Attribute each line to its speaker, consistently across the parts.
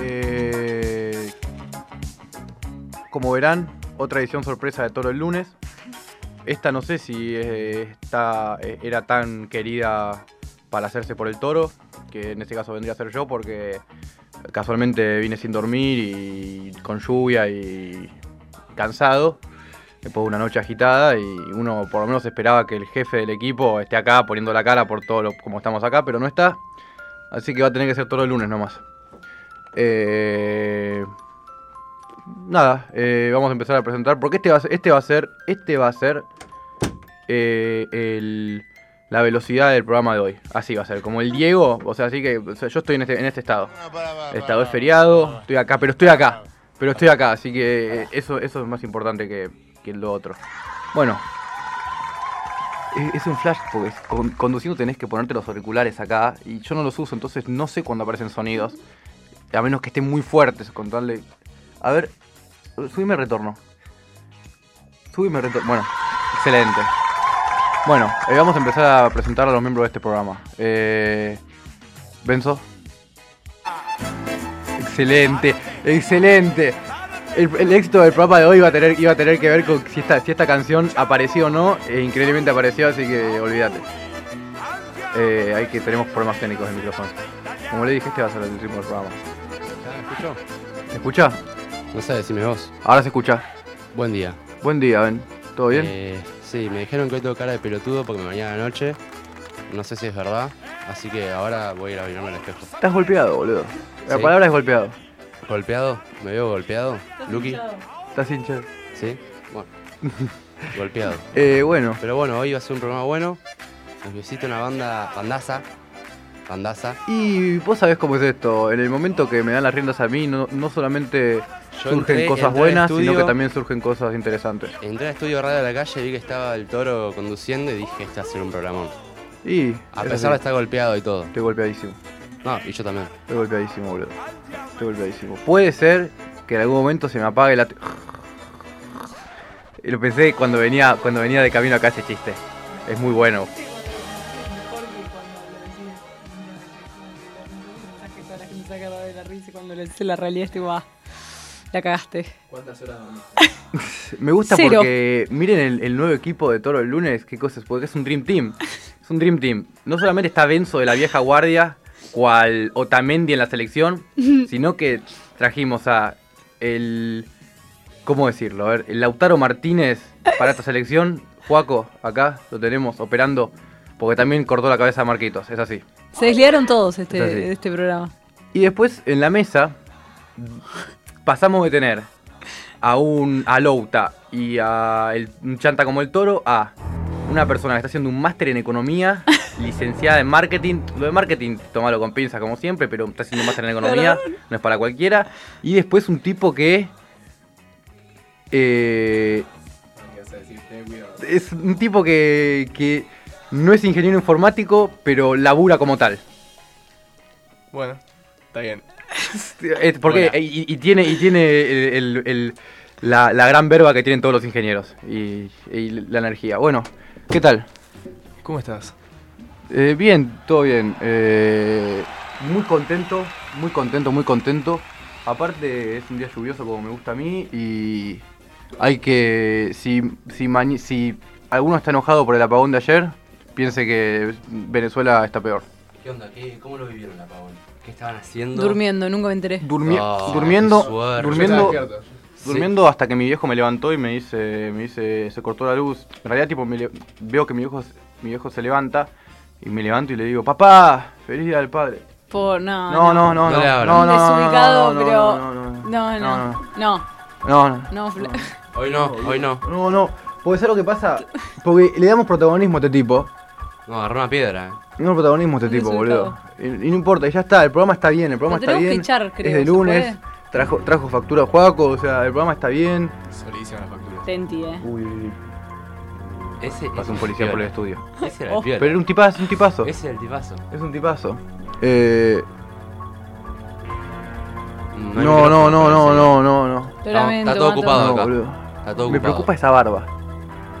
Speaker 1: eh, Como verán, otra edición sorpresa de Toro el lunes. Esta no sé si eh, está, eh, era tan querida para hacerse por el toro, que en este caso vendría a ser yo porque casualmente vine sin dormir y con lluvia y cansado. Después de una noche agitada y uno por lo menos esperaba que el jefe del equipo esté acá poniendo la cara por todo lo, como estamos acá, pero no está. Así que va a tener que ser todo el lunes nomás. Eh, nada, eh, vamos a empezar a presentar porque este va a ser, este va a ser, este va a ser eh, el- la velocidad del programa de hoy. Así va a ser, como el Diego, o sea, así que o sea, yo estoy en este, en este estado. El estado es feriado, estoy acá, pero estoy acá, pero estoy acá, así que eh, eso, eso es más importante que, que lo otro. Bueno. es- Es un flash, porque es- con- conduciendo tenés que ponerte los auriculares acá, y yo no los uso, entonces no sé cuándo aparecen sonidos. A menos que estén muy fuertes, con tal de- A ver, subime retorno. Subime retorno. Bueno, excelente. Bueno, eh, vamos a empezar a presentar a los miembros de este programa. Eh, Benzo. Excelente, excelente. El, el éxito del programa de hoy iba a tener, iba a tener que ver con si esta, si esta canción apareció o no. e increíblemente apareció, así que olvídate. Eh, hay que tenemos problemas técnicos en el micrófono. Como le dije, este va a ser el ritmo del programa. ¿Se escucha?
Speaker 2: Ah, No sé, decime vos.
Speaker 1: Ahora se escucha.
Speaker 2: Buen día.
Speaker 1: Buen día, Ben. ¿Todo bien?
Speaker 2: Eh, sí, me dijeron que hoy tengo cara de pelotudo porque me bañé a la noche. No sé si es verdad. Así que ahora voy a ir a mirarme al espejo.
Speaker 1: Estás golpeado, boludo. La
Speaker 2: sí.
Speaker 1: palabra es golpeado.
Speaker 2: ¿Golpeado? ¿Me veo golpeado? ¿Lucky?
Speaker 1: Estás hinchado.
Speaker 2: ¿Sí? Bueno. golpeado.
Speaker 1: Eh, bueno,
Speaker 2: Pero bueno, hoy va a ser un programa bueno. Nos visita una banda bandaza. Bandaza.
Speaker 1: y vos sabés cómo es esto. En el momento que me dan las riendas a mí, no, no solamente
Speaker 2: Yo
Speaker 1: surgen
Speaker 2: entré- entré
Speaker 1: cosas
Speaker 2: al
Speaker 1: buenas, sino que
Speaker 2: estudio.
Speaker 1: también surgen cosas interesantes.
Speaker 2: Entré al estudio de radio de la calle, vi que estaba el toro conduciendo y dije, este va a ser un programón.
Speaker 1: Y.
Speaker 2: A
Speaker 1: es
Speaker 2: pesar de
Speaker 1: así.
Speaker 2: estar golpeado y todo.
Speaker 1: Estoy golpeadísimo.
Speaker 2: No, y yo también.
Speaker 1: Estoy golpeadísimo, boludo. Estoy golpeadísimo. Puede ser que en algún momento se me apague la. te- Y Lo pensé cuando venía, cuando venía de camino acá ese chiste. Es muy bueno.
Speaker 3: Cuando le dice la realidad, este va, la cagaste.
Speaker 1: Me gusta
Speaker 3: Cero.
Speaker 1: porque miren el, el nuevo equipo de Toro el lunes, qué cosas, porque es un Dream Team. Es un Dream Team. No solamente está Benzo de la vieja guardia, cual Otamendi en la selección, sino que trajimos a el... ¿Cómo decirlo? A ver, el Lautaro Martínez para esta selección. Juaco, acá lo tenemos operando, porque también cortó la cabeza a Marquitos, es así.
Speaker 3: Se desliaron todos
Speaker 1: Es así.
Speaker 3: este, de este programa.
Speaker 1: Y después en la mesa pasamos de tener a un a Louta y a el- un chanta como el toro a una persona que está haciendo un máster en economía, licenciada en marketing. Lo de marketing, tomalo con pinzas como siempre, pero está haciendo un máster en economía, no es para cualquiera. Y después un tipo que. eh, es un tipo que, que no es ingeniero informático, pero labura como tal.
Speaker 4: Bueno, está bien.
Speaker 1: Eh, Porque
Speaker 2: Hola.
Speaker 1: y, y tiene, y tiene el- el- el- la, la gran verba que tienen todos los ingenieros y, y la energía. Bueno, ¿qué tal?
Speaker 4: ¿Cómo estás?
Speaker 1: Eh, bien, todo bien. Eh, muy contento, muy contento, muy contento. Aparte es un día lluvioso como me gusta a mí y hay que, si, si, mañi- si alguno está enojado por el apagón de ayer, piense que Venezuela está peor.
Speaker 2: ¿Qué onda? ¿Qué, ¿Cómo lo vivieron la pavón? ¿Qué estaban haciendo?
Speaker 3: Durmiendo, nunca me enteré.
Speaker 1: Durmi-
Speaker 2: Ah, qué
Speaker 1: durmiendo,
Speaker 2: suerte.
Speaker 1: durmiendo,
Speaker 2: Sí.
Speaker 1: Durmiendo hasta que mi viejo me levantó y me dice, me dice, se cortó la luz. En realidad, tipo, me le- veo que mi viejo, mi viejo se levanta y me levanto y le digo, papá, feliz día del padre.
Speaker 3: Por, no,
Speaker 1: No, no, no, no,
Speaker 2: No le
Speaker 1: no,
Speaker 2: abran.
Speaker 1: no, no, no,
Speaker 3: Desubicado,
Speaker 1: no,
Speaker 3: pero-
Speaker 1: no, no,
Speaker 3: No, no,
Speaker 1: no,
Speaker 3: no,
Speaker 1: no, no,
Speaker 3: no, Fla-
Speaker 2: Hoy no, hoy no.
Speaker 1: no, no, porque ¿sabes lo que pasa? Porque le damos protagonismo a este tipo,
Speaker 2: No, agarró una piedra. eh.
Speaker 1: le damos protagonismo a este
Speaker 3: Un
Speaker 1: tipo,
Speaker 3: desubicado.
Speaker 1: boludo. Y, y no importa, y ya está, el programa está bien, el programa está
Speaker 3: Lo tenemos que
Speaker 1: bien,
Speaker 3: echar, creo,
Speaker 1: es de
Speaker 3: ¿se
Speaker 1: lunes,
Speaker 3: puede?
Speaker 1: trajo, trajo factura a Juaco, o sea, el programa está bien.
Speaker 4: Solidísima la factura.
Speaker 3: Tenti, eh.
Speaker 1: Uy, uy, uy,
Speaker 2: Ese es
Speaker 1: pasó un policía por el estudio.
Speaker 2: Ese era el
Speaker 3: Oh.
Speaker 2: piola.
Speaker 1: Pero era un tipazo, un tipazo.
Speaker 2: Ese era el tipazo.
Speaker 1: Es un tipazo. Eh,
Speaker 2: No, hay
Speaker 1: no, no,
Speaker 2: micrófono,
Speaker 1: no, no,
Speaker 2: parece.
Speaker 1: no, no, no.
Speaker 3: Lo
Speaker 2: No,
Speaker 3: lamento,
Speaker 2: está todo
Speaker 3: Mato.
Speaker 2: ocupado.
Speaker 1: No,
Speaker 2: acá.
Speaker 1: boludo.
Speaker 2: Está todo
Speaker 1: Me
Speaker 2: ocupado.
Speaker 1: preocupa esa barba.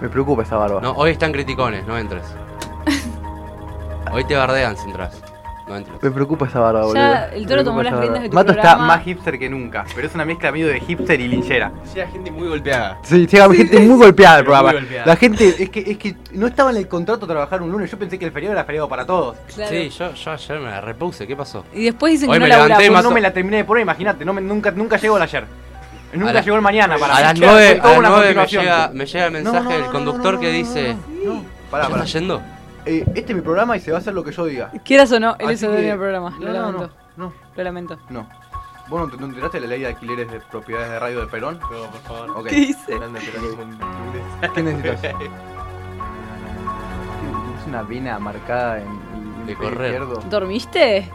Speaker 1: Me preocupa esa barba.
Speaker 2: No, hoy están criticones, no entres. Hoy te bardean si entras. No entro.
Speaker 1: Me preocupa esa barba, Ah,
Speaker 3: Ya,
Speaker 1: boludo.
Speaker 3: el
Speaker 1: Me
Speaker 3: toro
Speaker 1: preocupa
Speaker 3: tomó
Speaker 1: esa
Speaker 3: las
Speaker 1: barba.
Speaker 3: riendas de tu
Speaker 1: Mato está
Speaker 3: programa.
Speaker 1: más hipster que nunca, pero es una mezcla medio de hipster y linchera.
Speaker 4: Llega gente muy golpeada.
Speaker 1: Sí, llega gente muy golpeada al
Speaker 4: Pero muy
Speaker 1: programa.
Speaker 4: golpeada.
Speaker 1: La gente, es que, es que no estaba en el contrato trabajar un lunes. Yo pensé que el feriado era feriado para todos.
Speaker 3: Claro.
Speaker 2: Sí, yo, yo ayer me la repuse, ¿qué pasó?
Speaker 3: Y después dicen
Speaker 2: Hoy
Speaker 3: que no
Speaker 2: me
Speaker 3: laburamos.
Speaker 2: levanté
Speaker 1: Yo
Speaker 2: más-
Speaker 1: no me la terminé de poner, imagínate. No me- nunca, nunca llegó el ayer. Nunca
Speaker 2: A la-
Speaker 1: llegó el mañana para
Speaker 2: A
Speaker 1: mí.
Speaker 2: las
Speaker 1: Claro,
Speaker 2: 9,
Speaker 1: fue
Speaker 2: a
Speaker 1: toda
Speaker 2: las
Speaker 1: una
Speaker 2: 9 me,
Speaker 1: continuación.
Speaker 2: llega, me llega el
Speaker 1: No,
Speaker 2: mensaje
Speaker 1: no,
Speaker 2: del
Speaker 1: no,
Speaker 2: conductor
Speaker 1: no,
Speaker 2: que
Speaker 1: no,
Speaker 2: dice:
Speaker 1: No, no, pará,
Speaker 2: ¿Ya
Speaker 1: pará.
Speaker 2: está yendo?
Speaker 1: Eh, este es mi programa y se va a hacer lo que yo diga.
Speaker 3: Quieras o no, él
Speaker 1: Así
Speaker 3: es el dueño
Speaker 1: que-
Speaker 3: del programa.
Speaker 1: No,
Speaker 3: Lo
Speaker 1: no,
Speaker 3: lamento.
Speaker 1: no, no,
Speaker 3: Lo lamento.
Speaker 1: no. ¿Vos no te no enteraste de la ley de alquileres de propiedades de radio de Perón?
Speaker 4: No, por favor.
Speaker 1: Ok.
Speaker 3: ¿Qué hice?
Speaker 4: Grande peronismo inglés.
Speaker 1: ¿Qué necesitas? Es una vena marcada en el- el
Speaker 2: De
Speaker 1: pie
Speaker 2: correr.
Speaker 1: izquierdo.
Speaker 3: ¿Dormiste?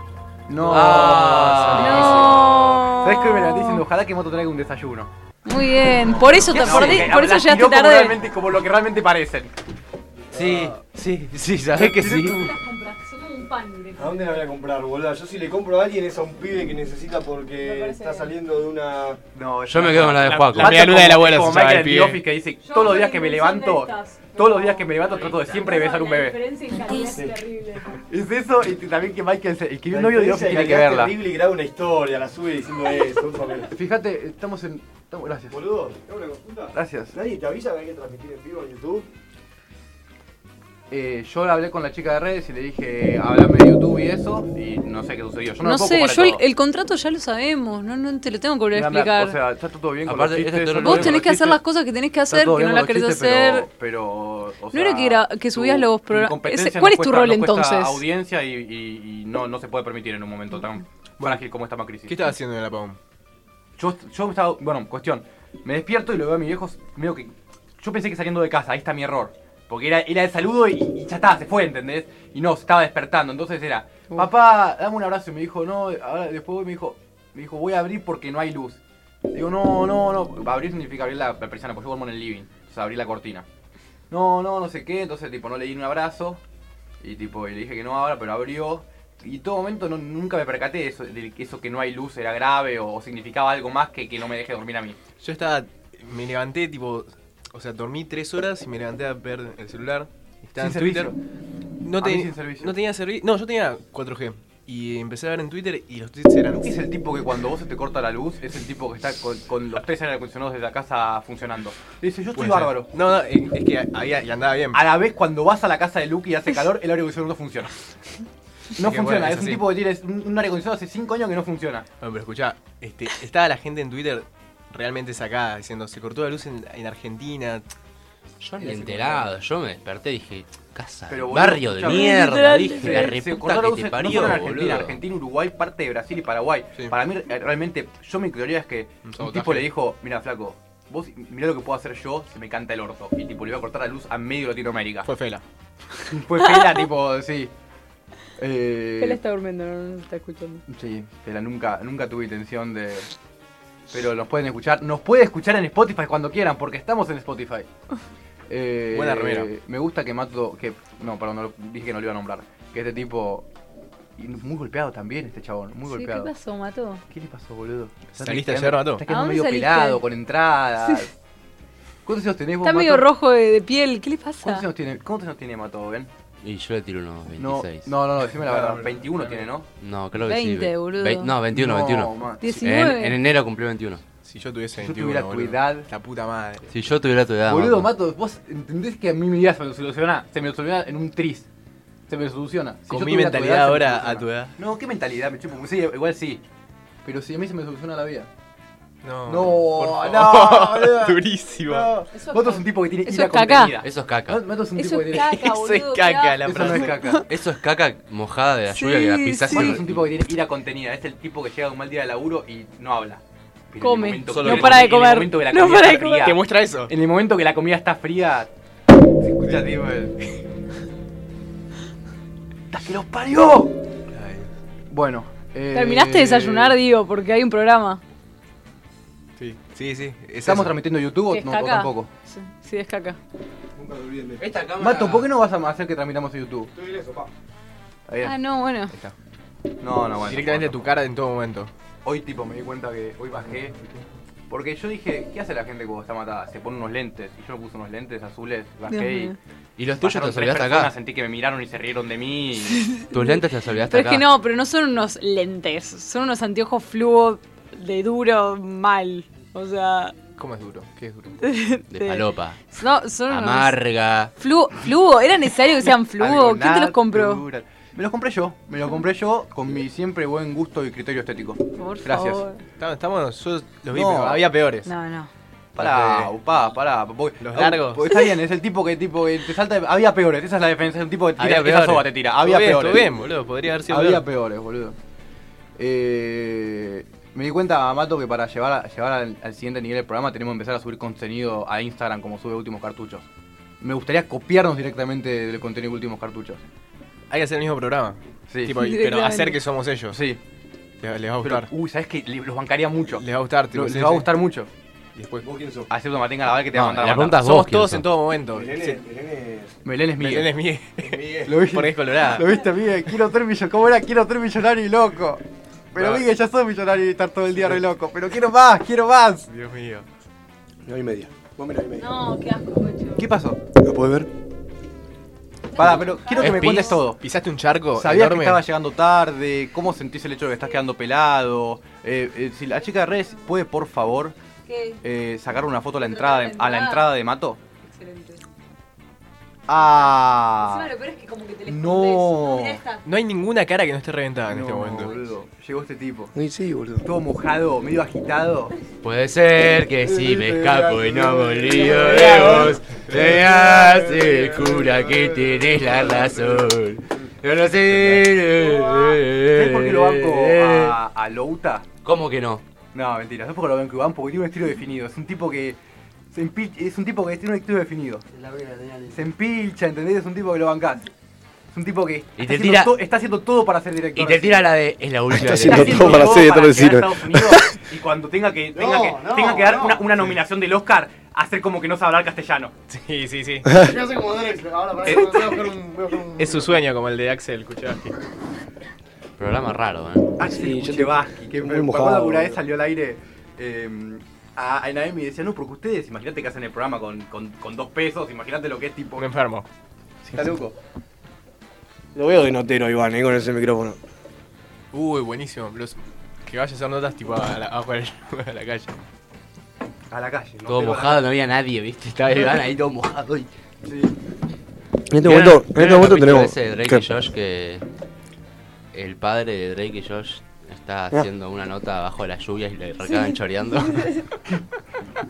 Speaker 1: No.
Speaker 2: Ah,
Speaker 3: No.
Speaker 1: ¿Sabes qué me la estoy diciendo? Ojalá que Moto traiga un desayuno.
Speaker 3: Muy bien. Por eso, te- por, di- por eso llegaste tarde.
Speaker 1: como lo que realmente parecen.
Speaker 2: Sí, sí, sí, sabés que sí.
Speaker 5: ¿A dónde la voy a comprar, boludo? Yo si le compro a alguien es a un pibe que necesita porque está saliendo de una...
Speaker 1: No,
Speaker 2: Yo me quedo con la de Juaco.
Speaker 4: La media luna de la abuela se llama el
Speaker 1: Michael en The
Speaker 4: pibe.
Speaker 1: Office que dice, todos los días que me levanto, todos los días que me levanto trato de siempre besar un bebé. Es eso, y también que Michael, se- el que vio
Speaker 5: La
Speaker 1: el novio de
Speaker 5: diferencia
Speaker 1: Office
Speaker 5: es
Speaker 1: tiene
Speaker 5: le
Speaker 1: que
Speaker 5: das
Speaker 1: verla.
Speaker 5: terrible y graba una historia, la sube diciendo eso, un papel.
Speaker 1: Fíjate, estamos en... estamos- Gracias.
Speaker 5: Boludo, ¿tengo una consulta?
Speaker 1: Gracias.
Speaker 5: ¿Nadie te avisa que hay que transmitir en vivo en YouTube?
Speaker 1: Eh, yo hablé con la chica de redes y le dije, hablame de YouTube y eso, y no sé qué sucedió. Yo no,
Speaker 3: No
Speaker 1: lo puedo
Speaker 3: sé,
Speaker 1: cobrar
Speaker 3: yo el,
Speaker 1: todo.
Speaker 3: el contrato ya lo sabemos. No, no te lo tengo que volver a
Speaker 1: Mira, mira, O
Speaker 3: explicar.
Speaker 1: sea, está todo bien
Speaker 2: Aparte,
Speaker 1: con los
Speaker 2: este toro
Speaker 1: chistes, está todo
Speaker 3: Vos
Speaker 1: bien
Speaker 3: tenés
Speaker 1: con
Speaker 3: que
Speaker 1: los
Speaker 3: hacer las
Speaker 1: chistes,
Speaker 3: cosas que tenés que
Speaker 1: está
Speaker 3: hacer,
Speaker 1: todo
Speaker 3: que no
Speaker 1: bien
Speaker 3: las
Speaker 1: con los
Speaker 3: querés
Speaker 1: chistes, pero-
Speaker 3: hacer.
Speaker 1: Pero, o
Speaker 3: No era
Speaker 1: sea,
Speaker 3: que era- que
Speaker 1: tu
Speaker 3: subías los programas-
Speaker 1: incompetencia
Speaker 3: Ese- ¿cuál
Speaker 1: nos
Speaker 3: es tu
Speaker 1: cuesta-
Speaker 3: rol
Speaker 1: nos cuesta
Speaker 3: entonces?
Speaker 1: audiencia y, y- y no, no se puede permitir en un momento tan frágil como esta crisis.
Speaker 4: ¿Qué estás haciendo en el apagón?
Speaker 1: Yo, yo me estaba. Bueno, cuestión. Me despierto y lo veo a mis viejos. Medio que. Yo pensé que saliendo de casa, ahí está mi error. Porque era, era el saludo y, y ya está, se fue, ¿entendés? Y no, se estaba despertando. Entonces era, papá, dame un abrazo. Y me dijo, no, ahora después voy", me dijo, me dijo, voy a abrir porque no hay luz. Digo, no, no, no. Abrir significa abrir la, la persiana, porque yo duermo en el living. O sea, abrir la cortina. No, no, no sé qué. Entonces, tipo, no le di un abrazo. Y tipo, y le dije que no ahora, pero abrió. Y en todo momento no, nunca me percaté de eso, de que eso que no hay luz era grave o, o significaba algo más que que no me deje dormir a mí.
Speaker 4: Yo estaba. Me levanté, tipo. O sea, dormí tres horas y me levanté a ver el celular. Estaba
Speaker 1: Sin
Speaker 4: en Twitter.
Speaker 1: servicio.
Speaker 4: No,
Speaker 1: A
Speaker 4: te-
Speaker 1: mí sin servicio.
Speaker 4: no tenía servicio. No, yo tenía 4G. Y empecé a ver en Twitter y los tweets eran.
Speaker 1: Es el tipo que cuando vos se te corta la luz, es el tipo que está con, con los tres aire acondicionados de la casa funcionando. Dice, yo estoy
Speaker 4: Puede ser.
Speaker 1: bárbaro.
Speaker 4: No, no, eh, es que había, y andaba bien.
Speaker 1: A la vez, cuando vas a la casa de Luke y hace calor, el aire acondicionado no funciona. No
Speaker 4: que
Speaker 1: funciona,
Speaker 4: bueno,
Speaker 1: es,
Speaker 4: es
Speaker 1: un
Speaker 4: así.
Speaker 1: tipo que tiene un un aire acondicionado hace cinco años que no funciona.
Speaker 4: Bueno, pero escuchá, este, estaba la gente en Twitter realmente sacada diciendo: se cortó la luz en, en Argentina.
Speaker 2: Yo ni enterado, yo me desperté y dije, casa,
Speaker 1: Pero, boludo,
Speaker 2: barrio de
Speaker 1: escuchame.
Speaker 2: mierda,
Speaker 3: Literal,
Speaker 2: dije,
Speaker 3: se-
Speaker 2: la
Speaker 1: se
Speaker 2: reputa
Speaker 1: cortó la
Speaker 2: que
Speaker 1: luz
Speaker 2: te
Speaker 1: en- no
Speaker 2: parió,
Speaker 1: solo en Argentina,
Speaker 2: boludo.
Speaker 1: Argentina, Uruguay, parte de Brasil y Paraguay.
Speaker 4: Sí.
Speaker 1: Para mí, eh, realmente, yo mi teoría es que un,
Speaker 4: sabotaje.
Speaker 1: tipo le dijo, mira, flaco, vos mirá lo que puedo hacer yo, se me canta el orto. Y tipo, le iba a cortar la luz a medio Latinoamérica.
Speaker 4: Fue Fela.
Speaker 1: Fue fila, tipo, sí. Eh,
Speaker 3: Él está durmiendo, no no está escuchando.
Speaker 1: Sí, pero nunca, nunca tuve intención de. Pero nos pueden escuchar. Nos puede escuchar en Spotify cuando quieran, porque estamos en Spotify. Eh,
Speaker 4: Buena remera.
Speaker 1: Me gusta que Mato. Que, no, perdón, no lo- dije que no lo iba a nombrar. Que este tipo. y Muy golpeado también, este chabón. Muy
Speaker 3: Sí, ¿Qué
Speaker 1: golpeado.
Speaker 3: pasó, Mato?
Speaker 1: ¿Qué le pasó, boludo?
Speaker 4: ¿Saliste
Speaker 1: Está
Speaker 4: ayer, Mato?
Speaker 1: Está
Speaker 3: ¿A
Speaker 1: quedando
Speaker 3: dónde
Speaker 1: medio
Speaker 3: saliste?
Speaker 1: pelado, con entradas. ¿Cuántos años tenés vos,
Speaker 3: Está medio
Speaker 1: Mato?
Speaker 3: rojo de, de piel. ¿Qué le
Speaker 1: ¿Cuántos
Speaker 3: pasa?
Speaker 1: años tiene, cuántos años tiene Mato, Ben?
Speaker 2: Y yo le tiro unos
Speaker 1: No,
Speaker 2: 26.
Speaker 1: no, no, no, decime la
Speaker 4: Claro,
Speaker 1: verdad.
Speaker 4: pero-
Speaker 1: 21 tiene, ¿no?
Speaker 2: No, creo que sí.
Speaker 3: 20,
Speaker 2: ve-
Speaker 3: boludo.
Speaker 2: ve- no, 21,
Speaker 1: No,
Speaker 2: 21.
Speaker 1: man.
Speaker 2: En,
Speaker 3: 19.
Speaker 2: en enero cumplió 21.
Speaker 4: Si yo tuviese
Speaker 1: Si yo
Speaker 4: 21.
Speaker 1: tuviera tu
Speaker 4: boludo.
Speaker 1: edad.
Speaker 4: La puta madre.
Speaker 2: Si yo tuviera tu edad.
Speaker 1: Boludo,
Speaker 2: Mato.
Speaker 1: Mato, vos entendés que a mí mi vida se me soluciona. Se me soluciona en un tris. Se me soluciona. Si
Speaker 4: Con
Speaker 1: yo
Speaker 4: mi
Speaker 1: tuviera tu
Speaker 4: mentalidad
Speaker 1: edad, se me
Speaker 4: ahora,
Speaker 1: soluciona.
Speaker 4: a tu edad.
Speaker 1: No, ¿qué mentalidad? Me chupo. Sí, igual sí. Pero si a mí se me soluciona la vida.
Speaker 4: No,
Speaker 1: No,
Speaker 4: por favor.
Speaker 1: no, boludo.
Speaker 4: Durísimo.
Speaker 3: Eso es
Speaker 1: Mato
Speaker 3: ca-
Speaker 1: es un tipo que tiene
Speaker 3: eso
Speaker 1: ira
Speaker 3: es caca.
Speaker 1: contenida.
Speaker 2: Eso es caca.
Speaker 1: Mato es un tipo
Speaker 3: Eso
Speaker 1: que
Speaker 3: es
Speaker 1: tiene...
Speaker 3: caca,
Speaker 4: Eso
Speaker 3: boludo.
Speaker 4: es caca, la
Speaker 1: Eso no
Speaker 4: frase.
Speaker 1: es caca.
Speaker 2: Eso es caca mojada de la
Speaker 3: Sí,
Speaker 2: lluvia que la pisás.
Speaker 3: sí.
Speaker 1: Mato
Speaker 2: y-
Speaker 1: es un tipo que tiene ira contenida. Es el tipo que llega de un mal día de laburo y no habla. Pero en el
Speaker 3: Come.
Speaker 1: momento
Speaker 4: Solo
Speaker 1: que-
Speaker 4: no para
Speaker 3: de
Speaker 1: en el
Speaker 3: comer.
Speaker 1: momento que la
Speaker 3: No
Speaker 1: comida
Speaker 3: para
Speaker 1: está
Speaker 3: de comer.
Speaker 1: fría-
Speaker 4: ¿Te muestra eso?
Speaker 1: En el momento que la comida está fría, se escucha tipo el... ¡Hasta que los parió! Bueno. eh,
Speaker 3: Terminaste de desayunar, digo, porque hay un programa.
Speaker 4: Sí, sí, sí. es
Speaker 1: ¿Estamos
Speaker 4: eso.
Speaker 1: transmitiendo YouTube
Speaker 3: ¿Que
Speaker 1: o
Speaker 3: es
Speaker 1: no, o
Speaker 3: caca?
Speaker 1: tampoco?
Speaker 3: Sí, sí, es caca.
Speaker 5: Nunca me olviden de eso.
Speaker 2: Esta cámara-
Speaker 1: Mato, ¿por qué no vas a hacer que transmitamos en YouTube?
Speaker 5: Estoy en eso, pa.
Speaker 1: Ahí
Speaker 3: Ah, no, bueno.
Speaker 1: está. No, no, bueno.
Speaker 4: Directamente a
Speaker 1: bueno.
Speaker 4: tu cara en todo momento.
Speaker 1: Hoy tipo me di cuenta que hoy bajé Porque yo dije, ¿qué hace la gente cuando está matada? Se pone unos lentes. Y yo me puse unos lentes azules,
Speaker 3: Dios
Speaker 1: bajé y.
Speaker 3: mío.
Speaker 2: Y los tuyos te
Speaker 1: pasaron
Speaker 2: los
Speaker 1: tres
Speaker 2: olvidaste
Speaker 1: personas,
Speaker 2: acá.
Speaker 1: Sentí que me miraron y se rieron de mí. y-
Speaker 2: Tus lentes te los olvidaste
Speaker 3: Pero es
Speaker 2: acá.
Speaker 3: que no, pero no son unos lentes, son unos anteojos fluo de duro mal. O sea,
Speaker 4: ¿Cómo es duro? ¿Qué es duro?
Speaker 2: De palopa.
Speaker 3: no, son unos
Speaker 2: Amarga.
Speaker 3: fluo, fluo, era necesario que sean fluo,
Speaker 1: Algo
Speaker 3: ¿quién te los compró?
Speaker 1: natural. Me los compré yo, me los compré yo con mi siempre buen gusto y criterio estético.
Speaker 3: Por
Speaker 1: Gracias.
Speaker 3: favor.
Speaker 4: Estamos, estamos- yo los vi,
Speaker 1: No.
Speaker 4: pero había peores.
Speaker 3: No, no.
Speaker 1: Pará, upá, pará. porque-
Speaker 4: Los largos.
Speaker 1: porque pues está bien, es el tipo que tipo que te salta. Había peores, esa es la defensa. Es un tipo que te tira, esa soga te tira.
Speaker 4: Estuvo
Speaker 1: Había
Speaker 4: bien,
Speaker 1: peores.
Speaker 4: estuvo bien, boludo. Podría haber sido
Speaker 1: Había
Speaker 4: peor.
Speaker 1: peores, boludo. Eh, me di cuenta, Mato, que para llevar, a- llevar al, al siguiente nivel del programa tenemos que empezar a subir contenido a Instagram como sube Últimos Cartuchos. Me gustaría copiarnos directamente del contenido de Últimos Cartuchos.
Speaker 4: Hay que hacer el mismo programa.
Speaker 1: Sí.
Speaker 4: Tipo, y- pero
Speaker 3: Directamente.
Speaker 4: hacer que somos ellos.
Speaker 1: Sí,
Speaker 4: Le- Les va a
Speaker 1: pero,
Speaker 4: gustar.
Speaker 1: uy, ¿sabes qué? Le- Los bancaría mucho.
Speaker 4: Les va a gustar. tipo,
Speaker 1: Lo-
Speaker 4: sí,
Speaker 1: les va a
Speaker 4: sí.
Speaker 1: gustar mucho.
Speaker 4: Y después,
Speaker 5: ¿Vos quién sos?
Speaker 1: Acepto Martín Carnaval que te va a
Speaker 2: No,
Speaker 1: mandar
Speaker 2: la
Speaker 1: a matar.
Speaker 2: pregunta es vos.
Speaker 4: Somos
Speaker 2: quién
Speaker 4: todos
Speaker 2: sos.
Speaker 4: en todo momento.
Speaker 5: Belén
Speaker 4: Sí.
Speaker 5: es- Belén es-
Speaker 1: Belén es
Speaker 4: Belén
Speaker 1: Miguel.
Speaker 4: es Miguel.
Speaker 5: Miguel.
Speaker 1: Lo viste.
Speaker 4: Porque es colorada.
Speaker 1: Lo viste, Miguel. Quiero ser millonario. ¿Cómo era? Quiero ser millonario y loco. Pero
Speaker 4: Claro.
Speaker 1: Miguel, ya sos millonario y estar todo el día re loco. Pero quiero más, quiero más.
Speaker 4: Dios mío.
Speaker 5: Nueve y media. Vos mirá y media.
Speaker 3: No, qué asco,
Speaker 1: ¿Qué pasó?
Speaker 5: ¿Lo podés ver?
Speaker 1: Pará, pero quiero que
Speaker 4: ¿Es
Speaker 1: me
Speaker 4: pis?
Speaker 1: cuentes todo.
Speaker 4: ¿Pisaste un charco?
Speaker 1: ¿Sabías que
Speaker 4: enorme?
Speaker 1: estaba llegando tarde? ¿Cómo sentís el hecho de que estás quedando pelado? Eh, eh, si la chica de redes puede, por favor, eh, sacar una foto a la entrada de, a la entrada de Mato.
Speaker 3: Excelente.
Speaker 1: Ah.
Speaker 3: peor es que como que te
Speaker 1: le No. escondes. No, mirá esta.
Speaker 4: No hay ninguna cara que no esté reventada en este
Speaker 1: No,
Speaker 4: momento.
Speaker 1: boludo. Llegó este tipo.
Speaker 5: Uy, sí, boludo.
Speaker 1: Todo mojado, medio agitado.
Speaker 2: Puede ser que si me escapo y no me olvido de vos, te hace el cura que tenés la razón. Yo no sé.
Speaker 1: ¿Sabes por qué lo banco a, a Louta?
Speaker 2: Eh, ¿Cómo que no?
Speaker 1: No, mentira, ¿sabes por qué lo banco a Iván? Porque tiene un estilo definido. Es un tipo que. se empi- es un tipo que tiene un estilo definido. Se empilcha, ¿entendés? Es un tipo que lo bancás. Es un tipo que.
Speaker 2: Y
Speaker 1: está,
Speaker 2: te
Speaker 1: haciendo,
Speaker 2: tira-
Speaker 1: to- está haciendo todo para ser director.
Speaker 2: Y te tira la de. Eh, Es la última.
Speaker 1: Está
Speaker 2: de-
Speaker 1: haciendo
Speaker 5: todo para ser director de
Speaker 1: llegar
Speaker 5: cine.
Speaker 1: a Estados Unidos y cuando tenga que, tenga
Speaker 5: No,
Speaker 1: que,
Speaker 5: no,
Speaker 1: tenga que dar
Speaker 5: no.
Speaker 1: una, una nominación del Oscar, hacer como que no sabe hablar castellano. Eh,
Speaker 4: Sí, sí, sí.
Speaker 5: Yo hace como Derek. Ahora para voy a buscar un- voy a buscar un-
Speaker 4: Es su sueño, como el de Axel Kuchowski.
Speaker 2: Programa raro, ¿eh?
Speaker 1: Ah,
Speaker 5: Sí,
Speaker 1: sí,
Speaker 5: yo te- muy
Speaker 1: que me me acuerdo
Speaker 5: mojado,
Speaker 1: que una vez
Speaker 5: boludo.
Speaker 1: E salió al aire eh, a, a Naemi y decía, no, porque ustedes, imagínate que hacen el programa con, con, con dos pesos, imagínate lo que es tipo.
Speaker 4: Un enfermo.
Speaker 1: Está loco.
Speaker 5: Lo veo de notero, Iván, eh, con ese micrófono.
Speaker 4: Uy, buenísimo. Los- que vaya a hacer notas tipo a la, abajo del- a la calle.
Speaker 1: A la calle, ¿no?
Speaker 2: Todo
Speaker 1: Pero a la-
Speaker 2: mojado, no había nadie, ¿viste? Estaba Iván ahí todo mojado. y-
Speaker 5: En
Speaker 1: Sí.
Speaker 5: este momento, en este
Speaker 2: ¿Vieron- vieron el
Speaker 5: momento
Speaker 2: capítulo
Speaker 5: tenemos.
Speaker 2: ese de Drake
Speaker 5: ¿Qué?
Speaker 2: y Josh que. El padre de Drake y Josh está
Speaker 5: Ah.
Speaker 2: haciendo una nota abajo de las lluvias y le recaban choreando.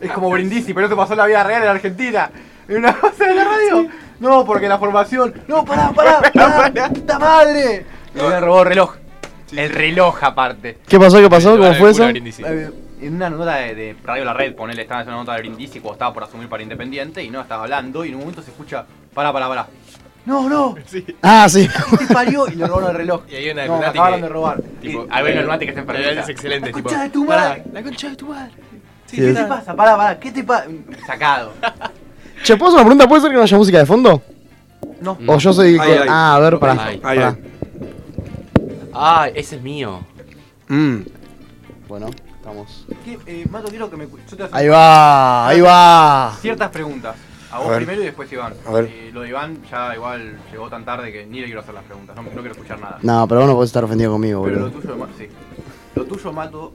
Speaker 1: Es como Brindisi, pero no te pasó en la vida real en Argentina. En una cosa de la radio. No, porque la formación. No, pará, pará, pará. ¡Puta madre! Y le robó el reloj. El reloj aparte.
Speaker 5: ¿Qué pasó? ¿Qué pasó?
Speaker 4: Le van
Speaker 5: ¿Cómo fue
Speaker 4: al culo
Speaker 5: eso?
Speaker 4: a Brindisi.
Speaker 1: Eh, En una nota de, de Radio La Red, ponele, estaba haciendo una nota de Brindisi cuando estaba por asumir para Independiente y no, estaba hablando y en un momento se escucha, pará, pará, pará. No, no,
Speaker 5: Ah, sí.
Speaker 1: te parió y le robaron el reloj.
Speaker 4: Y hay una
Speaker 1: no, me
Speaker 4: lunati
Speaker 1: acabaron
Speaker 4: que-
Speaker 1: de robar.
Speaker 4: Tipo,
Speaker 1: y, hay una
Speaker 4: eh,
Speaker 1: lunati que está enfermera.
Speaker 4: Es excelente,
Speaker 1: La
Speaker 4: tipo.
Speaker 1: concha de tu
Speaker 4: pará,
Speaker 1: madre.
Speaker 4: La concha de tu madre. Sí,
Speaker 5: Sí,
Speaker 1: ¿Qué
Speaker 5: es-
Speaker 1: te pasa? Pará, pará, ¿qué te pasa? Sacado.
Speaker 5: Che, ¿puedo hacer una pregunta? ¿Puede ser que no haya música de fondo?
Speaker 1: No.
Speaker 5: O yo soy.
Speaker 1: Ahí, ahí.
Speaker 5: Ah, a ver, pará.
Speaker 2: Mm. Ahí.
Speaker 5: pará.
Speaker 2: ¡Ah! Ese es mío.
Speaker 5: Mm. Bueno, estamos.
Speaker 1: ¿Qué, eh, Mato, quiero que me. cu- Yo te hago
Speaker 5: Ahí va, ahí va.
Speaker 1: ciertas preguntas. A vos
Speaker 5: A ver.
Speaker 1: primero y después Iván.
Speaker 5: A ver.
Speaker 1: Eh, lo de Iván ya igual llegó tan tarde que ni le quiero hacer las preguntas. No, no quiero escuchar nada.
Speaker 5: No, pero vos no podés estar ofendido conmigo,
Speaker 1: Pero lo
Speaker 5: boludo.
Speaker 1: tuyo, ma- sí. Lo tuyo, Mato,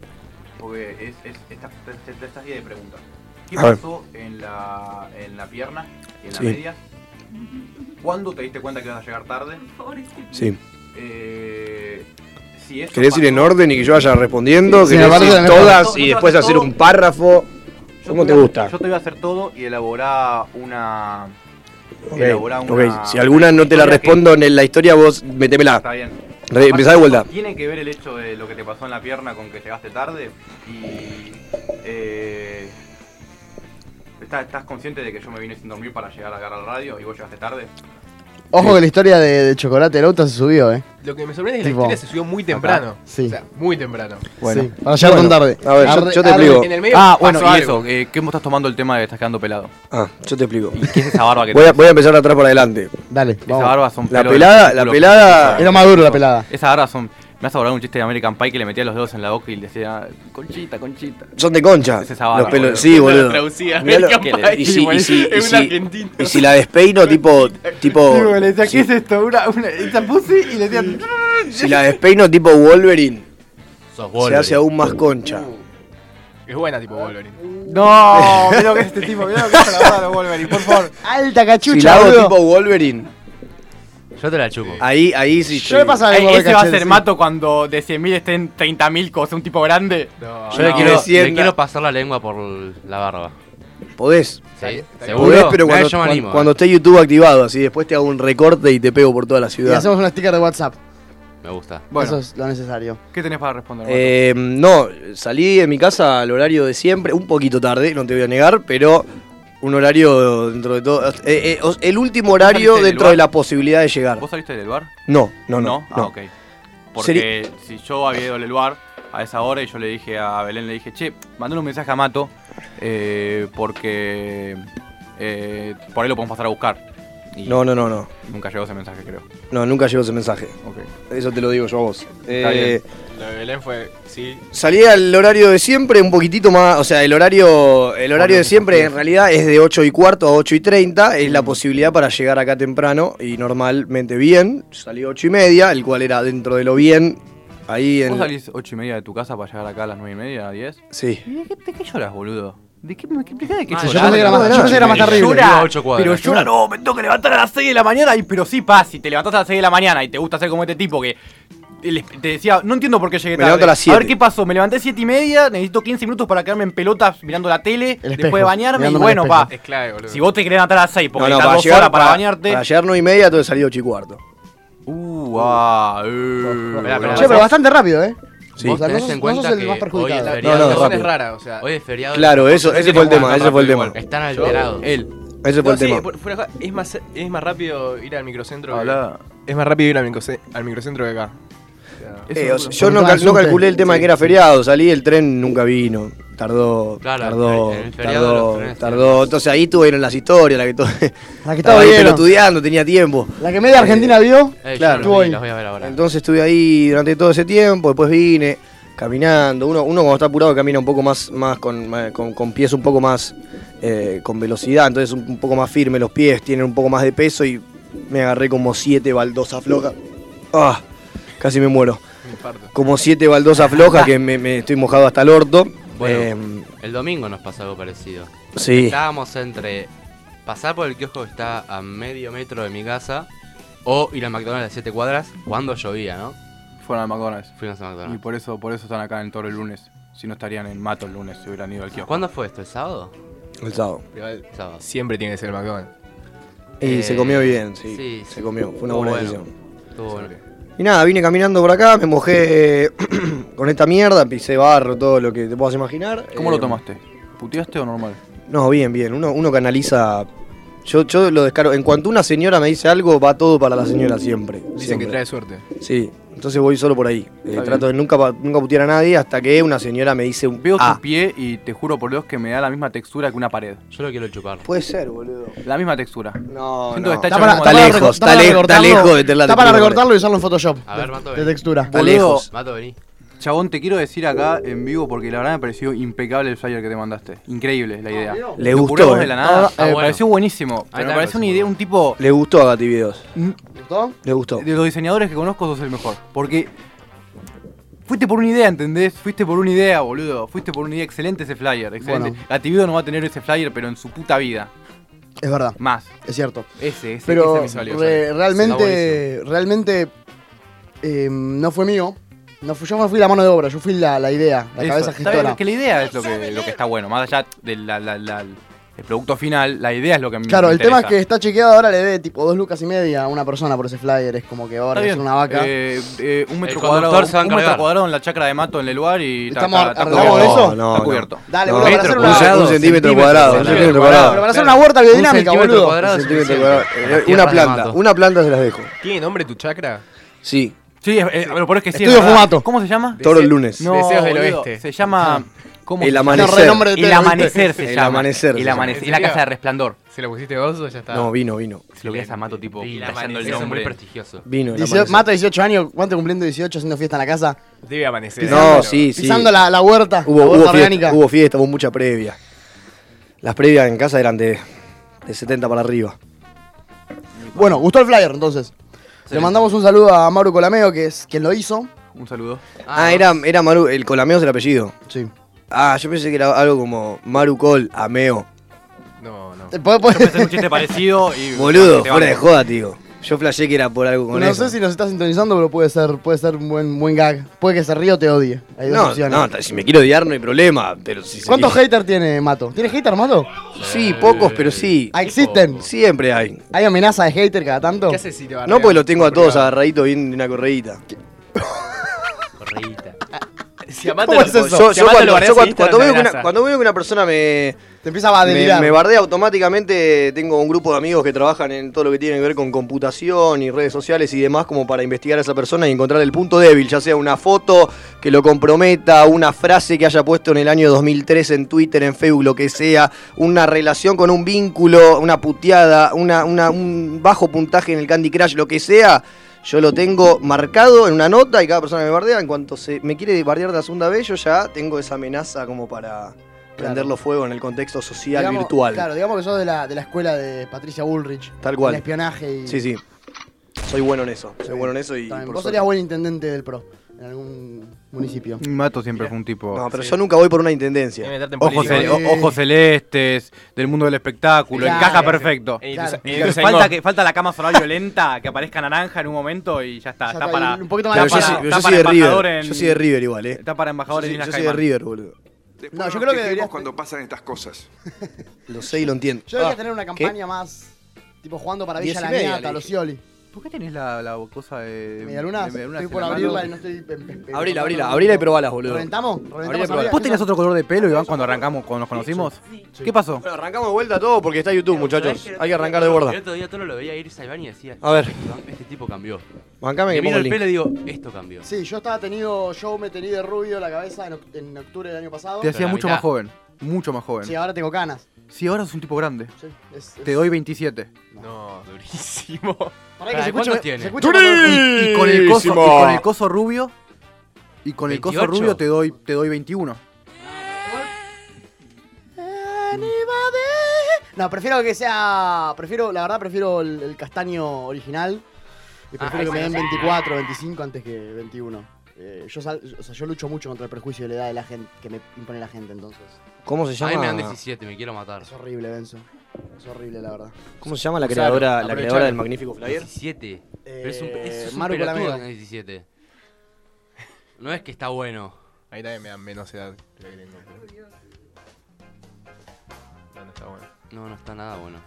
Speaker 1: porque es, es esta, esta- esta guía de preguntas. ¿Qué
Speaker 5: A ver.
Speaker 1: pasó en la, en la pierna y en la
Speaker 5: Sí.
Speaker 1: media? ¿Cuándo te diste cuenta que ibas a llegar tarde?
Speaker 5: Sí.
Speaker 1: Eh, si eso
Speaker 5: ¿Querés ir en
Speaker 1: pasó-
Speaker 5: orden y que yo vaya respondiendo?
Speaker 2: Sí,
Speaker 5: ¿Querés
Speaker 2: aparte
Speaker 5: ir
Speaker 2: tenés
Speaker 1: razón.
Speaker 5: todas
Speaker 1: No, no
Speaker 5: y
Speaker 1: te
Speaker 5: después
Speaker 1: hagas
Speaker 5: hacer
Speaker 1: todo.
Speaker 5: un párrafo?
Speaker 1: Yo
Speaker 5: ¿Cómo te
Speaker 1: voy a-
Speaker 5: gusta?
Speaker 1: Yo te voy a hacer todo y elaborar una.
Speaker 5: Ok,
Speaker 1: elaborá una-
Speaker 5: ok, si alguna no te la
Speaker 1: historia que-
Speaker 5: respondo en la historia, vos metemela.
Speaker 1: Está bien.
Speaker 5: Re- Empezá de vuelta.
Speaker 1: Tiene que ver el hecho de lo que te pasó en la pierna con que llegaste tarde y. eh, ¿está- ¿Estás consciente de que yo me vine sin dormir para llegar acá a la radio y vos llegaste tarde?
Speaker 6: Ojo que la historia de, de Chocolate del Auto se subió, eh.
Speaker 4: Lo que me sorprende es que
Speaker 6: Tipo,
Speaker 4: la historia se subió muy temprano.
Speaker 6: sí.
Speaker 4: O sea, muy temprano.
Speaker 6: Sí, para llegar
Speaker 5: Bueno,
Speaker 6: tan tarde.
Speaker 5: A ver, yo,
Speaker 6: Arre-
Speaker 5: yo te
Speaker 6: arre-
Speaker 5: explico.
Speaker 4: En el medio
Speaker 1: ah,
Speaker 4: pasó
Speaker 1: bueno, y
Speaker 4: algo.
Speaker 1: eso, eh, ¿cómo estás tomando el tema de que estás quedando pelado?
Speaker 5: Ah, yo te explico.
Speaker 1: ¿Qué es esa barba que
Speaker 5: Voy a,
Speaker 1: tenés?
Speaker 5: voy a empezar de atrás para adelante.
Speaker 6: Dale,
Speaker 1: Esa
Speaker 6: vamos.
Speaker 1: barba son
Speaker 5: La
Speaker 1: pelos
Speaker 5: pelada,
Speaker 1: del
Speaker 5: la
Speaker 1: culo.
Speaker 5: pelada.
Speaker 6: Era más duro la pelada.
Speaker 1: Esa barba son Me has acordado un chiste de American Pie que le metía los dedos en la boca y le decía, conchita, conchita.
Speaker 7: Son de concha.
Speaker 1: Ese es Zavala,
Speaker 7: los pelos,
Speaker 1: boludo.
Speaker 7: sí, boludo.
Speaker 4: Traducida,
Speaker 7: Miralo.
Speaker 4: American
Speaker 1: Pie.
Speaker 7: Y si, y si- y
Speaker 4: Es un
Speaker 7: si-
Speaker 4: argentino.
Speaker 7: y si la despeino, tipo. tipo si,
Speaker 1: esto? Una, una, esta puse y le decía...
Speaker 7: si la despeino, tipo Wolverine,
Speaker 2: Sos
Speaker 7: se
Speaker 2: Wolverine.
Speaker 7: hace aún más concha.
Speaker 4: Es buena tipo Wolverine.
Speaker 5: No, mirá lo que es este tipo, mirá lo que es para la barra de Wolverine, por favor.
Speaker 6: Alta
Speaker 7: Si
Speaker 6: cachucha,
Speaker 7: la hago
Speaker 6: boludo.
Speaker 7: tipo Wolverine,
Speaker 2: Yo te la chupo.
Speaker 7: ahí, ahí sí.
Speaker 6: Yo le paso algo de
Speaker 1: ese va a
Speaker 6: cachete,
Speaker 1: ser
Speaker 6: sí.
Speaker 1: mato cuando de 100.000 estén 30.000 con un tipo grande.
Speaker 2: Yo le,
Speaker 7: no,
Speaker 2: quiero,
Speaker 7: recién
Speaker 2: le
Speaker 7: na-
Speaker 2: quiero pasar la lengua por la barba.
Speaker 7: Podés.
Speaker 2: Sí,
Speaker 7: Podés,
Speaker 2: seguro.
Speaker 7: pero
Speaker 2: Mirá,
Speaker 7: cuando,
Speaker 2: yo me animo,
Speaker 7: cuando- cuando esté YouTube activado, así después te hago un recorte y te pego por toda la
Speaker 6: Y
Speaker 7: ciudad.
Speaker 6: hacemos un sticker de WhatsApp.
Speaker 2: eh. Me gusta.
Speaker 1: Bueno,
Speaker 6: Eso es lo necesario.
Speaker 1: ¿qué tenés para responder? Mato?
Speaker 7: Eh, no, salí de mi casa al horario de siempre, un poquito tarde, no te voy a negar, pero un horario dentro de todo. eh, eh, os- el último horario
Speaker 1: saliste del
Speaker 7: dentro
Speaker 1: bar?
Speaker 7: de la posibilidad de llegar.
Speaker 1: ¿Vos saliste del bar?
Speaker 7: No, no, no.
Speaker 1: Ah,
Speaker 7: no.
Speaker 1: ok. Porque si yo había ido al bar a esa hora y yo le dije a Belén, le dije, che, mandale un mensaje a Mato eh, porque eh, por ahí lo podemos pasar a buscar. Y
Speaker 7: No, no, no, no.
Speaker 1: Nunca llegó ese mensaje, creo.
Speaker 7: No, nunca llegó ese mensaje.
Speaker 1: Ok.
Speaker 7: Eso te lo digo yo a vos.
Speaker 1: Está
Speaker 7: Eh,
Speaker 4: Lo de Belén fue, sí.
Speaker 7: Salí al horario de siempre, un poquitito más, o sea, el horario, el horario de siempre en realidad es de 8 y cuarto a 8 y 30, es
Speaker 6: Mm.
Speaker 7: la posibilidad para llegar acá temprano y normalmente bien, salí 8 y media, el cual era dentro de lo bien, ahí
Speaker 1: ¿Vos
Speaker 7: en...
Speaker 1: salís 8 y media de tu casa para llegar acá a las 9 y media, 10?
Speaker 7: Sí.
Speaker 1: ¿Y de qué, de qué lloras, boludo? ¿De qué, me- qué, de qué
Speaker 2: Ah, yo
Speaker 1: lloras?
Speaker 2: pensé que era más- yo pensé que era más terrible. Yo vivo a ocho cuadras.
Speaker 1: Pero llora, no, me tengo que levantar a las 6 de la mañana. Y, pero sí, pa, si te levantás a las 6 de la mañana y te gusta ser como este tipo que les- te decía, no entiendo por qué llegué
Speaker 7: Me
Speaker 1: tarde.
Speaker 7: levanto a las siete.
Speaker 1: ver qué pasó, me levanté 7 y media, necesito 15 minutos para quedarme en pelotas mirando la tele,
Speaker 6: El espejo,
Speaker 1: después de bañarme. Y
Speaker 6: mirándome
Speaker 1: bueno,
Speaker 6: al
Speaker 1: pa,
Speaker 4: Es clave, boludo.
Speaker 1: si vos te querés levantar a las 6 porque
Speaker 7: No, no,
Speaker 1: necesitas
Speaker 7: para
Speaker 1: dos
Speaker 7: llegar,
Speaker 1: horas para,
Speaker 7: para-
Speaker 1: bañarte.
Speaker 7: para llegar 9 y media, entonces salí 8 y cuarto.
Speaker 1: Uh, ah, eh, boludo.
Speaker 6: uh, Che, pero bastante rápido, ¿eh.
Speaker 7: Sí.
Speaker 6: O sea, no
Speaker 2: Tenés
Speaker 6: sos,
Speaker 2: en
Speaker 6: no
Speaker 2: cuenta
Speaker 6: sos el
Speaker 2: que
Speaker 6: más perjudicado.
Speaker 2: hoy es
Speaker 7: No,
Speaker 2: feriado.
Speaker 7: no,
Speaker 4: La zona es
Speaker 7: rápido.
Speaker 4: rara, o sea.
Speaker 2: Hoy es feriado.
Speaker 7: Claro, eso, ese fue el tema, ese fue el tema.
Speaker 2: Están alterados.
Speaker 1: Él,
Speaker 7: Ese fue
Speaker 4: No,
Speaker 7: el
Speaker 4: sí,
Speaker 7: tema.
Speaker 4: por- fuera de joda, es más, es más rápido ir al microcentro. que-
Speaker 1: habla.
Speaker 4: Es más rápido ir al, microce- al microcentro que acá.
Speaker 7: Eh, o sea, yo
Speaker 6: Por
Speaker 7: no,
Speaker 6: todo
Speaker 7: cal-
Speaker 6: el
Speaker 7: no
Speaker 6: subte.
Speaker 7: calculé el tema de que era feriado, salí, el tren nunca vino. Tardó,
Speaker 2: Claro,
Speaker 7: tardó,
Speaker 2: en el feriado los
Speaker 7: tardó,
Speaker 2: trenes
Speaker 7: tardó. Entonces ahí tuvieron las historias, la que, to-
Speaker 6: La que
Speaker 7: estaba
Speaker 6: estaba
Speaker 7: ahí
Speaker 6: bien.
Speaker 7: estudiando, tenía tiempo.
Speaker 6: La que media Argentina vio.
Speaker 2: Eh, yo
Speaker 7: Claro.
Speaker 2: no los vi,
Speaker 6: Voy.
Speaker 2: los voy a ver ahora.
Speaker 7: Entonces estuve ahí durante todo ese tiempo, después vine caminando. Uno, uno cuando está apurado camina un poco más, más con, ma- con, con pies un poco más eh, con velocidad, entonces un, un poco más firme los pies, tienen un poco más de peso y me agarré como siete baldosas flojas. Ah, casi me muero. Como siete baldosas flojas que me, me estoy mojado hasta el orto.
Speaker 2: Bueno.
Speaker 7: Em,
Speaker 2: El domingo nos pasó algo parecido.
Speaker 7: sí.
Speaker 2: Estábamos entre pasar por el kiosco que está a medio metro de mi casa o ir al McDonald's de 7 cuadras cuando llovía, ¿no?
Speaker 1: Fueron a McDonald's.
Speaker 2: Fuimos a
Speaker 1: Y
Speaker 2: McDonald's.
Speaker 1: por eso, por eso están acá en Toro el lunes. Si no estarían en Mato el lunes, si hubieran ido al kiosco.
Speaker 2: ¿Cuándo fue esto? ¿El sábado?
Speaker 7: El sábado.
Speaker 4: Igual,
Speaker 2: Sábado.
Speaker 4: Siempre tiene que ser el McDonald's.
Speaker 7: Y
Speaker 2: Eh,
Speaker 7: se comió bien, sí.
Speaker 2: sí,
Speaker 7: se
Speaker 2: sí.
Speaker 7: comió, fue una
Speaker 2: Oh,
Speaker 7: buena
Speaker 2: bueno.
Speaker 7: decisión.
Speaker 2: Estuvo bueno.
Speaker 7: Y nada, vine caminando por acá, me mojé con esta mierda, pisé barro, todo lo que te puedas imaginar.
Speaker 1: ¿Cómo lo
Speaker 7: Eh,
Speaker 1: tomaste? ¿Puteaste o normal?
Speaker 7: No, bien, bien. Uno, uno canaliza. Yo, yo lo descaro. En cuanto una señora me dice algo, va todo para la señora siempre.
Speaker 4: Dicen
Speaker 7: siempre.
Speaker 4: que trae suerte.
Speaker 7: Sí, entonces voy solo por ahí. Eh,
Speaker 1: bien.
Speaker 7: trato de nunca, pa- nunca putear a nadie hasta que una señora me dice un.
Speaker 1: Veo
Speaker 7: ah,
Speaker 1: tu pie y te juro por Dios que me da la misma textura que una pared.
Speaker 2: Yo lo quiero chupar.
Speaker 7: puede ser, boludo.
Speaker 1: La misma textura.
Speaker 7: No,
Speaker 1: Siento
Speaker 7: no.
Speaker 1: que está hecho
Speaker 7: para-
Speaker 1: como-
Speaker 7: está
Speaker 1: Está
Speaker 7: lejos,
Speaker 6: recor-
Speaker 7: está, lejos, está
Speaker 6: recortarlo-
Speaker 7: lejos de tener la
Speaker 6: Está para
Speaker 7: textura.
Speaker 6: recortarlo y usarlo en Photoshop.
Speaker 2: A ver, Mato,
Speaker 6: De
Speaker 2: vení.
Speaker 6: textura.
Speaker 7: Está lejos.
Speaker 2: Mato, vení.
Speaker 1: Chabón, te quiero decir acá en vivo porque la verdad me pareció impecable el flyer que te mandaste. Increíble la
Speaker 6: Ah,
Speaker 1: idea.
Speaker 7: Le
Speaker 1: Lo
Speaker 7: gustó,
Speaker 1: curamos
Speaker 7: eh.
Speaker 1: de la nada.
Speaker 2: Está
Speaker 1: Eh, Me
Speaker 2: bueno.
Speaker 1: pareció buenísimo. Pero me
Speaker 2: está,
Speaker 1: pareció una
Speaker 2: pareció
Speaker 1: idea, un tipo.
Speaker 7: Le gustó a Gati Videos.
Speaker 1: Mm.
Speaker 6: ¿Te gustó?
Speaker 7: Le gustó.
Speaker 1: De los diseñadores que conozco sos el mejor. Porque. Fuiste por una idea, ¿entendés? Fuiste por una idea, boludo. Fuiste por una idea. Excelente ese flyer. Excelente.
Speaker 6: Bueno.
Speaker 1: Gativido no va a tener ese flyer, pero en su puta vida.
Speaker 6: Es verdad,
Speaker 1: Más.
Speaker 6: es cierto.
Speaker 1: Ese, ese, ese
Speaker 6: Pero
Speaker 1: me salió.
Speaker 6: re-
Speaker 1: ¿sabes?
Speaker 6: realmente, realmente eh, no fue mío. No fui, yo no fui la mano de obra, yo fui la, la idea, la
Speaker 1: Eso,
Speaker 6: cabeza
Speaker 1: está bien,
Speaker 6: gestora.
Speaker 1: que la idea es lo que, lo que está bueno. Más allá del la- la- la- el producto final, la idea es lo que me
Speaker 6: Claro,
Speaker 1: me
Speaker 6: el tema es que
Speaker 1: interesa.
Speaker 6: está chequeado ahora le dé tipo dos lucas y media a una persona por ese flyer. Es como que
Speaker 1: Está
Speaker 6: ahora es
Speaker 1: bien.
Speaker 6: una vaca.
Speaker 1: Eh, eh, un metro
Speaker 2: El conductor
Speaker 1: cuadrado,
Speaker 2: se va a
Speaker 1: un metro
Speaker 2: encargar.
Speaker 1: cuadrado en la chacra de Mato en el lugar y está,
Speaker 6: Estamos-
Speaker 1: está- está
Speaker 6: arreglamos
Speaker 1: cubierto.
Speaker 6: eso.
Speaker 7: No,
Speaker 1: Está
Speaker 7: no.
Speaker 1: cubierto.
Speaker 6: Dale,
Speaker 7: No,
Speaker 6: boludo, para
Speaker 2: metro,
Speaker 6: hacer
Speaker 7: un,
Speaker 6: una,
Speaker 2: cuadrado,
Speaker 7: ce- un centímetro
Speaker 1: centímetro
Speaker 7: cuadrado, un
Speaker 1: cuadrado.
Speaker 7: centímetro
Speaker 6: pero
Speaker 7: cuadrado.
Speaker 6: para hacer una huerta biodinámica,
Speaker 2: Un centímetro
Speaker 6: boludo.
Speaker 2: cuadrado
Speaker 7: Un centímetro
Speaker 2: suficiente.
Speaker 7: cuadrado.
Speaker 2: Las
Speaker 7: Eh,
Speaker 2: tierras
Speaker 7: Una
Speaker 2: de
Speaker 7: planta,
Speaker 2: Mato.
Speaker 7: una planta se las dejo.
Speaker 4: ¿Tiene nombre tu chakra?
Speaker 7: Sí,
Speaker 1: Sí, eh, eh, pero es que sí. es
Speaker 6: Estudio
Speaker 1: verdad.
Speaker 6: Fumato.
Speaker 1: ¿Cómo se llama?
Speaker 7: todo el lunes.
Speaker 4: Deseos del
Speaker 1: boludo,
Speaker 4: Oeste.
Speaker 1: Se llama ¿Cómo
Speaker 7: El
Speaker 1: se-
Speaker 7: amanecer.
Speaker 6: No, renombre de
Speaker 2: El
Speaker 6: tela, ¿viste?
Speaker 2: amanecer se
Speaker 7: El
Speaker 2: llama.
Speaker 7: amanecer se
Speaker 2: El
Speaker 7: llama.
Speaker 2: amanecer.
Speaker 4: ¿En
Speaker 2: Es la
Speaker 4: serio?
Speaker 2: casa de resplandor.
Speaker 4: ¿Se lo pusiste vos o ya está?
Speaker 7: No, vino, vino.
Speaker 1: Se lo voy a Mato, tipo,
Speaker 2: Y
Speaker 4: El
Speaker 2: tallando el nombre.
Speaker 4: amanecer. Eso
Speaker 2: Es
Speaker 4: es muy
Speaker 2: muy prestigioso.
Speaker 7: Vino. el
Speaker 6: Dice-
Speaker 7: amanecer.
Speaker 6: mata 18 años, ¿cuánto cumpliendo 18 haciendo fiesta en la casa?
Speaker 4: Debe amanecer.
Speaker 7: No, sí, sí.
Speaker 6: Pisando la, la huerta,
Speaker 7: Hubo,
Speaker 6: la
Speaker 7: hubo
Speaker 6: huerta orgánica.
Speaker 7: fiesta, hubo fiesta, hubo mucha previa. Las previas en casa eran de, de 70 para arriba.
Speaker 6: Bueno, gustó el flyer entonces. Le mandamos un saludo a Mauro Colameo, que es quien lo hizo.
Speaker 1: Un saludo.
Speaker 7: Ah, era, era Maru, el Colameo es el apellido.
Speaker 6: Sí.
Speaker 7: Ah, yo pensé que era algo como Maru Col, Ameo.
Speaker 4: No,
Speaker 6: Eh,
Speaker 4: no.
Speaker 1: Pensé en un chiste parecido y.
Speaker 7: Boludo,
Speaker 1: te
Speaker 7: fuera de
Speaker 1: banco.
Speaker 7: joda, tío. Yo flashé que era por algo con
Speaker 6: no
Speaker 7: eso.
Speaker 6: sé si nos está sintonizando, pero puede ser, puede ser un buen, buen gag. Puede que se ríe o te odie. Hay dos
Speaker 7: no,
Speaker 6: opciones.
Speaker 7: no, t- si me quiero odiar no hay problema. Pero si se-
Speaker 6: ¿Cuántos haters tiene Mato? ¿Tiene hater Mato?
Speaker 7: Sí, pocos, pero sí.
Speaker 6: Ah, existen.
Speaker 7: Siempre hay.
Speaker 6: ¿Hay amenaza de hater cada tanto?
Speaker 4: ¿Qué haces si te va
Speaker 7: No porque los tengo a todos agarraditos bien de una correíta.
Speaker 2: Correíta.
Speaker 4: Si a Mato
Speaker 6: ¿Cómo
Speaker 4: lo-
Speaker 6: es eso?
Speaker 4: si a
Speaker 7: Yo,
Speaker 4: Mato
Speaker 7: yo
Speaker 4: lo
Speaker 7: cuando,
Speaker 4: bardeas
Speaker 7: yo
Speaker 4: en Instagram,
Speaker 7: cuando- cuando
Speaker 4: te
Speaker 7: veo que
Speaker 4: amenaza.
Speaker 7: una, cuando veo que una persona me,
Speaker 6: Te empezaba a
Speaker 7: me,
Speaker 6: delirar.
Speaker 7: me bardea automáticamente, tengo un grupo de amigos que trabajan en todo lo que tiene que ver con computación y redes sociales y demás como para investigar a esa persona y encontrar el punto débil, ya sea una foto que lo comprometa, una frase que haya puesto en el año 2003 en Twitter, en Facebook, lo que sea, una relación con un vínculo, una puteada, una, una- un bajo puntaje en el Candy Crush, lo que sea. Yo lo tengo marcado en una nota y cada persona que me bardea, en cuanto se me quiere bardear de la segunda vez, yo ya tengo esa amenaza como para prenderlo fuego en el contexto social
Speaker 6: Digamos-
Speaker 7: virtual.
Speaker 6: Claro, digamos que sos de la, de la escuela de Patricia Bullrich.
Speaker 7: Tal cual.
Speaker 6: El espionaje y.
Speaker 7: Sí, sí. Soy bueno en eso. Soy
Speaker 6: Sí.
Speaker 7: bueno en eso y.
Speaker 6: También.
Speaker 7: por
Speaker 6: Vos
Speaker 7: suerte.
Speaker 6: serías buen intendente del PRO en algún municipio.
Speaker 1: Mato siempre fue un tipo.
Speaker 7: No, pero yo nunca voy por una intendencia.
Speaker 4: Debe meterte en
Speaker 1: Ojos,
Speaker 4: política.
Speaker 1: cel- o- ojos celestes, del mundo del espectáculo,
Speaker 6: Claro.
Speaker 1: encaja perfecto.
Speaker 4: En
Speaker 6: Claro.
Speaker 4: Ituza- en
Speaker 1: Pero
Speaker 4: Ituzaingó.
Speaker 1: Falta, que, falta la cama solar violenta, que aparezca naranja en un momento y ya está.
Speaker 6: Ya
Speaker 1: está,
Speaker 6: está,
Speaker 1: para.
Speaker 6: y un poquito más
Speaker 7: Pero
Speaker 6: de
Speaker 7: yo,
Speaker 6: para-
Speaker 7: soy-
Speaker 1: está
Speaker 7: yo soy
Speaker 1: para
Speaker 7: de River.
Speaker 1: embajador en-
Speaker 7: Yo soy de River igual, eh.
Speaker 1: Está para embajadores
Speaker 7: Yo
Speaker 1: de
Speaker 7: soy,
Speaker 1: Islas
Speaker 7: yo soy de
Speaker 1: Caimán.
Speaker 7: River, boludo.
Speaker 8: Después
Speaker 6: No, yo
Speaker 8: nos
Speaker 6: creo que
Speaker 8: quejemos
Speaker 6: deberías-
Speaker 8: cuando pasan estas cosas.
Speaker 7: Lo sé y lo entiendo. Ah,
Speaker 6: Yo debería tener una campaña más. Tipo jugando para Villa
Speaker 7: Diez
Speaker 6: La
Speaker 7: y media,
Speaker 6: Niata,
Speaker 7: le
Speaker 6: los
Speaker 7: dije.
Speaker 6: Scioli.
Speaker 1: ¿Por qué tenés la, la cosa de.
Speaker 6: Media Luna.
Speaker 1: de media luna
Speaker 6: Estoy
Speaker 1: en
Speaker 6: por
Speaker 1: la mano?
Speaker 6: abrirla y no estoy. pe- pe-
Speaker 1: Ah,
Speaker 6: pe-
Speaker 7: Abrila, abrila, abrila y probalas, boludo.
Speaker 6: ¿Reventamos?
Speaker 7: Abrila y
Speaker 6: ¿Reventamos?
Speaker 7: probalas.
Speaker 1: ¿Vos tenías otro color de pelo, Iván, cuando arrancamos, cuando nos conocimos? ¿Qué pasó?
Speaker 7: Bueno, arrancamos de vuelta todo porque está YouTube, muchachos. Hay que arrancar de
Speaker 2: El
Speaker 7: borda.
Speaker 2: otro día todo lo veía ir a Iván y decía,
Speaker 7: A ver,
Speaker 2: este tipo cambió.
Speaker 7: bancame
Speaker 2: Me
Speaker 7: que
Speaker 2: miro
Speaker 7: pongo el
Speaker 2: el pelo
Speaker 7: link.
Speaker 2: y digo, esto cambió.
Speaker 6: Sí, yo estaba tenido. Yo me tenía de rubio la cabeza en, oc- en octubre del año pasado.
Speaker 1: Te hacía
Speaker 2: la
Speaker 1: mucho
Speaker 2: mitad.
Speaker 1: más joven. Mucho más joven.
Speaker 6: Sí, ahora tengo canas.
Speaker 1: Si ahora sos un tipo grande,
Speaker 6: Sí, es- es-
Speaker 1: te doy 27.
Speaker 4: No, durísimo.
Speaker 6: Pará que
Speaker 2: Pará,
Speaker 6: se
Speaker 2: ¿cuántos
Speaker 6: escucha.
Speaker 2: tiene?
Speaker 6: Se escucha
Speaker 1: Y, y con el coso, y con el coso rubio. Y con el coso
Speaker 2: 28.
Speaker 1: rubio te doy, te doy 21.
Speaker 6: cuando- No, prefiero que sea. Prefiero, la verdad, prefiero el, el castaño original. Y prefiero que me den 24, 25 antes que 21. Eh, yo, sal- o sea, yo lucho mucho contra el prejuicio de la edad de la gente que me impone la gente, entonces.
Speaker 7: ¿Cómo se
Speaker 2: A mí me dan
Speaker 7: llama?
Speaker 2: 17, me quiero matar.
Speaker 6: Es horrible, Benzo. Es horrible, la verdad.
Speaker 7: ¿Cómo se llama la creadora, la
Speaker 4: aprovechalo.
Speaker 7: creadora del magnífico flyer?
Speaker 2: 17. Pero es un,
Speaker 6: Eh,
Speaker 2: es un
Speaker 6: Marco
Speaker 2: pelotudo
Speaker 6: Lamego.
Speaker 2: que tenga 17. No es que está bueno.
Speaker 4: Ahí también me dan menos edad que la que tengo, pero- No, no está bueno.
Speaker 2: No, no está nada bueno.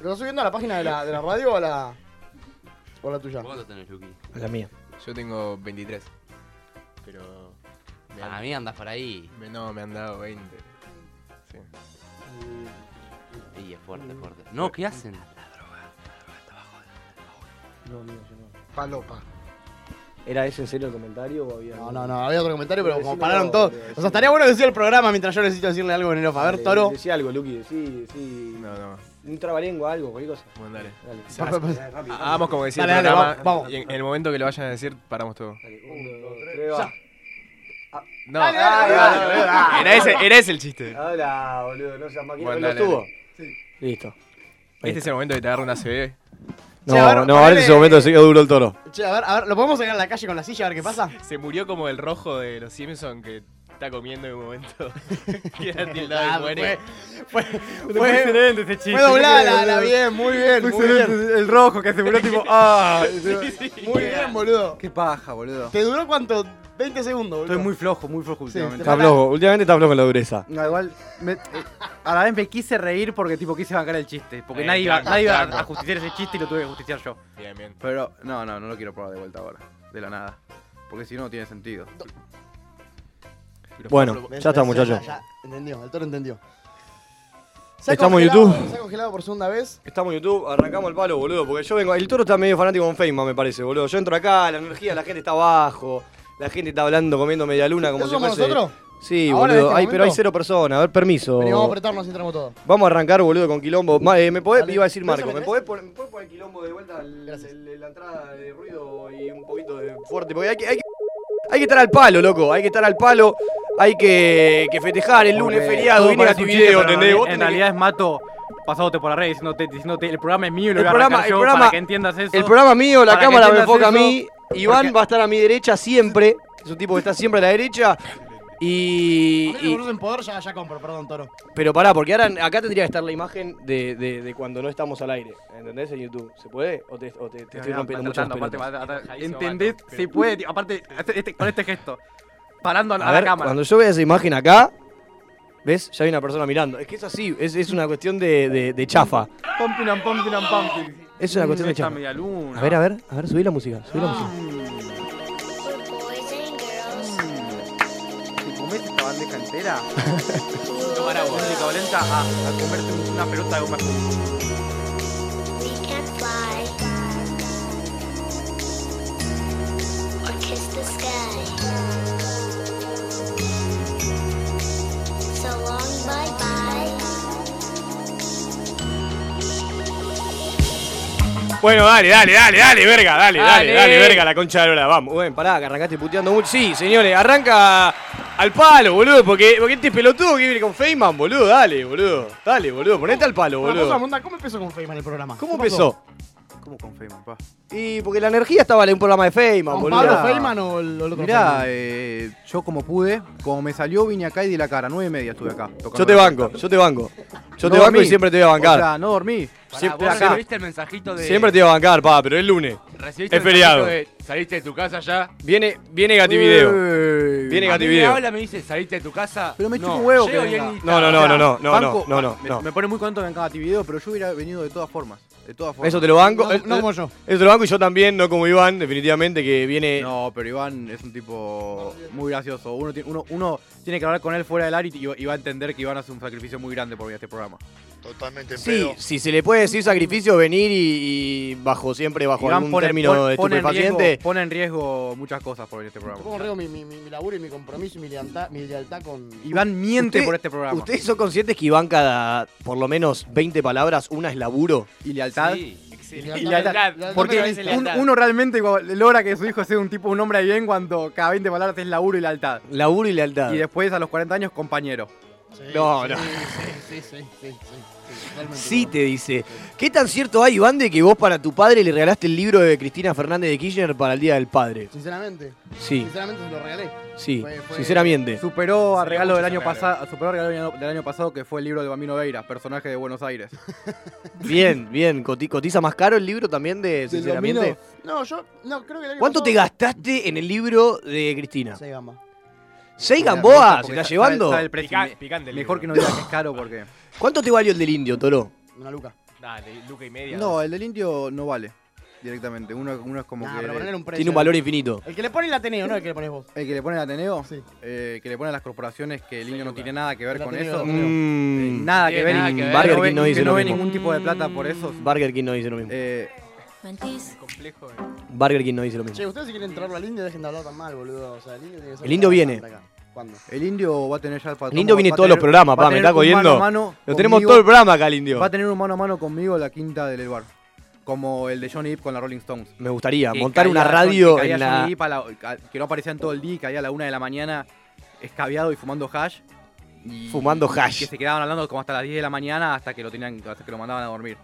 Speaker 6: ¿Lo estás subiendo a la página de la, de la radio o a la. o a la tuya?
Speaker 2: ¿Cuánto tenés, Luqui?
Speaker 7: La mía.
Speaker 4: Yo tengo 23. Pero. Me
Speaker 2: A
Speaker 4: han,
Speaker 2: mí andas para ahí.
Speaker 4: me- no, me han dado 20. Sí.
Speaker 2: Y es fuerte, es fuerte. No, ¿qué hacen?
Speaker 6: Palopa.
Speaker 7: ¿Era ese en serio el comentario o había.?
Speaker 6: No, no, no, había otro comentario, pero como pararon todos. O sea, estaría bueno decir el programa mientras yo necesito decirle algo en el off. A ver, Toro.
Speaker 7: Decía algo, Luqui, sí, sí.
Speaker 4: No,
Speaker 6: Eh,
Speaker 4: no.
Speaker 7: Un trabalengua, algo, cualquier cosa.
Speaker 4: Bueno, dale.
Speaker 7: Dale.
Speaker 6: Pa- pa- pa-
Speaker 4: Ah, Vamos como decía el
Speaker 6: Dale, dale,
Speaker 4: programa.
Speaker 6: vamos, vamos.
Speaker 4: Y en en el momento que lo vayan a decir, paramos todo.
Speaker 7: Uno, dos, tres, va.
Speaker 4: No, ah,
Speaker 6: Dale, dale, dale, dale, dale.
Speaker 4: Era, ese, era ese el chiste.
Speaker 7: Hola, boludo, no seas máquina.
Speaker 4: Bueno,
Speaker 7: ¿Lo
Speaker 4: dale,
Speaker 7: estuvo?
Speaker 4: dale.
Speaker 7: Listo.
Speaker 4: Este es el momento de te agarra una CB.
Speaker 6: No, Sí, a ver, no, ahora en ese ponele- momento se
Speaker 7: quedó duro el toro.
Speaker 6: Che, a ver, a ver, ¿lo podemos sacar a la calle con la silla a ver qué pasa?
Speaker 4: Se murió como el rojo de los Simpsons que está comiendo en un momento. Queda
Speaker 6: Ah,
Speaker 4: tildado y muere.
Speaker 6: Fue, fue, fue, fue doblada la, la bien, muy bien, muy bien.
Speaker 1: El rojo que se murió tipo. ¡Ah!
Speaker 6: Muy bien, boludo.
Speaker 1: ¡Qué paja, boludo!
Speaker 6: ¿Te duró cuánto? 20 segundos, boludo.
Speaker 1: Estoy muy flojo, muy flojo
Speaker 6: Sí,
Speaker 1: últimamente.
Speaker 6: Está flojo,
Speaker 7: últimamente está flojo en la dureza.
Speaker 1: No, igual, me- eh, a la vez me quise reír porque tipo quise bancar el chiste. Porque
Speaker 4: Eh,
Speaker 1: nadie, iba,
Speaker 4: tranco,
Speaker 1: nadie iba
Speaker 4: tranco.
Speaker 1: a justiciar ese chiste y lo tuve que justiciar yo.
Speaker 4: Bien, bien.
Speaker 1: Pero no, no, no lo quiero probar de vuelta ahora. De la nada. Porque si no, no tiene sentido.
Speaker 7: Bueno,
Speaker 6: Ven,
Speaker 7: ya está,
Speaker 6: ven,
Speaker 7: muchachos.
Speaker 6: ya- ya Entendió, el toro entendió.
Speaker 7: Estamos en
Speaker 6: congelado-
Speaker 7: YouTube.
Speaker 6: Se ha congelado por segunda vez.
Speaker 7: Estamos en YouTube, arrancamos el palo, boludo, porque yo vengo. El toro está medio fanático con Feynman, me parece, boludo. Yo entro acá, la energía, la gente está abajo, la gente está hablando, comiendo media luna como si
Speaker 6: ¿Eso somos
Speaker 7: fuese-
Speaker 6: nosotros?
Speaker 7: Sí,
Speaker 6: Ahora, en
Speaker 7: boludo.
Speaker 6: este
Speaker 7: Ay, pero hay
Speaker 6: momento.
Speaker 7: cero personas. A ver, permiso.
Speaker 6: Vení, vamos a apretarnos y entramos todos.
Speaker 7: Vamos a arrancar, boludo, con quilombo. Ma- eh, me podés,
Speaker 6: Dale.
Speaker 7: iba a decir
Speaker 6: ¿Pero
Speaker 7: Marco,
Speaker 6: eso
Speaker 7: me
Speaker 6: me
Speaker 7: podés poner
Speaker 5: ¿Puedes poner quilombo de vuelta? El-
Speaker 6: Gracias.
Speaker 5: el- la entrada de ruido y un poquito de.
Speaker 7: fuerte, porque hay que, hay que, hay que estar al palo, loco. Hay que estar al palo, hay
Speaker 6: Eh,
Speaker 7: que, que festejar el lunes feriado,
Speaker 8: Eh, Todo
Speaker 7: viene a
Speaker 8: parece
Speaker 7: tu
Speaker 8: un chiste,
Speaker 7: video,
Speaker 8: pero en
Speaker 7: ¿entendés?
Speaker 8: realidad-
Speaker 7: Vos
Speaker 8: En
Speaker 7: tenés que-
Speaker 8: realidad es Mato pasándote por la red diciéndote, diciéndote el programa es mío y lo voy
Speaker 7: El
Speaker 8: a arrancar
Speaker 7: programa- el
Speaker 8: yo
Speaker 7: programa-
Speaker 8: para que entiendas eso.
Speaker 7: El programa mío, la
Speaker 8: Para que
Speaker 7: cámara me
Speaker 8: entiendas
Speaker 7: enfoca a
Speaker 8: eso,
Speaker 7: mí. Iván va a estar a mi derecha siempre. Es un tipo que está siempre a la derecha.
Speaker 6: Y,
Speaker 7: Y. y-
Speaker 6: en poder ya, ya compro, perdón, Toro.
Speaker 7: pero pará, porque ahora acá tendría que estar la imagen de, de- de cuando no estamos al aire. ¿Entendés? En YouTube. ¿Se puede? ¿O te, o te- te
Speaker 8: Te
Speaker 7: estoy
Speaker 8: van
Speaker 7: rompiendo mucho las
Speaker 8: maltratando, aparte,
Speaker 7: pelotas?
Speaker 8: maltratando. ¿Entendés? Se puede, tío. Aparte, este- este- con este gesto. Parando a, la-
Speaker 7: A
Speaker 8: a
Speaker 7: ver,
Speaker 8: la cámara.
Speaker 7: cuando yo vea esa imagen acá, ¿ves? Ya hay una persona mirando. Es que es así, es, es una cuestión de, de- de chafa.
Speaker 8: Pompinam, pompinam, pompin.
Speaker 7: Es una cuestión de
Speaker 8: Esta
Speaker 7: chafa.
Speaker 8: media luna. Ah. Mm.
Speaker 7: A ver, a ver, a ver, subí la música, subí la música.
Speaker 8: Mm. ¿Te comes esta bandeja entera? Música violenta a, a comerte un- una pelota de goma.
Speaker 7: Bueno, dale, dale, dale, dale, verga, dale, dale,
Speaker 8: Dale.
Speaker 7: dale, verga, la concha de Lola, vamos. Bueno, pará, que arrancaste puteando mucho. Sí, señores, arranca al palo, boludo, porque, porque este pelotudo que viene con Feynman, boludo, dale, boludo, dale, boludo, ponete al palo,
Speaker 6: Bueno,
Speaker 7: boludo.
Speaker 6: Amanda, ¿Cómo empezó con Feynman el programa?
Speaker 7: ¿Cómo
Speaker 6: ¿Qué
Speaker 7: empezó?
Speaker 1: ¿Cómo con Feynman, pa?
Speaker 7: Y porque la energía estaba en un programa de Feynman,
Speaker 6: ¿Con
Speaker 7: boludo.
Speaker 6: Pablo Feynman o el, o el otro
Speaker 1: Mirá,
Speaker 6: Feynman?
Speaker 1: eh, yo como pude, como me salió, vine acá y di la cara. Nueve y media estuve acá. tocando
Speaker 7: Yo te
Speaker 1: la
Speaker 7: banco,
Speaker 1: puerta.
Speaker 7: yo te banco. Yo
Speaker 1: No
Speaker 7: te banco y
Speaker 1: dormí.
Speaker 7: siempre te voy a bancar.
Speaker 1: O sea, no dormí.
Speaker 7: Siempre
Speaker 2: Siempre
Speaker 7: acá.
Speaker 2: ¿Recibiste el mensajito de.?
Speaker 7: Siempre te iba a bancar, pa, pero es lunes.
Speaker 2: ¿Recibiste
Speaker 7: es
Speaker 2: el mensajito
Speaker 7: feriado.
Speaker 2: de, ¿Saliste de tu casa ya?
Speaker 7: Viene, viene Gativideo.
Speaker 1: Ey.
Speaker 7: Viene
Speaker 2: A mí me
Speaker 7: Gativideo.
Speaker 2: habla, me dice, ¿saliste de tu casa?
Speaker 1: Pero me
Speaker 2: no,
Speaker 1: chupa un huevo que
Speaker 2: llego y
Speaker 1: venga.
Speaker 2: él ni-
Speaker 7: No, no, no, no, no, no, no,
Speaker 1: Banco-
Speaker 7: no, no,
Speaker 1: me,
Speaker 7: no.
Speaker 1: me pone muy contento que venga a ti video, pero yo hubiera venido de todas formas. De todas formas.
Speaker 7: Eso te lo banco. eh,
Speaker 6: No, no como yo.
Speaker 7: Eso te lo banco y yo también, no como Iván, definitivamente, que viene.
Speaker 1: No, pero Iván es un tipo muy gracioso. Uno, tiene- uno, uno tiene que hablar con él fuera del área y, y va a entender que Iván hace un sacrificio muy grande por mí a este programa.
Speaker 9: Totalmente en
Speaker 7: Sí,
Speaker 9: pedo.
Speaker 7: si se le puede decir sacrificio, venir y, y bajo siempre, bajo
Speaker 1: Iván
Speaker 7: algún término
Speaker 1: pon-
Speaker 7: de
Speaker 1: pone en riesgo,
Speaker 7: estupefaciente.
Speaker 1: pone en riesgo muchas cosas por venir a este
Speaker 6: Pongo en
Speaker 1: programa.
Speaker 6: riesgo mi, mi, mi, mi laburo y mi compromiso y mi lealtad, mi lealtad con...
Speaker 1: Iván miente
Speaker 7: Usted-
Speaker 1: por este programa.
Speaker 7: ¿Ustedes son conscientes que Iván cada por lo menos 20 palabras, una es laburo?
Speaker 1: Y lealtad.
Speaker 2: Sí.
Speaker 6: mi
Speaker 1: Y lealtad.
Speaker 6: lealtad
Speaker 1: Porque
Speaker 6: me parece
Speaker 1: un-
Speaker 6: lealtad.
Speaker 1: uno realmente igual- logra que su hijo sea un tipo, un hombre de bien cuando cada 20 palabras es laburo y lealtad. Oh,
Speaker 7: Laburo y lealtad.
Speaker 1: Y después a los 40 años, compañero.
Speaker 6: Sí,
Speaker 7: No,
Speaker 6: sí,
Speaker 7: no.
Speaker 6: Sí, sí, sí, sí, sí, sí, totalmente.
Speaker 7: Sí, te dice. ¿Qué tan cierto hay, Iván, de que vos para tu padre le regalaste el libro de Cristina Fernández de Kirchner para el Día del Padre?
Speaker 6: Sinceramente,
Speaker 7: Sí,
Speaker 6: sinceramente se lo regalé.
Speaker 7: sí,
Speaker 6: Fue- fue-
Speaker 7: sinceramente.
Speaker 1: Superó a regalo del
Speaker 2: mucho
Speaker 1: año
Speaker 2: ese regalo.
Speaker 1: pasado, superó a regalo del año- del año pasado que fue el libro de Bambino Veira, personaje de Buenos Aires.
Speaker 7: Bien, bien. Coti- ¿Cotiza más caro el libro también de Sinceramente?
Speaker 6: No, yo no, creo que el año
Speaker 7: ¿Cuánto te
Speaker 6: pasado-
Speaker 7: gastaste en el libro de Cristina?
Speaker 6: Seis gambas.
Speaker 7: ¿Seis
Speaker 1: Mira,
Speaker 7: gamboa?
Speaker 1: porque
Speaker 7: ¿Se está
Speaker 1: sa-
Speaker 7: llevando?
Speaker 1: sabe- sabe el precio.
Speaker 2: Pica-
Speaker 1: Me-
Speaker 2: picante el
Speaker 1: Mejor que
Speaker 2: libro.
Speaker 1: no diga que es caro porque.
Speaker 7: ¿Cuánto te valió el del indio, Toro?
Speaker 6: Una luca.
Speaker 2: Dale, luca y media.
Speaker 1: No, el del indio no vale directamente. Uno, uno es como
Speaker 6: Nah,
Speaker 1: que.
Speaker 6: pero ponerle un precio.
Speaker 7: Tiene un valor infinito.
Speaker 6: El que le pone el Ateneo, no el que le pones vos.
Speaker 1: El que le pone el Ateneo,
Speaker 6: Sí.
Speaker 1: eh, que le pone a las corporaciones que el indio no tiene nada que ver
Speaker 6: El
Speaker 1: con
Speaker 6: Ateneo,
Speaker 1: eso.
Speaker 6: el Ateneo.
Speaker 1: Eh,
Speaker 7: Mm,
Speaker 1: Nada
Speaker 2: No
Speaker 1: que
Speaker 2: tiene
Speaker 1: ver.
Speaker 2: nada
Speaker 1: y
Speaker 2: que ver.
Speaker 1: que
Speaker 7: Burger
Speaker 1: no
Speaker 7: King
Speaker 1: ve,
Speaker 7: no
Speaker 1: que
Speaker 7: dice
Speaker 1: no
Speaker 7: lo
Speaker 1: ve
Speaker 7: mismo.
Speaker 1: ningún tipo de plata por eso.
Speaker 7: Burger King no dice lo mismo.
Speaker 1: Eh,
Speaker 2: Complejo. eh.
Speaker 7: Burger King no dice lo mismo.
Speaker 6: Che, ustedes si quieren entrarlo al indio, dejen de hablar tan mal, boludo. O sea, el indio tiene que ser
Speaker 7: El indio
Speaker 6: una
Speaker 7: viene.
Speaker 6: banda acá. ¿Cuándo?
Speaker 1: el indio va a tener ya el
Speaker 7: El indio viene todos los programas, pa, me está cogiendo. Lo tenemos todo el programa acá, el indio.
Speaker 1: Va a tener un mano a mano conmigo la quinta del El Bar. Como el de Johnny Depp con la Rolling Stones.
Speaker 7: Me gustaría
Speaker 1: Que
Speaker 7: montar
Speaker 1: caía
Speaker 7: una
Speaker 1: John-
Speaker 7: radio
Speaker 1: que caía
Speaker 7: en
Speaker 1: Johnny
Speaker 7: la.
Speaker 1: Depp a la- a- que no aparecía en todo el día, y caía a la una de la mañana escabeado y fumando hash. y-
Speaker 7: Fumando
Speaker 1: y
Speaker 7: hash.
Speaker 1: que se quedaban hablando como hasta las 10 de la mañana hasta que lo tenían hasta que lo mandaban a dormir.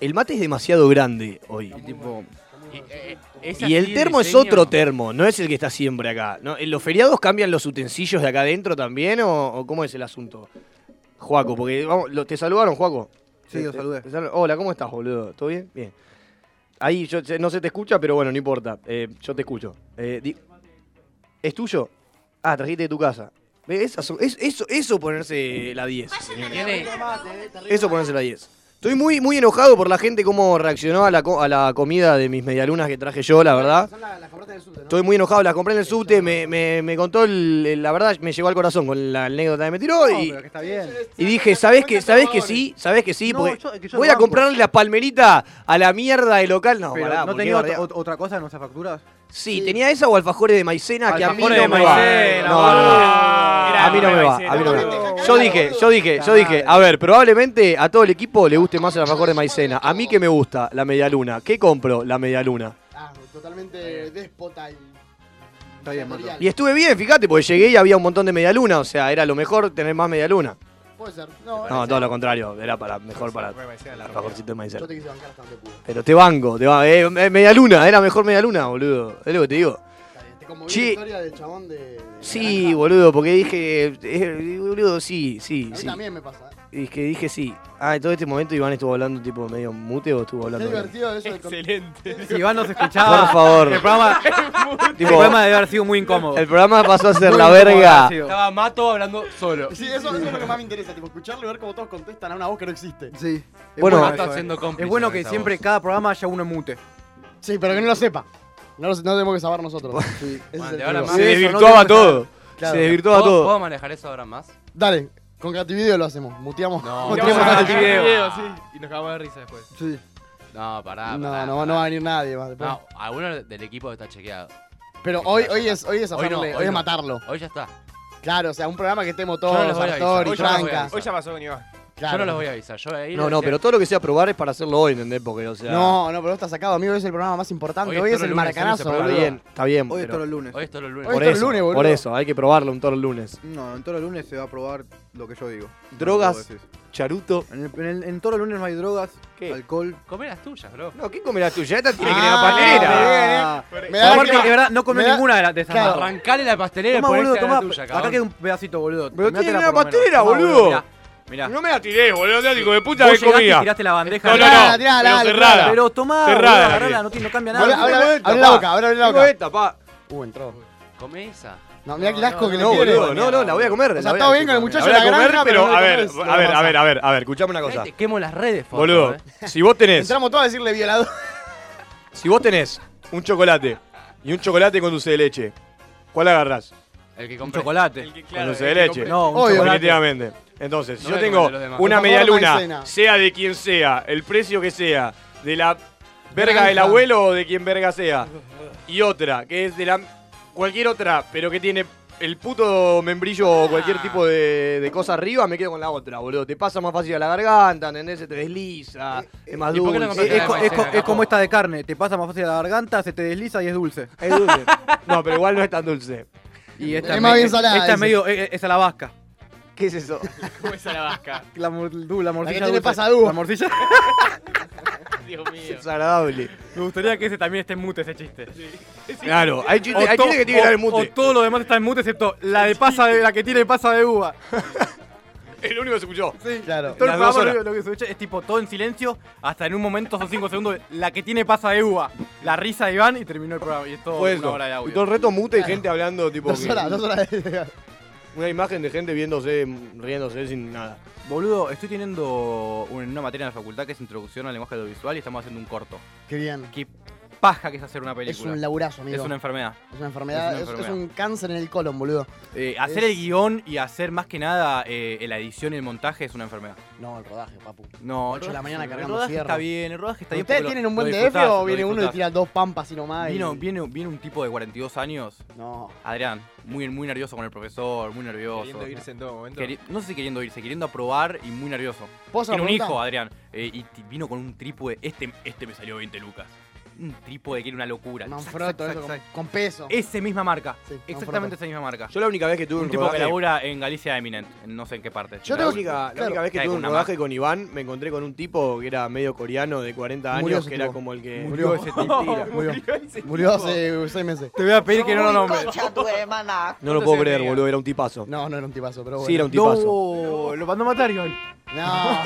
Speaker 7: El mate es demasiado grande hoy.
Speaker 1: Y tipo,
Speaker 2: Y, eh, es
Speaker 7: Y
Speaker 2: así
Speaker 7: el termo es
Speaker 2: diseño.
Speaker 7: otro termo, no es el que está siempre acá. ¿no? ¿En los feriados cambian los utensilios de acá adentro también o, o cómo es el asunto? Juaco, porque vamos, lo- te saludaron, Juaco.
Speaker 1: Sí,
Speaker 7: Te-
Speaker 1: os saludé.
Speaker 7: te salu- Hola, ¿cómo estás, boludo? ¿Todo bien? Bien. Ahí yo se- no se te escucha, pero bueno, no importa. Eh, yo te escucho. Eh, di- ¿Es tuyo? Ah, trajiste de tu casa. Ve, esas son- es- eso, eso ponerse la 10. señores.
Speaker 2: Tiene-
Speaker 4: eh.
Speaker 7: Eso ponerse la 10. Estoy muy, muy enojado por la gente cómo reaccionó a la, co- a la comida de mis medialunas que traje yo, la verdad.
Speaker 6: Son las, las compraste en el sur, ¿no?
Speaker 7: Estoy muy enojado, las compré en el subte, me, me- me contó, el- el- la verdad, me llegó al corazón con la anécdota que me tiró
Speaker 1: no,
Speaker 7: y,
Speaker 1: pero que está bien.
Speaker 2: este,
Speaker 7: y dije, ¿sabés que, ¿sabés que sí? ¿Sabés que sí?
Speaker 1: No,
Speaker 7: Porque
Speaker 1: yo- es que yo
Speaker 7: voy
Speaker 1: lo
Speaker 7: a
Speaker 1: banco.
Speaker 7: comprarle la palmerita a la mierda de local. No,
Speaker 1: Pero
Speaker 7: pará,
Speaker 1: no
Speaker 7: ¿por qué
Speaker 1: tenía
Speaker 7: bardea?
Speaker 1: otra, ot- otra cosa en nuestras facturas.
Speaker 7: Sí, tenía esa o alfajores de maicena que a mí no
Speaker 8: Alfajores de
Speaker 7: me va.
Speaker 8: maicena,
Speaker 7: No, no, no.
Speaker 8: boludo.
Speaker 7: mí no me va. A mí no me va. Yo dije, yo dije, yo dije, a ver, probablemente a todo el equipo le guste más el alfajor de maicena. A mí que me gusta la medialuna. ¿Qué compro? La medialuna.
Speaker 6: Ah,
Speaker 2: eh,
Speaker 6: totalmente déspota y.
Speaker 10: Está bien, Mato.
Speaker 7: Y estuve bien, fíjate, porque llegué y había un montón de medialuna. O sea, era lo mejor tener más medialuna.
Speaker 6: Puede ser. No,
Speaker 7: No, todo lo contrario. Era para mejor para el alfajorcito de maicena.
Speaker 6: yo te quise bancar hasta donde pude.
Speaker 7: Pero te banco, te banco. Eh, eh, medialuna, era mejor medialuna, boludo. Es lo que te digo.
Speaker 6: Está bien, Te conmovió
Speaker 7: Sí.
Speaker 6: la historia del chabón de. de
Speaker 7: Sí,
Speaker 6: Naranja.
Speaker 7: boludo, porque dije, eh, boludo, sí, sí,
Speaker 6: A mí
Speaker 7: sí.
Speaker 6: también me pasa. ¿eh?
Speaker 7: Y que dije sí. Ah, en todo este momento Iván estuvo hablando tipo medio mute o estuvo
Speaker 6: Qué
Speaker 7: hablando. bien?
Speaker 6: divertido eso de con-
Speaker 11: Excelente.
Speaker 4: Si Iván nos escuchaba,
Speaker 7: Por favor.
Speaker 4: el programa, el
Speaker 7: Tipo,
Speaker 4: programa debe haber sido muy incómodo.
Speaker 7: el programa pasó a ser
Speaker 4: Muy
Speaker 7: la
Speaker 4: incómodo
Speaker 7: verga.
Speaker 4: haber sido.
Speaker 2: Estaba Mato hablando solo.
Speaker 6: Sí, eso, eso es lo que más me interesa, tipo, escucharlo y ver cómo todos contestan a una voz que no existe.
Speaker 4: Sí. Es
Speaker 7: Bueno,
Speaker 4: bueno,
Speaker 2: Mato
Speaker 4: eso, eh.
Speaker 2: siendo cómplice
Speaker 4: es bueno
Speaker 2: con
Speaker 4: que
Speaker 2: esa
Speaker 4: siempre
Speaker 2: voz.
Speaker 4: cada programa haya uno en mute.
Speaker 6: Sí, pero que no lo sepa. No, lo, no tenemos que saber nosotros. Sí, ese
Speaker 2: Bueno,
Speaker 6: es el
Speaker 2: de ahora
Speaker 6: truco.
Speaker 2: más-
Speaker 4: Eso,
Speaker 7: Se
Speaker 4: no
Speaker 7: desvirtuaba
Speaker 4: tenemos que
Speaker 7: todo.
Speaker 6: Claro.
Speaker 7: Se desvirtuaba
Speaker 2: ¿Puedo,
Speaker 7: todo.
Speaker 2: puedo manejar eso ahora más?
Speaker 6: Dale, con Creatividad lo hacemos. Muteamos.
Speaker 2: No.
Speaker 4: Muteamos
Speaker 6: a
Speaker 4: al
Speaker 6: Creatividad.
Speaker 4: video.
Speaker 11: sí. Y nos cagamos de risa después.
Speaker 4: Sí.
Speaker 2: No, pará, Ah,
Speaker 6: No,
Speaker 2: pará,
Speaker 6: no, va-
Speaker 2: pará.
Speaker 6: no va a venir nadie más. después.
Speaker 2: No, alguno del equipo está chequeado.
Speaker 6: Pero hoy, hoy es, hoy es
Speaker 2: Hoy no,
Speaker 6: hacerle- hoy,
Speaker 2: hoy
Speaker 6: es
Speaker 2: no.
Speaker 6: matarlo.
Speaker 2: Hoy ya está.
Speaker 6: Claro, o sea, un programa que estemos
Speaker 2: Yo no
Speaker 6: todos,
Speaker 2: los voy a avisar.
Speaker 6: Sartori,
Speaker 2: Hoy yo no voy a
Speaker 6: Tranca.
Speaker 11: Hoy ya pasó con Iván.
Speaker 2: Yo no
Speaker 6: Claro.
Speaker 2: los voy a avisar.
Speaker 4: eh,
Speaker 2: Yo voy a ir
Speaker 7: No, no, pero todo lo que sea probar es para hacerlo hoy, ¿entendés? Porque, o sea.
Speaker 6: No, no, pero vos estás sacado, amigo, hoy es el programa más importante.
Speaker 2: Hoy
Speaker 6: Hoy,
Speaker 2: es
Speaker 6: es
Speaker 2: todo
Speaker 6: el
Speaker 2: lunes, hoy no se
Speaker 6: maracanazo,
Speaker 2: puede
Speaker 7: Está
Speaker 6: boludo.
Speaker 2: hablar.
Speaker 7: bien, está bien.
Speaker 11: Hoy es
Speaker 7: pero-
Speaker 11: todos los lunes.
Speaker 2: Hoy es todo el lunes.
Speaker 6: Hoy
Speaker 7: por
Speaker 6: es todo el
Speaker 7: eso,
Speaker 6: lunes,
Speaker 7: por
Speaker 6: boludo.
Speaker 7: eso, hay que probarlo un todos los lunes.
Speaker 4: No, en Toro Lunes se va a probar lo que yo digo.
Speaker 7: Drogas.
Speaker 4: Lo que vos decís.
Speaker 7: Charuto.
Speaker 4: En, el- en, el- en Toro Lunes no hay drogas,
Speaker 7: ¿Qué?
Speaker 4: alcohol.
Speaker 2: Comer las tuyas, bro.
Speaker 7: No, ¿qué comerás tuya? Esta tiene que ir a
Speaker 6: Ah,
Speaker 2: eh.
Speaker 7: pastelera.
Speaker 6: me
Speaker 4: No,
Speaker 6: da
Speaker 4: aparte,
Speaker 6: lástima-
Speaker 4: de verdad, no comió
Speaker 6: me da-
Speaker 4: ninguna de, la- de esas
Speaker 6: Claro.
Speaker 4: marcas.
Speaker 2: Arrancale la pastelera y
Speaker 4: Toma, boludo,
Speaker 2: ponete
Speaker 4: toma.
Speaker 2: la tuya,
Speaker 4: acá
Speaker 2: cabrón.
Speaker 4: queda un pedacito, boludo.
Speaker 7: Pero
Speaker 4: Tomátela
Speaker 7: tiene
Speaker 4: por
Speaker 7: una
Speaker 4: lo menos.
Speaker 7: pastelera,
Speaker 4: Tomá,
Speaker 7: boludo.
Speaker 4: Mirá, mirá.
Speaker 7: No me la tiré, boludo. Te digo de puta
Speaker 4: Vos llegaste y tiraste la bandeja.
Speaker 6: No, no,
Speaker 4: Mirá,
Speaker 6: no, tirala, dale, tirala.
Speaker 4: Pero tomá, boludo,
Speaker 11: Cerrada,
Speaker 4: agarrala,
Speaker 11: Gabriel.
Speaker 4: no, tiene- no cambia
Speaker 6: Abre
Speaker 4: nada.
Speaker 6: abre- abre la boca, abre abre la boca.
Speaker 7: esta, pa.
Speaker 6: Uh, entró.
Speaker 2: Come esa.
Speaker 6: No, mirá que el asco que le
Speaker 7: No,
Speaker 6: tiene.
Speaker 7: boludo, no, no, la voy a comer.
Speaker 6: O
Speaker 7: la
Speaker 6: sea,
Speaker 7: voy a-
Speaker 6: todo bien con el muchacho
Speaker 7: La
Speaker 6: de
Speaker 7: voy
Speaker 6: la
Speaker 7: a comer,
Speaker 6: granja,
Speaker 7: pero
Speaker 6: no
Speaker 7: a
Speaker 6: lo
Speaker 7: ver,
Speaker 6: comes,
Speaker 7: a ver,
Speaker 6: la
Speaker 7: a ver, a ver, a ver, escuchame una
Speaker 2: Ahí
Speaker 7: cosa.
Speaker 2: Te quemo las redes, foto,
Speaker 7: Boludo,
Speaker 2: eh.
Speaker 7: si vos tenés,
Speaker 6: Entramos todos a decirle violador.
Speaker 7: si vos tenés un chocolate y un chocolate con dulce de leche, ¿cuál agarrás?
Speaker 2: El que
Speaker 4: Un
Speaker 2: compré.
Speaker 4: chocolate.
Speaker 7: Con dulce de leche.
Speaker 4: No, un
Speaker 6: Obvio.
Speaker 4: chocolate.
Speaker 7: Definitivamente. Entonces, si
Speaker 2: No
Speaker 7: yo
Speaker 2: voy a
Speaker 7: tengo
Speaker 2: comer los demás.
Speaker 7: una
Speaker 6: Por favor,
Speaker 7: media luna,
Speaker 6: maicena.
Speaker 7: sea de quien sea, el precio que sea, de la verga del
Speaker 6: Granja.
Speaker 7: abuelo o de quien verga sea, y otra, que es de la cualquier otra, pero que tiene el puto membrillo o cualquier tipo de, de cosa arriba, me quedo con la otra, boludo. Te pasa más fácil a la garganta, ¿entendés? Se te desliza, es más
Speaker 2: ¿y por qué no
Speaker 7: dulce.
Speaker 4: Es, es co- es co-
Speaker 2: Maicena,
Speaker 4: es como
Speaker 2: no.
Speaker 4: esta de carne, te pasa más fácil a la garganta, se te desliza y es dulce.
Speaker 7: Es dulce. No, pero igual no es tan dulce.
Speaker 4: Y esta
Speaker 6: Es más
Speaker 4: me-
Speaker 6: bien salada,
Speaker 4: Esta es
Speaker 6: dice.
Speaker 4: medio, es, es a la vasca.
Speaker 7: ¿Qué es eso?
Speaker 11: ¿Cómo es a la vasca?
Speaker 4: La, mor- du- la morcilla.
Speaker 6: tiene
Speaker 4: dulce.
Speaker 6: pasadú.
Speaker 4: La morcilla.
Speaker 11: Dios
Speaker 7: Es
Speaker 11: mío.
Speaker 7: desagradable.
Speaker 4: Me gustaría que ese también esté en mute ese chiste.
Speaker 7: Claro, hay chistes hay
Speaker 4: to-
Speaker 7: chistes que tienen que
Speaker 4: o-
Speaker 7: dar el mute.
Speaker 4: o todo lo demás está en mute excepto la de pasa de, la que tiene pasa de uva.
Speaker 7: Es lo único que se escuchó.
Speaker 6: Claro.
Speaker 4: Todo el
Speaker 7: Las
Speaker 4: programa
Speaker 7: dos
Speaker 4: lo,
Speaker 7: horas.
Speaker 4: lo que se escucha es tipo todo en silencio, hasta en un momento son 5 segundos, de la que tiene pasa de uva, la risa de Iván y terminó el programa. Y es todo
Speaker 7: Fue
Speaker 4: una
Speaker 7: eso.
Speaker 4: hora de
Speaker 7: Y todo
Speaker 4: audio.
Speaker 7: el reto mute y gente hablando, tipo.
Speaker 6: Dos
Speaker 7: que-
Speaker 6: horas, dos horas de-
Speaker 7: Una imagen de gente viéndose, mm, riéndose sin nada.
Speaker 1: Boludo, estoy teniendo un- una materia en la facultad que es introducción al lenguaje audiovisual y estamos haciendo un corto.
Speaker 6: Qué bien.
Speaker 1: Qué paja que es hacer una
Speaker 6: Es
Speaker 1: película.
Speaker 6: un laburazo, amigo.
Speaker 1: Es una enfermedad.
Speaker 6: Es una enfermedad,
Speaker 1: es una
Speaker 6: es, es
Speaker 1: enfermedad.
Speaker 6: un cáncer en el colon, boludo.
Speaker 1: Eh, hacer
Speaker 6: Es-
Speaker 1: el guión y hacer más que nada eh, la edición y el montaje es una enfermedad.
Speaker 6: No, el rodaje, papu.
Speaker 1: No,
Speaker 6: Ocho de la
Speaker 1: el rodaje-
Speaker 6: mañana
Speaker 1: El
Speaker 6: cargamos
Speaker 1: rodaje
Speaker 6: fierro.
Speaker 1: está bien, el rodaje está bien.
Speaker 6: ¿Ustedes
Speaker 1: porque lo-
Speaker 6: tienen un
Speaker 1: lo
Speaker 6: buen DF
Speaker 1: disfrutás,
Speaker 6: o
Speaker 1: lo
Speaker 6: viene uno y
Speaker 1: disfrutás.
Speaker 6: tira dos pampas y nomás? y-
Speaker 1: Vino, viene, viene un tipo de 42 años,
Speaker 6: No.
Speaker 1: Adrián, muy, muy nervioso con el profesor, muy nervioso.
Speaker 11: Queriendo irse en todo momento.
Speaker 1: Queri- no sé si queriendo irse, queriendo aprobar y muy nervioso.
Speaker 6: ¿Puedo hacer
Speaker 1: Tiene
Speaker 6: una
Speaker 1: un
Speaker 6: pregunta?
Speaker 1: hijo, Adrián. eh, y t- vino con un trípode. Este, este me salió 20 lucas. Un trípode que era una locura. Zac,
Speaker 6: Manfrotto,
Speaker 1: zac,
Speaker 6: eso,
Speaker 1: zac,
Speaker 6: con,
Speaker 1: zac.
Speaker 6: con peso.
Speaker 1: Esa misma marca.
Speaker 6: Sí, Manfrotto.
Speaker 1: Exactamente esa misma marca.
Speaker 7: Yo la única vez que tuve un,
Speaker 1: un tipo que
Speaker 7: rodaje.
Speaker 1: labura en Galicia Eminent. en No sé en qué parte.
Speaker 6: Yo
Speaker 7: la
Speaker 6: tengo-
Speaker 7: única, la
Speaker 6: claro.
Speaker 7: única vez que
Speaker 1: Cae
Speaker 7: tuve
Speaker 1: con
Speaker 7: un
Speaker 1: una
Speaker 7: rodaje con Iván, me encontré con un tipo que era medio coreano de 40 años,
Speaker 6: Murió ese
Speaker 7: que era
Speaker 6: tipo.
Speaker 7: como el que.
Speaker 6: Murió ese tipo.
Speaker 7: Mentira.
Speaker 6: Murió. Murió hace seis meses.
Speaker 4: Te voy a pedir que no lo nombres.
Speaker 7: No lo puedo creer, boludo, era un tipazo.
Speaker 6: No, no era un tipazo, pero bueno.
Speaker 7: Sí, era un tipazo.
Speaker 4: No, lo mandó a matar Iván.
Speaker 6: No.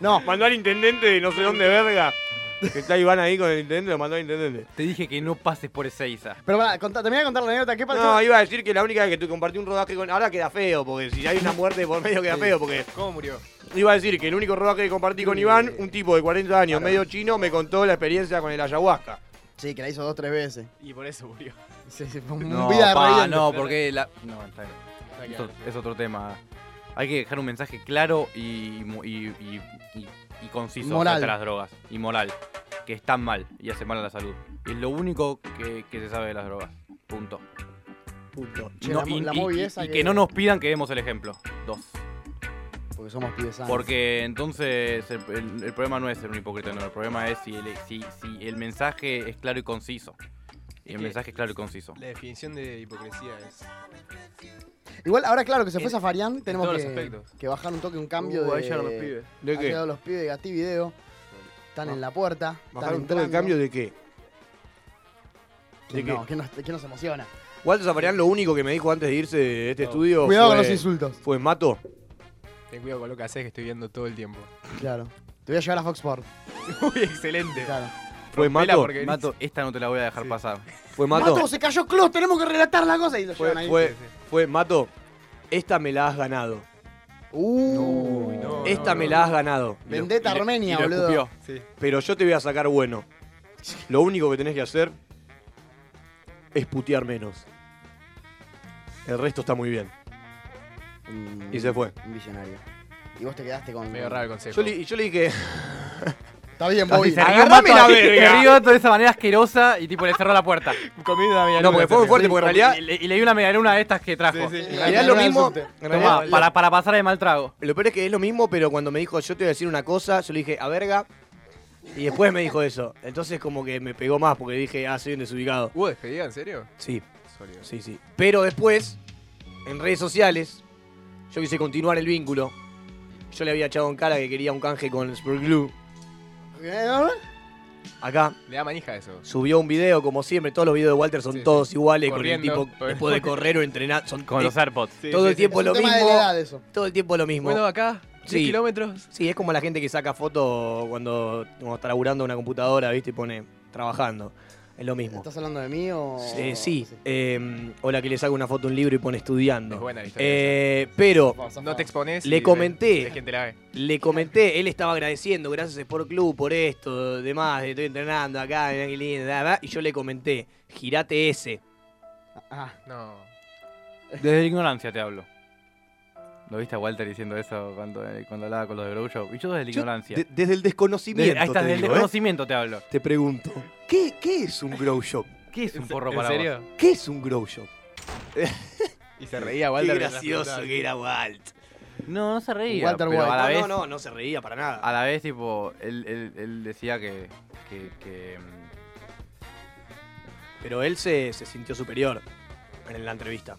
Speaker 6: no.
Speaker 7: Mandó al intendente de no sé dónde verga. Que está Iván ahí con el intendente, lo mandó al intendente.
Speaker 1: Te dije que no pases por esa Isa.
Speaker 6: Pero pará, contá- terminá de contar la anécdota. ¿Qué pasó?
Speaker 7: No, iba a decir que la única vez que tú compartí un rodaje con. Ahora queda feo, porque si hay una muerte por medio queda feo, porque.
Speaker 11: ¿Cómo murió?
Speaker 7: Iba a decir que el único rodaje que compartí con Iván, un tipo de 40 años, medio chino, me contó la experiencia con el ayahuasca.
Speaker 6: Sí, que la hizo dos, tres veces.
Speaker 11: Y por eso murió.
Speaker 6: Sí, sí, fue un
Speaker 1: No,
Speaker 6: vida
Speaker 1: pa,
Speaker 6: radiante.
Speaker 1: no, porque la. No, está bien. Eso- es otro tema. Hay que dejar un mensaje claro y, mu- y, y- y- y conciso
Speaker 6: Moral.
Speaker 1: hacia las drogas. Y moral. Que están mal y hacen mal a la salud. Es lo único que, que se sabe de las drogas. Punto.
Speaker 6: Punto. Che,
Speaker 1: No,
Speaker 6: la,
Speaker 1: y,
Speaker 6: mo- la
Speaker 1: y- y-
Speaker 6: movi esa
Speaker 1: y que no nos pidan que demos el ejemplo. Dos.
Speaker 6: Porque somos pibes sanos.
Speaker 1: Porque entonces el, el- el problema no es ser un hipócrita, no. El problema es si el, si, si el mensaje es claro y conciso. Y el
Speaker 4: que-
Speaker 1: mensaje es claro y conciso.
Speaker 4: La definición de hipocresía es.
Speaker 6: Igual ahora, claro, que se fue Zafarian, tenemos
Speaker 4: todos los
Speaker 6: que,
Speaker 4: aspectos.
Speaker 6: que bajar un toque, un cambio
Speaker 4: Uh,
Speaker 6: de...
Speaker 4: ahí llegaron los pibes.
Speaker 7: ¿De
Speaker 6: han
Speaker 7: qué?
Speaker 6: llegado los pibes de Gati Video. Están en la puerta.
Speaker 7: Bajar
Speaker 6: están
Speaker 7: un toque de
Speaker 6: entrando.
Speaker 7: cambio de qué.
Speaker 6: ¿Quién no? ¿Quién nos, quién nos emociona?
Speaker 7: Walter Zaparian lo único que me dijo antes de irse de este estudio
Speaker 6: Cuidado con
Speaker 7: fue-
Speaker 6: los insultos.
Speaker 7: Fue Mato.
Speaker 4: Ten cuidado con lo que haces que estoy viendo todo el tiempo.
Speaker 6: Claro. Te voy a llevar a Fox Sports.
Speaker 4: Uy, excelente.
Speaker 6: Claro.
Speaker 7: Fue
Speaker 1: Rompela
Speaker 7: Mato.
Speaker 1: porque- Mato, esta no te la voy a dejar pasar.
Speaker 7: Fue
Speaker 6: Mato.
Speaker 7: Mato.
Speaker 6: se cayó Clos, tenemos que relatar la cosa. Y lo
Speaker 7: Fue,
Speaker 6: llevan ahí.
Speaker 7: fue, fue Mato. Esta me la has ganado.
Speaker 6: Uh,
Speaker 7: Esta me la has ganado.
Speaker 6: Vendetta Armenia,
Speaker 7: Y lo
Speaker 6: boludo.
Speaker 7: escupió. Pero yo te voy a sacar bueno. Lo único que tenés que hacer es putear menos. El resto está muy bien.
Speaker 1: Mm.
Speaker 7: Y se fue.
Speaker 6: Un visionario. Y vos te quedaste con.
Speaker 4: Medio raro el consejo.
Speaker 7: Yo le, yo le dije.
Speaker 6: Está bien,
Speaker 7: Casi
Speaker 6: Bobby.
Speaker 7: se rió Agarrame Mato, la se verga. rió
Speaker 1: de esa manera asquerosa y tipo le cerró la puerta.
Speaker 4: Comiendo una
Speaker 7: medialuna, No, porque fue muy fuerte, porque en realidad-
Speaker 1: Y le, y le di una medialuna de estas que trajo.
Speaker 7: Sí, sí. En realidad es lo mismo- en realidad-
Speaker 1: Tomá, para, para pasar de mal trago.
Speaker 7: Lo peor es que es lo mismo, pero cuando me dijo yo te voy a decir una cosa, yo le dije a verga. Y después me dijo eso. Entonces como que me pegó más porque dije, ah, soy un desubicado.
Speaker 4: ¿Hubo despedida, en serio?
Speaker 7: Sí. Sí, sí. Pero después, en redes sociales, yo quise continuar el vínculo. Yo le había echado en cara que quería un canje con Spur Glue. Acá
Speaker 4: Le da manija eso.
Speaker 7: subió un video, como siempre, todos los videos de Walter son todos iguales,
Speaker 4: Corriendo.
Speaker 7: con el tipo después de correr o entrenar. Son
Speaker 1: Con
Speaker 7: eh,
Speaker 1: los AirPods.
Speaker 4: Sí,
Speaker 7: todo
Speaker 4: sí,
Speaker 7: el
Speaker 4: sí.
Speaker 7: tiempo
Speaker 4: Es
Speaker 7: lo
Speaker 4: un tema de
Speaker 7: mismo.
Speaker 4: la edad
Speaker 6: eso.
Speaker 7: Todo el tiempo lo mismo.
Speaker 4: Bueno, acá, 10 kilómetros.
Speaker 7: Sí, es como la gente que saca fotos cuando, cuando está laburando una computadora, ¿viste? Y pone trabajando. Es lo mismo.
Speaker 6: ¿Estás hablando de mí o.?
Speaker 7: Eh, sí, eh, o la que le saca una foto a un libro y pone estudiando.
Speaker 4: Es buena la historia
Speaker 7: Eh, pero
Speaker 4: No te expones.
Speaker 7: le comenté,
Speaker 4: gente la ve.
Speaker 7: le comenté, él estaba agradeciendo, gracias a Sport Club por esto, demás, estoy entrenando acá, mirá qué lindo, da, da, y yo le comenté, girate ese.
Speaker 6: Ah,
Speaker 4: no.
Speaker 1: Desde la ignorancia te hablo. ¿Lo viste a Walter diciendo eso cuando, eh, cuando hablaba con los de Bro Show? Y yo desde la ignorancia.
Speaker 7: de- desde el desconocimiento
Speaker 1: ahí está,
Speaker 7: te
Speaker 1: desde el
Speaker 7: digo, ¿eh?
Speaker 1: desconocimiento te hablo.
Speaker 7: Te pregunto, ¿qué, qué es un grow shop?
Speaker 1: ¿Qué es un porro
Speaker 7: ¿En
Speaker 1: para
Speaker 7: serio?
Speaker 1: vos?
Speaker 7: ¿Qué es un grow shop?
Speaker 4: Y se reía Walter.
Speaker 7: Qué
Speaker 4: mientras
Speaker 7: gracioso
Speaker 4: contaba.
Speaker 7: que era Walt.
Speaker 1: No, no se reía.
Speaker 7: Walter
Speaker 1: pero
Speaker 7: White.
Speaker 1: a la
Speaker 7: No,
Speaker 1: vez,
Speaker 7: no, no, no se reía para nada.
Speaker 1: A la vez, tipo, él, él- él decía que. que, que, mm,
Speaker 7: Pero él se, se sintió superior en la entrevista.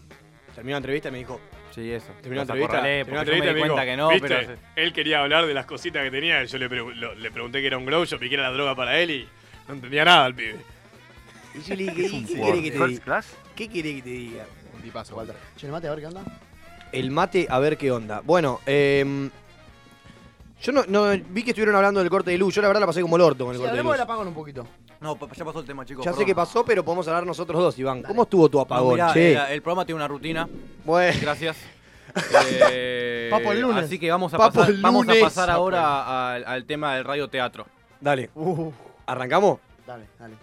Speaker 7: Terminó la entrevista y me dijo.
Speaker 1: Sí, eso.
Speaker 7: Terminó
Speaker 1: Los
Speaker 7: la entrevista.
Speaker 1: acorralé,
Speaker 7: terminó la
Speaker 1: porque yo me
Speaker 7: entrevista y
Speaker 1: di cuenta que no,
Speaker 2: ¿Viste?
Speaker 1: pero-
Speaker 2: Él quería hablar de las cositas que tenía. Yo le, pregu- lo- le pregunté que era un grow shop y que era la droga para él y no entendía nada el pibe.
Speaker 7: Y yo le dije, ¿y ¿qué
Speaker 2: Ford.
Speaker 7: quiere que te
Speaker 2: First
Speaker 7: diga? ¿Qué quiere que te diga?
Speaker 4: Un tipazo,
Speaker 7: Walter.
Speaker 6: Che, mate, a ver qué onda.
Speaker 7: El mate, a ver qué onda. Bueno, eh, yo no, no- vi que estuvieron hablando del corte de luz. Yo la verdad la pasé como el orto con el
Speaker 6: Sí,
Speaker 7: corte de
Speaker 6: hablemos
Speaker 7: luz.
Speaker 6: del apagón un poquito.
Speaker 1: No, pa- ya pasó el tema, chicos.
Speaker 7: Ya sé
Speaker 1: perdón.
Speaker 7: que pasó, pero podemos hablar nosotros dos, Iván. ¿Cómo estuvo tu apagón,
Speaker 1: No, mirá,
Speaker 7: che?
Speaker 1: El, el programa tiene una rutina.
Speaker 7: Bueno.
Speaker 1: Gracias. Eh,
Speaker 7: Papo el lunes.
Speaker 1: Así que vamos a
Speaker 7: Papo
Speaker 1: pasar,
Speaker 7: el
Speaker 1: vamos a
Speaker 7: lunes.
Speaker 1: pasar ahora al, al tema del radioteatro.
Speaker 7: Dale.
Speaker 1: uh.
Speaker 7: ¿Arrancamos?
Speaker 6: Dale, dale.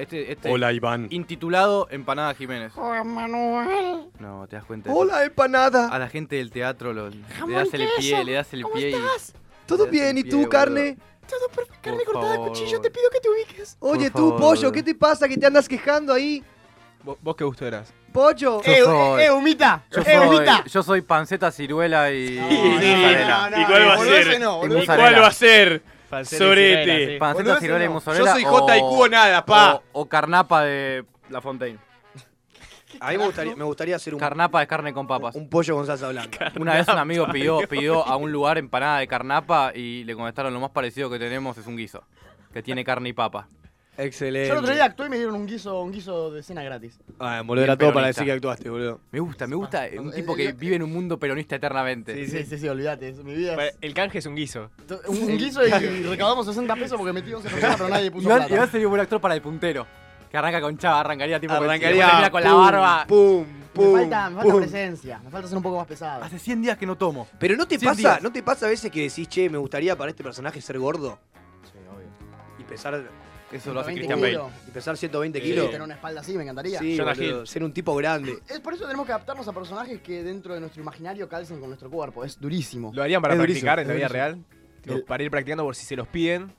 Speaker 1: Este, este
Speaker 2: Hola, Iván.
Speaker 1: Intitulado Empanada Jiménez.
Speaker 6: Hola, Manuel.
Speaker 1: No, te das cuenta.
Speaker 7: Hola, empanada.
Speaker 1: A la gente del teatro lo-
Speaker 6: Jamón
Speaker 1: le das el
Speaker 6: y
Speaker 1: pie,
Speaker 6: queso.
Speaker 1: le das el
Speaker 6: ¿Cómo
Speaker 1: pie
Speaker 6: estás?
Speaker 7: ¿Todo
Speaker 1: le das
Speaker 7: bien?
Speaker 1: el
Speaker 7: ¿Y
Speaker 1: pie,
Speaker 7: tú,
Speaker 1: boludo.
Speaker 7: carne?
Speaker 6: Todo perfecto. Carne
Speaker 1: Por
Speaker 6: cortada
Speaker 1: favor.
Speaker 6: de cuchillo, te pido que te ubiques.
Speaker 7: Oye,
Speaker 1: Por
Speaker 7: tú,
Speaker 1: favor.
Speaker 7: pollo, ¿qué te pasa que te andas quejando ahí?
Speaker 4: ¿Vos, vos qué gusto eras?
Speaker 1: Yo
Speaker 7: Pollo.
Speaker 1: soy-
Speaker 6: eh, humita.
Speaker 1: Ah, Yo
Speaker 7: Eh,
Speaker 1: soy,
Speaker 7: humita.
Speaker 1: yo soy panceta, ciruela y.
Speaker 2: Y-
Speaker 1: mozzarella.
Speaker 2: ¿Y cuál va a ser? ¿Y cuál va a ser? Sorete.
Speaker 1: Panceta, ciruela y mozzarella.
Speaker 2: Yo soy J y
Speaker 1: o-
Speaker 2: Cubo nada, pa.
Speaker 1: O, o carnapa de La Fontaine.
Speaker 7: A mí me gustaría, me gustaría hacer un.
Speaker 1: Carnapa de carne con papas.
Speaker 7: Un pollo con salsa blanca.
Speaker 1: Una vez un amigo pidió,
Speaker 7: Dios
Speaker 1: pidió a un lugar empanada de carnapa y le contestaron lo más parecido que tenemos es un guiso, que tiene carne y papa.
Speaker 7: Excelente.
Speaker 6: Yo el otro día actué y me dieron un guiso, un guiso de cena gratis.
Speaker 7: Ah,
Speaker 1: boludo, era todo para decir que
Speaker 7: actuaste, boludo.
Speaker 1: Me gusta, me gusta eh, un
Speaker 6: el-
Speaker 1: tipo
Speaker 6: Ah, el-
Speaker 1: que vive en un mundo peronista eternamente.
Speaker 6: Sí, sí, sí, sí, olvídate. eso, Mi vida es-
Speaker 4: El canje es un guiso.
Speaker 6: To- Un, un guiso y recaudamos 60 pesos porque metí 11 personas, pero nadie puso
Speaker 1: Iván,
Speaker 6: plata.
Speaker 1: Iván sería un buen actor para el puntero, que arranca con chava, arrancaría tipo con-
Speaker 2: Arrancaría,
Speaker 1: termina con la
Speaker 2: pum,
Speaker 1: barba.
Speaker 7: Pum,
Speaker 6: me
Speaker 7: pum,
Speaker 6: falta, me falta
Speaker 7: pum.
Speaker 6: presencia, me falta ser un poco más pesado.
Speaker 1: Hace 100 días que no tomo.
Speaker 7: Pero no te
Speaker 1: 100
Speaker 7: pasa,
Speaker 1: días.
Speaker 7: ¿no te pasa a veces que decís, che, me gustaría para este personaje ser gordo? Sí, obvio. Y pesar.
Speaker 1: Eso lo hace
Speaker 6: 120
Speaker 1: Christian Bale.
Speaker 6: kilos.
Speaker 7: Y pesar 120
Speaker 6: Sí,
Speaker 7: kilos.
Speaker 6: tener una espalda así, me encantaría.
Speaker 7: Sí, boludo, ser un tipo grande.
Speaker 6: Es por eso tenemos que adaptarnos a personajes que dentro de nuestro imaginario calcen con nuestro cuerpo. Es durísimo.
Speaker 4: ¿Lo harían para
Speaker 6: Es durísimo,
Speaker 4: practicar en
Speaker 6: es
Speaker 4: la vida
Speaker 6: durísimo.
Speaker 4: real? Tipo, para ir practicando por si se los piden.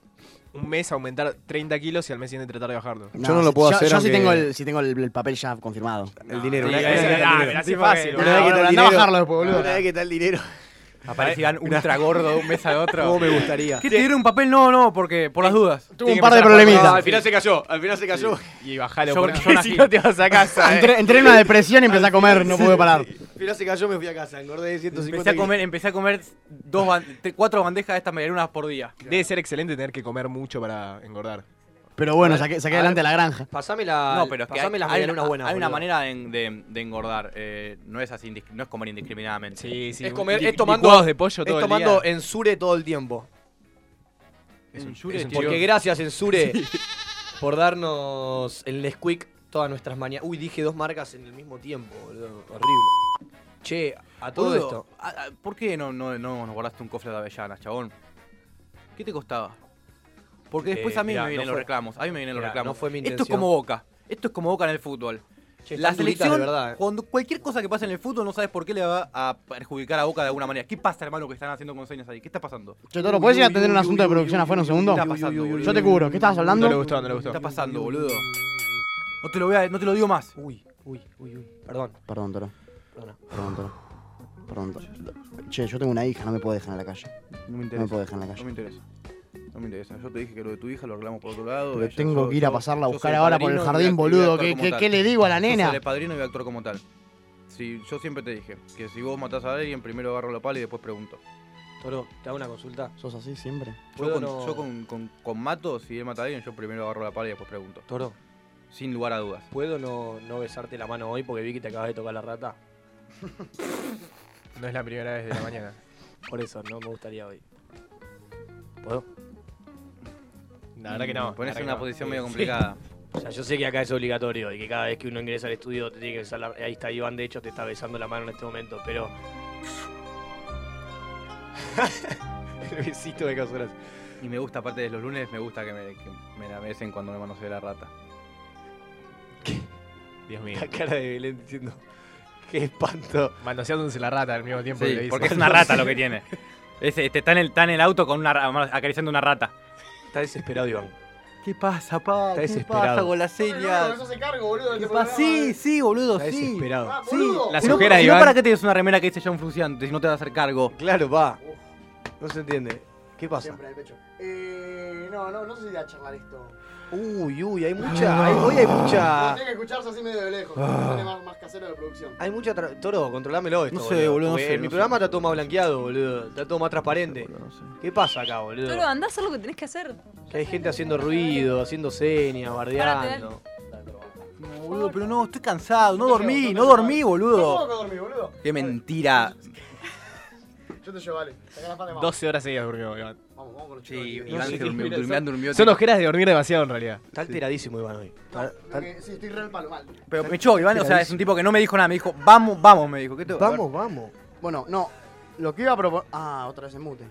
Speaker 4: un mes aumentar 30 kilos y al mes siguiente tratar de bajarlo.
Speaker 7: Yo no lo puedo hacer,
Speaker 6: Yo sí
Speaker 7: aunque-
Speaker 6: tengo, el, sí tengo el, el papel ya confirmado.
Speaker 7: El dinero.
Speaker 4: Sí, ese-
Speaker 7: una vez que
Speaker 4: ah,
Speaker 7: está
Speaker 4: me la
Speaker 7: el dinero.
Speaker 4: hace fácil,
Speaker 7: Una vez que está el
Speaker 6: Andá a
Speaker 7: dinero.
Speaker 6: bajarlo después, boludo.
Speaker 7: Una vez que está el dinero.
Speaker 1: Aparecían ultra gordo de un mes a otro.
Speaker 7: ¿Cómo me gustaría?
Speaker 1: ¿Qué te dieron un papel? No, no, porque por las dudas.
Speaker 6: Tuve Eh, un par de problemitas.
Speaker 1: Al final se cayó, al final se cayó.
Speaker 4: Y bajalo,
Speaker 1: Yo-
Speaker 4: porque
Speaker 1: yo nací.
Speaker 4: si no te vas a casa. eh.
Speaker 6: Entré, entré en una depresión y empecé a comer, no pude parar.
Speaker 7: Pero se cayó, me fui a casa, engordé de 150
Speaker 1: Empecé a comer, empecé a comer dos ban- te- cuatro bandejas de estas medialunas por día.
Speaker 4: Debe ser excelente tener que comer mucho para engordar.
Speaker 6: Pero bueno,
Speaker 7: A ver,
Speaker 6: saqué, saqué
Speaker 7: a ver.
Speaker 6: adelante la granja.
Speaker 7: Pasame la.
Speaker 1: No, pero es que hay,
Speaker 7: pasame las
Speaker 1: hay
Speaker 7: medialunas
Speaker 1: una,
Speaker 7: buenas.
Speaker 1: hay una
Speaker 7: boludo.
Speaker 1: manera de, de- de engordar. eh, no es así, indis- no es comer indiscriminadamente.
Speaker 4: Sí, sí.
Speaker 7: Es
Speaker 4: un-
Speaker 7: comer,
Speaker 4: li-
Speaker 7: es tomando.
Speaker 4: licuados de pollo todo
Speaker 7: es
Speaker 4: el
Speaker 7: tomando
Speaker 4: día.
Speaker 7: ensure todo el tiempo.
Speaker 4: Es un-
Speaker 1: Ensure,
Speaker 4: es un
Speaker 1: tío.
Speaker 4: pollo.
Speaker 7: Porque gracias, Ensure, por darnos el Nesquik todas nuestras mañanas. Uy, dije dos marcas en el mismo tiempo, boludo. Horrible. Che, a todo
Speaker 1: Boludo,
Speaker 7: esto.
Speaker 1: a- a- ¿Por qué no, no, no nos guardaste un cofre de avellanas, chabón? ¿Qué te costaba? Porque después
Speaker 7: Eh,
Speaker 1: a mí
Speaker 7: mirá,
Speaker 1: me vienen
Speaker 7: no
Speaker 1: los
Speaker 7: fue-
Speaker 1: reclamos. A mí me vienen los
Speaker 7: mirá,
Speaker 1: reclamos.
Speaker 7: no fue mi
Speaker 1: Esto es
Speaker 7: intención.
Speaker 1: como boca. Esto es como boca en el fútbol.
Speaker 7: Che,
Speaker 1: La
Speaker 7: están duritas,
Speaker 1: selección,
Speaker 7: de verdad. eh.
Speaker 1: cuando cualquier cosa que pase en el fútbol, no sabes por qué le va a perjudicar a Boca de alguna manera. ¿Qué pasa, hermano, que están haciendo con señas ahí? ¿Qué está pasando?
Speaker 6: Che, Toro, ¿puedes ir a atender un asunto de producción afuera un segundo?
Speaker 1: ¿Qué está pasando, boludo?
Speaker 6: Yo te cubro. ¿Qué estabas hablando?
Speaker 4: No le gustó, no le
Speaker 1: ¿Qué
Speaker 4: gustó.
Speaker 1: está pasando, boludo? No te lo voy a, no te lo digo más.
Speaker 7: Uy, uy, uy, uy. Perdón.
Speaker 6: Perdón, Toro.
Speaker 7: Perdona.
Speaker 6: Perdón, Toro. Perdón, Toro. Che, yo tengo una hija, no me puedo dejar en la calle.
Speaker 2: No me
Speaker 6: No me
Speaker 2: interesa.
Speaker 6: puedo dejar en la
Speaker 2: No
Speaker 6: calle.
Speaker 2: me interesa. No me interesa. Yo te dije que lo de tu hija lo arreglamos por otro lado.
Speaker 6: Porque
Speaker 2: ella-
Speaker 6: tengo
Speaker 2: yo-
Speaker 6: que ir a
Speaker 2: yo-
Speaker 6: pasarla a
Speaker 2: yo
Speaker 6: buscar
Speaker 2: soy
Speaker 6: ahora por
Speaker 2: padrino y
Speaker 6: el
Speaker 2: voy a-
Speaker 6: jardín,
Speaker 2: y voy a
Speaker 6: boludo.
Speaker 2: actuar
Speaker 6: ¿Qué,
Speaker 2: como
Speaker 6: qué-
Speaker 2: tal.
Speaker 6: qué le digo a la
Speaker 1: Yo
Speaker 6: nena?
Speaker 1: seré padrino y voy a actuar como tal. Si, yo siempre te dije que si vos matás a alguien, primero agarro la pala y después pregunto.
Speaker 7: Toro, te hago una consulta.
Speaker 6: ¿Sos así siempre?
Speaker 1: Yo,
Speaker 7: ¿Puedo
Speaker 1: con,
Speaker 7: no-
Speaker 1: yo con, con- con Mato, si él mata a alguien, yo primero agarro la pala y después pregunto.
Speaker 7: Toro,
Speaker 1: Sin lugar a dudas.
Speaker 7: ¿puedo no, no besarte la mano hoy porque vi que te acabas de tocar la rata?
Speaker 4: No es la primera vez de la mañana.
Speaker 7: Por eso, no me gustaría hoy. ¿Puedo?
Speaker 4: La verdad que no.
Speaker 1: Me Mm, pones
Speaker 4: la
Speaker 1: en una
Speaker 4: verdad que no.
Speaker 1: posición
Speaker 4: Sí.
Speaker 1: medio complicada.
Speaker 12: O sea, yo sé que acá es obligatorio y que cada vez que uno ingresa al estudio te tiene que besar la... Ahí está Iván, de hecho, te está besando la mano en este momento, pero...
Speaker 4: El besito de Cazuelas.
Speaker 1: Y me gusta, aparte de los lunes, me gusta que me, que me la besen cuando me manosee la rata.
Speaker 4: Dios mío.
Speaker 12: La cara de Belén diciendo... ¡Qué espanto!
Speaker 4: Manoseándose la rata al mismo tiempo que
Speaker 1: Sí,
Speaker 4: le dice.
Speaker 1: porque es una rata lo que tiene. Ese, este, está, en el, está en el auto con una, ra- acariciando una rata.
Speaker 12: Está desesperado, Iván.
Speaker 1: ¿Qué pasa, pa?
Speaker 12: Está ¿Qué desesperado. pasa
Speaker 1: con las
Speaker 13: hace cargo, boludo.
Speaker 1: ¿Qué pasa? Sí, sí, boludo,
Speaker 4: Está
Speaker 1: sí.
Speaker 7: Ah,
Speaker 4: desesperado.
Speaker 1: Sí.
Speaker 4: Las
Speaker 1: Si no,
Speaker 4: ojeras de
Speaker 1: si no,
Speaker 4: Iván.
Speaker 1: ¿para qué te des una remera que dice John Fruciante si no te vas a hacer cargo?
Speaker 7: Claro, va. No se entiende. ¿Qué pasa?
Speaker 6: en el pecho. Eh, no, no, no sé si voy a charlar esto.
Speaker 7: Uy, uy, hay mucha. hay- hoy hay mucha.
Speaker 6: que escucharse así medio de lejos. Sale más, más casero de producción.
Speaker 7: Hay mucha. tra- Toro, controlámelo esto.
Speaker 2: No sé, boludo, no
Speaker 7: porque
Speaker 2: sé,
Speaker 7: En mi
Speaker 2: no
Speaker 7: programa
Speaker 2: sé.
Speaker 7: está todo más blanqueado, boludo. Está todo más transparente.
Speaker 2: No sé.
Speaker 7: ¿Qué pasa acá, boludo?
Speaker 3: Toro, andá a hacer lo que tenés que hacer.
Speaker 7: Que hay gente haciendo ruido, haciendo señas,
Speaker 3: eh.
Speaker 7: bardeando.
Speaker 1: No, boludo, pero no, estoy cansado. No dormí, no dormí, boludo.
Speaker 6: que dormí, boludo?
Speaker 1: Qué mentira.
Speaker 6: Yo te llevo, vale. Sacá la espalda, vamos.
Speaker 4: 12 horas seguidas durmió, Iván.
Speaker 6: Vamos, vamos con los
Speaker 1: Sí,
Speaker 6: chicos.
Speaker 1: Iván
Speaker 7: No sé
Speaker 1: se
Speaker 7: qué
Speaker 1: durmió,
Speaker 7: mira,
Speaker 1: durmió,
Speaker 7: son-
Speaker 1: durmió.
Speaker 4: Son ojeras de dormir demasiado en realidad.
Speaker 7: Está alteradísimo, Iván, hoy. Está- está-
Speaker 6: Porque Eh, Sí, estoy re al palo, mal.
Speaker 1: Pero me echó, Iván, o sea, es un tipo que no me dijo nada. Me dijo, vamos, vamos, me dijo. ¿Qué te a ver.
Speaker 7: Vamos, vamos.
Speaker 6: Bueno, no. Lo que iba a proponer. Ah, otra vez en mute.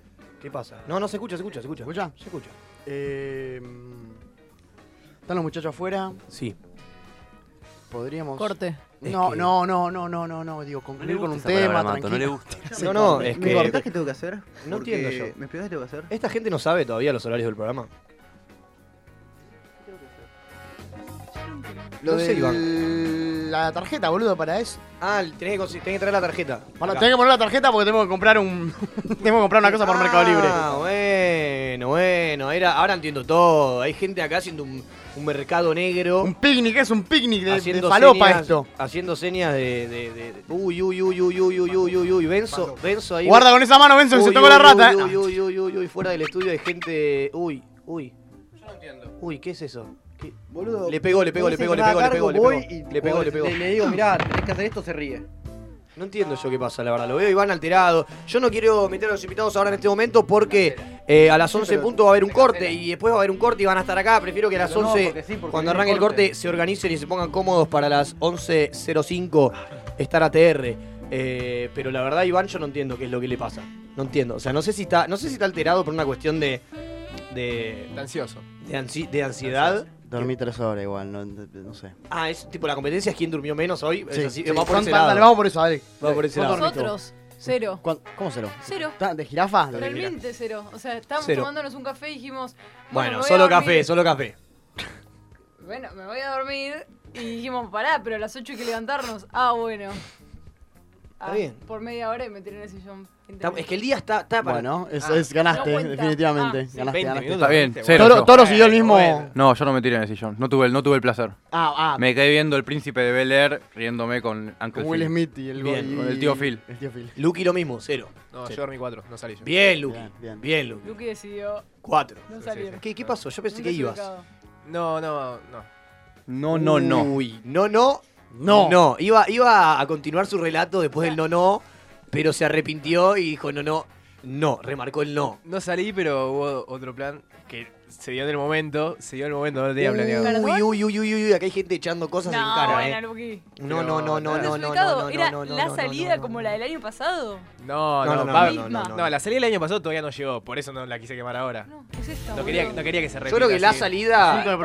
Speaker 7: ¿Qué pasa? No, no, se escucha, se escucha, se escucha.
Speaker 6: ¿Escucha?
Speaker 7: Se escucha.
Speaker 6: Eh, mm, están los muchachos afuera.
Speaker 7: Sí.
Speaker 6: Podríamos.
Speaker 3: Corte.
Speaker 7: Es
Speaker 6: No,
Speaker 7: que-
Speaker 6: no, no, no, no, no, no. Digo, concluir con un tema. tranquilo.
Speaker 1: gusta.
Speaker 7: No, no, es
Speaker 2: ¿Me cortás
Speaker 7: que.
Speaker 2: qué tengo que hacer?
Speaker 7: No
Speaker 2: Porque-
Speaker 7: entiendo yo.
Speaker 2: ¿Me explicás qué tengo que hacer?
Speaker 7: Esta gente no sabe todavía los horarios del programa.
Speaker 6: Lo
Speaker 7: No sé,
Speaker 6: de la tarjeta, boludo, para eso.
Speaker 7: Ah, tenés que, consi- tenés que traer la tarjeta.
Speaker 6: Para,
Speaker 7: Acá.
Speaker 6: tengo que poner la tarjeta porque tengo que comprar un. tengo que comprar una cosa por Mercado Libre.
Speaker 7: Ah, bueno, bueno. Era, ahora entiendo todo. Hay gente acá haciendo un, un mercado negro.
Speaker 6: Un picnic, es un picnic de, de
Speaker 7: haciendo
Speaker 6: falopa
Speaker 7: señas,
Speaker 6: esto.
Speaker 7: Haciendo señas de, de, de- de- Uy, uy, uy, uy, uy, uy, uy, uy, uy. Benzo, Benzo ahí.
Speaker 6: Guarda con esa mano, Benson, que se
Speaker 7: Uy,
Speaker 6: tocó
Speaker 7: uy,
Speaker 6: la rata.
Speaker 7: Uy,
Speaker 6: eh.
Speaker 7: uy, uy, uy, uy, uy, fuera del estudio hay gente. Uy, uy. Uy, ¿qué es eso? ¿Qué?
Speaker 2: Boludo.
Speaker 7: Le pegó, le pegó, le pegó, le pegó, le pegó, le pegó. Le pegó, le pegó.
Speaker 2: Le digo, mirá, tenés que hacer esto, se ríe.
Speaker 7: No entiendo yo qué pasa, la verdad. Lo veo Iván alterado. Yo no quiero meter a los invitados ahora en este momento porque eh, a las 11 en punto va a haber un corte y después va a haber un corte y van a estar acá. Prefiero que a las
Speaker 2: Pero no,
Speaker 7: 11,
Speaker 2: porque sí, porque
Speaker 7: cuando
Speaker 2: viene
Speaker 7: arranque el
Speaker 2: el
Speaker 7: corte,
Speaker 2: corte.
Speaker 7: se organicen y se pongan cómodos para las 11.05 estar ATR. Eh, pero la verdad, Iván, yo no entiendo qué es lo que le pasa. No entiendo. O sea, no sé si está, no sé si está alterado por una cuestión de. de.
Speaker 4: Está ansioso.
Speaker 7: de, ansi- de ansiedad.
Speaker 6: Dormí tres horas igual, no, no sé.
Speaker 7: Ah, es tipo la competencia es quién durmió menos hoy. Es así, va por
Speaker 6: Son-
Speaker 7: ese
Speaker 6: dale,
Speaker 7: lado.
Speaker 6: vamos por eso, dale.
Speaker 7: Va por ese lado.
Speaker 3: Nosotros. Cero.
Speaker 6: ¿Cuán- ¿Cómo cero?
Speaker 3: Cero.
Speaker 6: ¿Está- ¿De jirafa?
Speaker 3: Realmente cero. O sea, estábamos
Speaker 6: Cero.
Speaker 3: tomándonos un café y dijimos.
Speaker 6: Bueno,
Speaker 3: me voy a
Speaker 6: solo
Speaker 3: dormir.
Speaker 6: café, solo café.
Speaker 3: Bueno, me voy a dormir. Y dijimos, pará, pero a las 8 hay que levantarnos. Ah, bueno. Ah,
Speaker 7: bien.
Speaker 3: Por media hora y me tiré en el sillón.
Speaker 7: Está- es que el día está, está para.
Speaker 6: Bueno, es,
Speaker 3: Ah,
Speaker 6: es- ganaste,
Speaker 3: no cuenta.
Speaker 6: definitivamente.
Speaker 3: Ah, sí.
Speaker 6: ganaste,
Speaker 3: 20
Speaker 6: ganaste.
Speaker 1: Está bien, cero.
Speaker 6: Toro,
Speaker 1: yo.
Speaker 6: Toro siguió
Speaker 3: Eh,
Speaker 6: el mismo.
Speaker 1: No, yo no me tiré en el sillón. No tuve, el- no tuve el placer.
Speaker 6: Ah, ah.
Speaker 1: Me quedé viendo El Príncipe de Bel Air riéndome con Uncle
Speaker 6: Con Will
Speaker 1: Phil.
Speaker 6: Smith y el
Speaker 1: Bien,
Speaker 6: y-
Speaker 1: con el tío Phil.
Speaker 6: El tío Phil.
Speaker 7: Lucky lo mismo, cero.
Speaker 4: No,
Speaker 7: Cero.
Speaker 4: yo dormí cuatro, no salí yo.
Speaker 7: Bien, Lucky.
Speaker 6: Bien, bien.
Speaker 7: Bien, Lucky.
Speaker 3: Lucky decidió.
Speaker 7: Cuatro.
Speaker 3: No salir.
Speaker 7: ¿Qué, qué pasó? Yo pensé
Speaker 3: Nunca
Speaker 7: que
Speaker 3: se
Speaker 7: ibas.
Speaker 3: ubicaba.
Speaker 4: No, no, no.
Speaker 1: No, no, no.
Speaker 7: Uy, no, no.
Speaker 6: No.
Speaker 7: No, iba, iba a continuar su relato después del no, no, pero se arrepintió y dijo no, no, no. Remarcó el no.
Speaker 4: No salí, pero hubo otro plan que se dio en el momento. Se dio en el momento, no lo tenía planeado.
Speaker 7: Uy, uy, uy, uy, uy, acá hay gente echando cosas en
Speaker 3: No,
Speaker 7: cara,
Speaker 3: bueno,
Speaker 7: eh.
Speaker 3: Lucky.
Speaker 7: No, no, no, no, no, no, no,
Speaker 3: Ubicado,
Speaker 7: no,
Speaker 3: ¿Era
Speaker 7: no, no,
Speaker 3: la
Speaker 7: no, no.
Speaker 3: salida como la del año pasado?
Speaker 4: No,
Speaker 7: No,
Speaker 4: no,
Speaker 7: no, no,
Speaker 4: Babi-
Speaker 7: no, no, no, no.
Speaker 4: la salida del año pasado todavía no llegó, por eso no la quise quemar ahora. No,
Speaker 3: Es esta,
Speaker 4: quería,
Speaker 3: boludo.
Speaker 4: no quería que se repita.
Speaker 7: Yo creo que la
Speaker 4: así.
Speaker 7: salida. Yo creo que,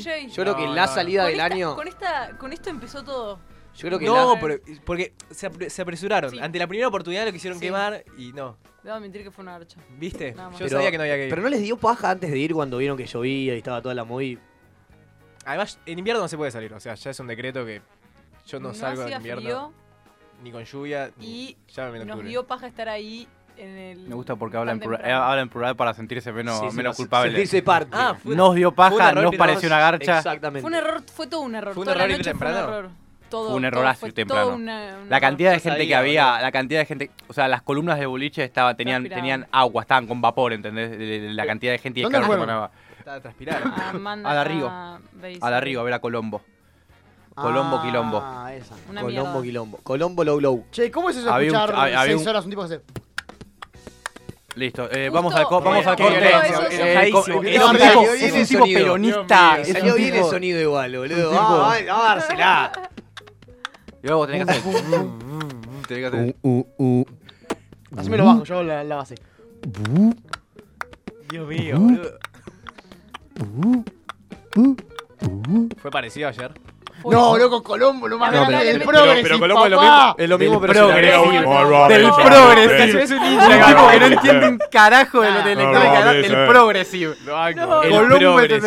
Speaker 3: Jay.
Speaker 7: yo creo que
Speaker 4: No,
Speaker 7: la
Speaker 4: no.
Speaker 7: salida
Speaker 3: Con
Speaker 7: del
Speaker 3: esta-
Speaker 7: año.
Speaker 3: Con, esta, con esto empezó todo.
Speaker 7: Yo creo que
Speaker 4: no,
Speaker 7: la-
Speaker 4: pero- porque se, apre- se apresuraron. Ante la primera oportunidad lo quisieron quemar y no.
Speaker 3: Debo mentir que fue una archa.
Speaker 4: ¿Viste?
Speaker 3: Nada más.
Speaker 4: Yo sabía que no había que ir.
Speaker 7: Pero no les dio paja antes de ir cuando vieron que llovía y estaba toda la movida.
Speaker 4: Además, en invierno no se puede salir, o sea, ya es un decreto que yo no,
Speaker 3: No
Speaker 4: salgo en
Speaker 3: hacía
Speaker 4: invierno.
Speaker 3: frío.
Speaker 4: Ni con lluvia, ni.
Speaker 3: Y
Speaker 4: Ya me
Speaker 3: nos
Speaker 4: octubre.
Speaker 3: dio paja estar ahí en el.
Speaker 1: Me gusta porque habla en,
Speaker 3: tan
Speaker 1: plural,
Speaker 3: temprano.
Speaker 1: habla en plural para sentirse menos,
Speaker 7: Sí, sí,
Speaker 1: menos
Speaker 7: para
Speaker 1: culpable.
Speaker 7: sentirse parte. Ah, fue-
Speaker 1: nos dio
Speaker 7: fue un
Speaker 1: paja,
Speaker 7: error,
Speaker 1: nos
Speaker 7: pero
Speaker 1: pareció
Speaker 7: no-
Speaker 1: una garcha.
Speaker 7: Exactamente.
Speaker 3: Fue un error, fue todo un error.
Speaker 4: Fue un
Speaker 3: Toda
Speaker 4: error
Speaker 3: la
Speaker 4: ir
Speaker 3: noche
Speaker 4: temprano.
Speaker 3: Fue un error. Todo,
Speaker 1: Fue un
Speaker 3: todo
Speaker 1: error así
Speaker 3: fue
Speaker 1: temprano.
Speaker 3: todo una- eh, un
Speaker 1: la
Speaker 3: error.
Speaker 1: cantidad de gente que
Speaker 4: sabía,
Speaker 1: había,
Speaker 4: boludo.
Speaker 1: la cantidad de gente, o sea, las columnas de boliche estaban, tenían,
Speaker 3: Transpiraban.
Speaker 1: tenían agua, estaban con vapor, ¿entendés? De- de- de La cantidad de gente y de
Speaker 6: ¿Dónde
Speaker 1: calor que
Speaker 6: fueron?
Speaker 1: manaba.
Speaker 4: Estaba transpirado.
Speaker 3: Amanda
Speaker 1: A la Río.
Speaker 3: Basil.
Speaker 1: A la Río, a ver a Colombo. Colombo
Speaker 6: Ah,
Speaker 1: Quilombo.
Speaker 6: esa.
Speaker 3: Una
Speaker 7: Colombo,
Speaker 3: mierda.
Speaker 7: Quilombo. Colombo, low, low.
Speaker 6: Che, Eh, ¿cómo es eso de
Speaker 1: Había un-
Speaker 6: escuchar
Speaker 1: hab- había
Speaker 6: seis
Speaker 1: un-
Speaker 6: horas un tipo que hace?
Speaker 1: Listo, eh, vamos al, co-
Speaker 3: Justo,
Speaker 1: vamos al
Speaker 3: bueno,
Speaker 1: corte.
Speaker 3: justo eso
Speaker 1: Eh,
Speaker 4: sí.
Speaker 1: co-
Speaker 4: Enojadísimo.
Speaker 1: es un tipo,
Speaker 7: Salió
Speaker 1: es
Speaker 7: bien
Speaker 1: un
Speaker 7: el
Speaker 1: tipo
Speaker 7: sonido.
Speaker 1: peronista. es un
Speaker 7: Salió bien el
Speaker 1: tipo-
Speaker 7: sonido igual, boludo.
Speaker 1: un tipo-
Speaker 7: Ah, ah, dársela.
Speaker 1: Y luego tenés que hacer. uh, tenés que hacer-
Speaker 7: Uh,
Speaker 6: Hacémelo bajo, yo hago la, la base.
Speaker 4: Dios mío, boludo. Fue parecido ayer.
Speaker 3: Fue-
Speaker 6: No, loco, Colombo, lo más
Speaker 3: No,
Speaker 6: grande
Speaker 3: pero-
Speaker 6: del
Speaker 3: pero-
Speaker 6: progreso.
Speaker 14: pero Colombo es lo
Speaker 6: papá.
Speaker 14: mismo- es lo mismo,
Speaker 1: Del
Speaker 14: pero se le
Speaker 1: progres.
Speaker 14: agrega un-
Speaker 1: Del
Speaker 14: Del
Speaker 1: progres.
Speaker 14: progres.
Speaker 1: Es un tipo que no entiende un carajo de
Speaker 6: Ah.
Speaker 1: lo de
Speaker 14: No,
Speaker 1: electrónica,
Speaker 14: no,
Speaker 1: ¿no?
Speaker 14: eso
Speaker 1: El
Speaker 14: es.
Speaker 1: progresive.
Speaker 3: No,
Speaker 1: El Colombo es el mejor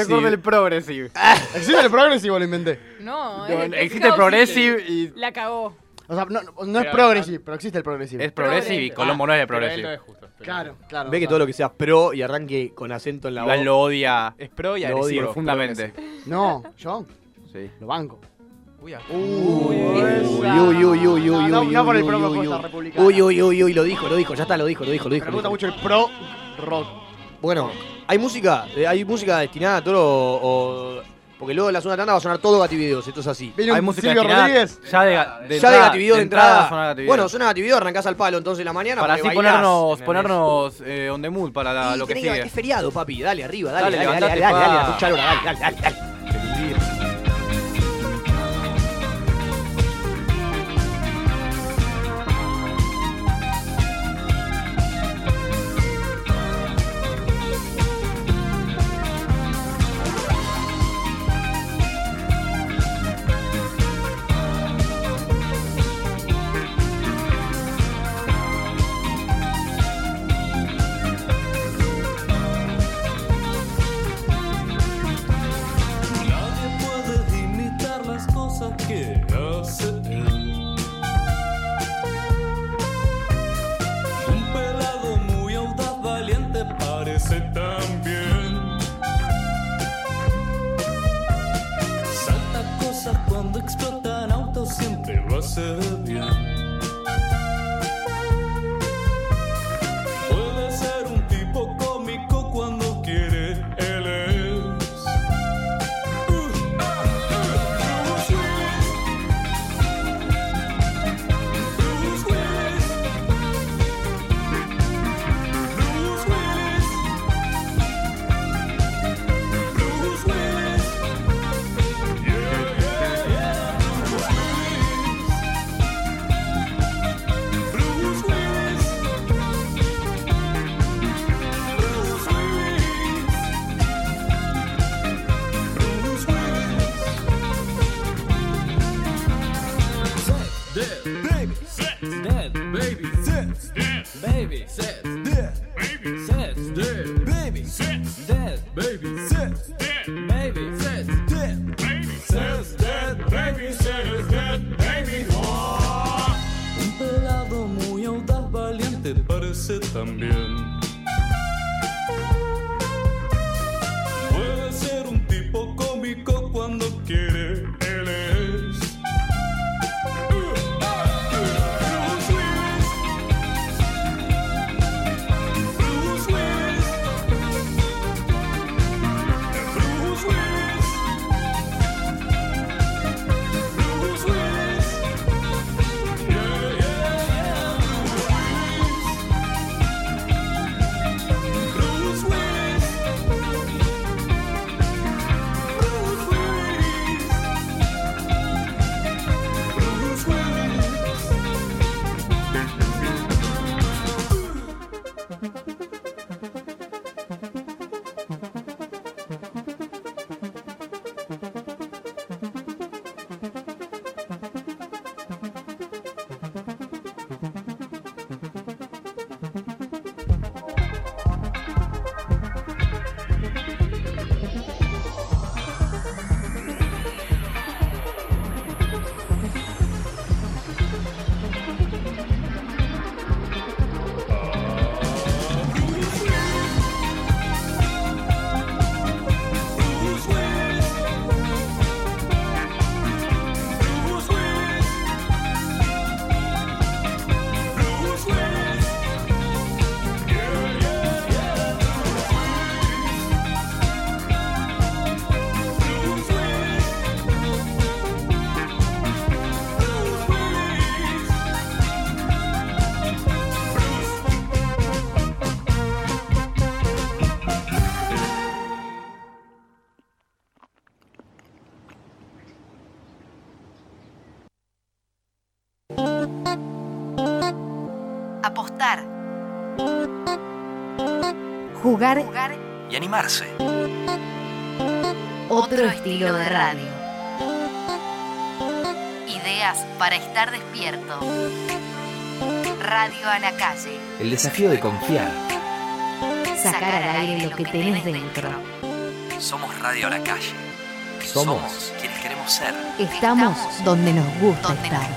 Speaker 14: progressive.
Speaker 1: del progressive.
Speaker 6: Existe el progresivo, lo inventé.
Speaker 3: no,
Speaker 1: No,
Speaker 3: era-
Speaker 1: Existe el progressive y
Speaker 3: La cagó.
Speaker 6: O sea, no, no- no es progresivo, pero existe el progresivo.
Speaker 1: es progressive y Colombo no es de progressive.
Speaker 14: justo.
Speaker 6: Claro, claro.
Speaker 7: Ve que todo lo que sea pro y arranque con acento en la voz.
Speaker 1: Iván lo odia
Speaker 4: Es pro y
Speaker 7: Lo
Speaker 4: agresivo.
Speaker 7: odio
Speaker 1: profundamente.
Speaker 6: No, yo
Speaker 1: Sí.
Speaker 6: lo banco.
Speaker 4: Uy, a-
Speaker 7: ah. Uy, uy, uy, uy, uy,
Speaker 6: No, no,
Speaker 7: uy,
Speaker 6: no por el
Speaker 7: uy,
Speaker 6: pro
Speaker 7: uy,
Speaker 6: propuesta
Speaker 7: uy.
Speaker 6: republicana.
Speaker 7: Uy, uy, uy, uy, lo dijo, lo dijo, ya está, lo dijo, lo dijo, lo dijo.
Speaker 6: Me
Speaker 7: lo
Speaker 6: gusta
Speaker 7: dijo.
Speaker 6: mucho el pro rock.
Speaker 7: Bueno, hay música, eh, hay música destinada a todo o, porque luego en la segunda tanda va a sonar todo Gativideos, esto es así.
Speaker 6: Viene un
Speaker 1: Hay música
Speaker 6: Silvio
Speaker 1: destinada-
Speaker 6: Rodríguez.
Speaker 1: Ya de, ga- de
Speaker 7: ya de
Speaker 1: entrada-
Speaker 7: Gativideos de entrada.
Speaker 1: suena Gativideos.
Speaker 7: Bueno, suena Gativideos, arrancás al palo entonces la mañana.
Speaker 1: para así
Speaker 7: porque bailás.
Speaker 1: ponernos, ponernos eh, on the mood para la-
Speaker 7: Y
Speaker 1: lo que
Speaker 7: tenés que-
Speaker 1: sigue.
Speaker 7: Es feriado, papi, dale, arriba, dale,
Speaker 1: Dale,
Speaker 7: dale, dale, dale,
Speaker 1: levantate,
Speaker 7: dale,
Speaker 1: pa.
Speaker 7: dale, la pucha hora, dale, dale, dale, dale.
Speaker 15: Nadie puede imitar las cosas que hace él. Un pelado muy audaz, valiente, parece también. Salta cosas cuando explotan autos, siempre lo hace bien. Puede ser un tipo cómico cuando quiere, él es. Uh, ah, Bruce Willis. Bruce Willis. Bruce Willis. Bruce Willis. Yeah, yeah, yeah. Bruce Willis. Baby, sits this. Baby, sits this. Baby, sits this. Baby, sits this. Baby, sits this. Baby, sits this. Baby, sits this. Baby, sits this. Baby, oh. Un pelado muy audaz, valiente, parece también. Puede ser un tipo cómico cuando quiere, él es. Bruce Willis. Bruce Willis. Bruce Willis. Bruce Willis. Yeah, yeah, yeah. Bruce Willis. Bruce Willis. Bruce Willis. Bruce Willis. Bruce Willis. Bruce Willis. Bruce Willis. Yeah, yeah, yeah. Bruce Willis. Bruce Willis.
Speaker 16: Apostar. Jugar.
Speaker 17: Y animarse.
Speaker 16: Otro estilo de radio. Ideas para estar despierto. Radio a la calle.
Speaker 17: El desafío de confiar.
Speaker 16: Sacar al aire lo que tenés dentro.
Speaker 17: Somos Radio a la Calle. Somos, quienes queremos ser.
Speaker 16: Estamos donde nos gusta estar.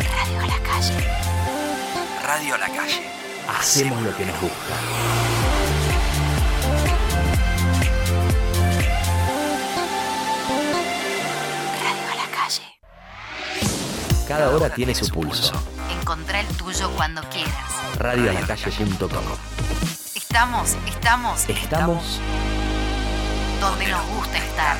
Speaker 16: Radio a la calle.
Speaker 17: Radio a la Calle. Hacemos lo que nos gusta.
Speaker 16: Radio a la calle.
Speaker 17: Cada hora tiene su pulso.
Speaker 16: Encontrá el tuyo cuando quieras.
Speaker 17: Radioalacalle.com
Speaker 16: Estamos, estamos
Speaker 17: Estamos
Speaker 16: donde nos gusta estar.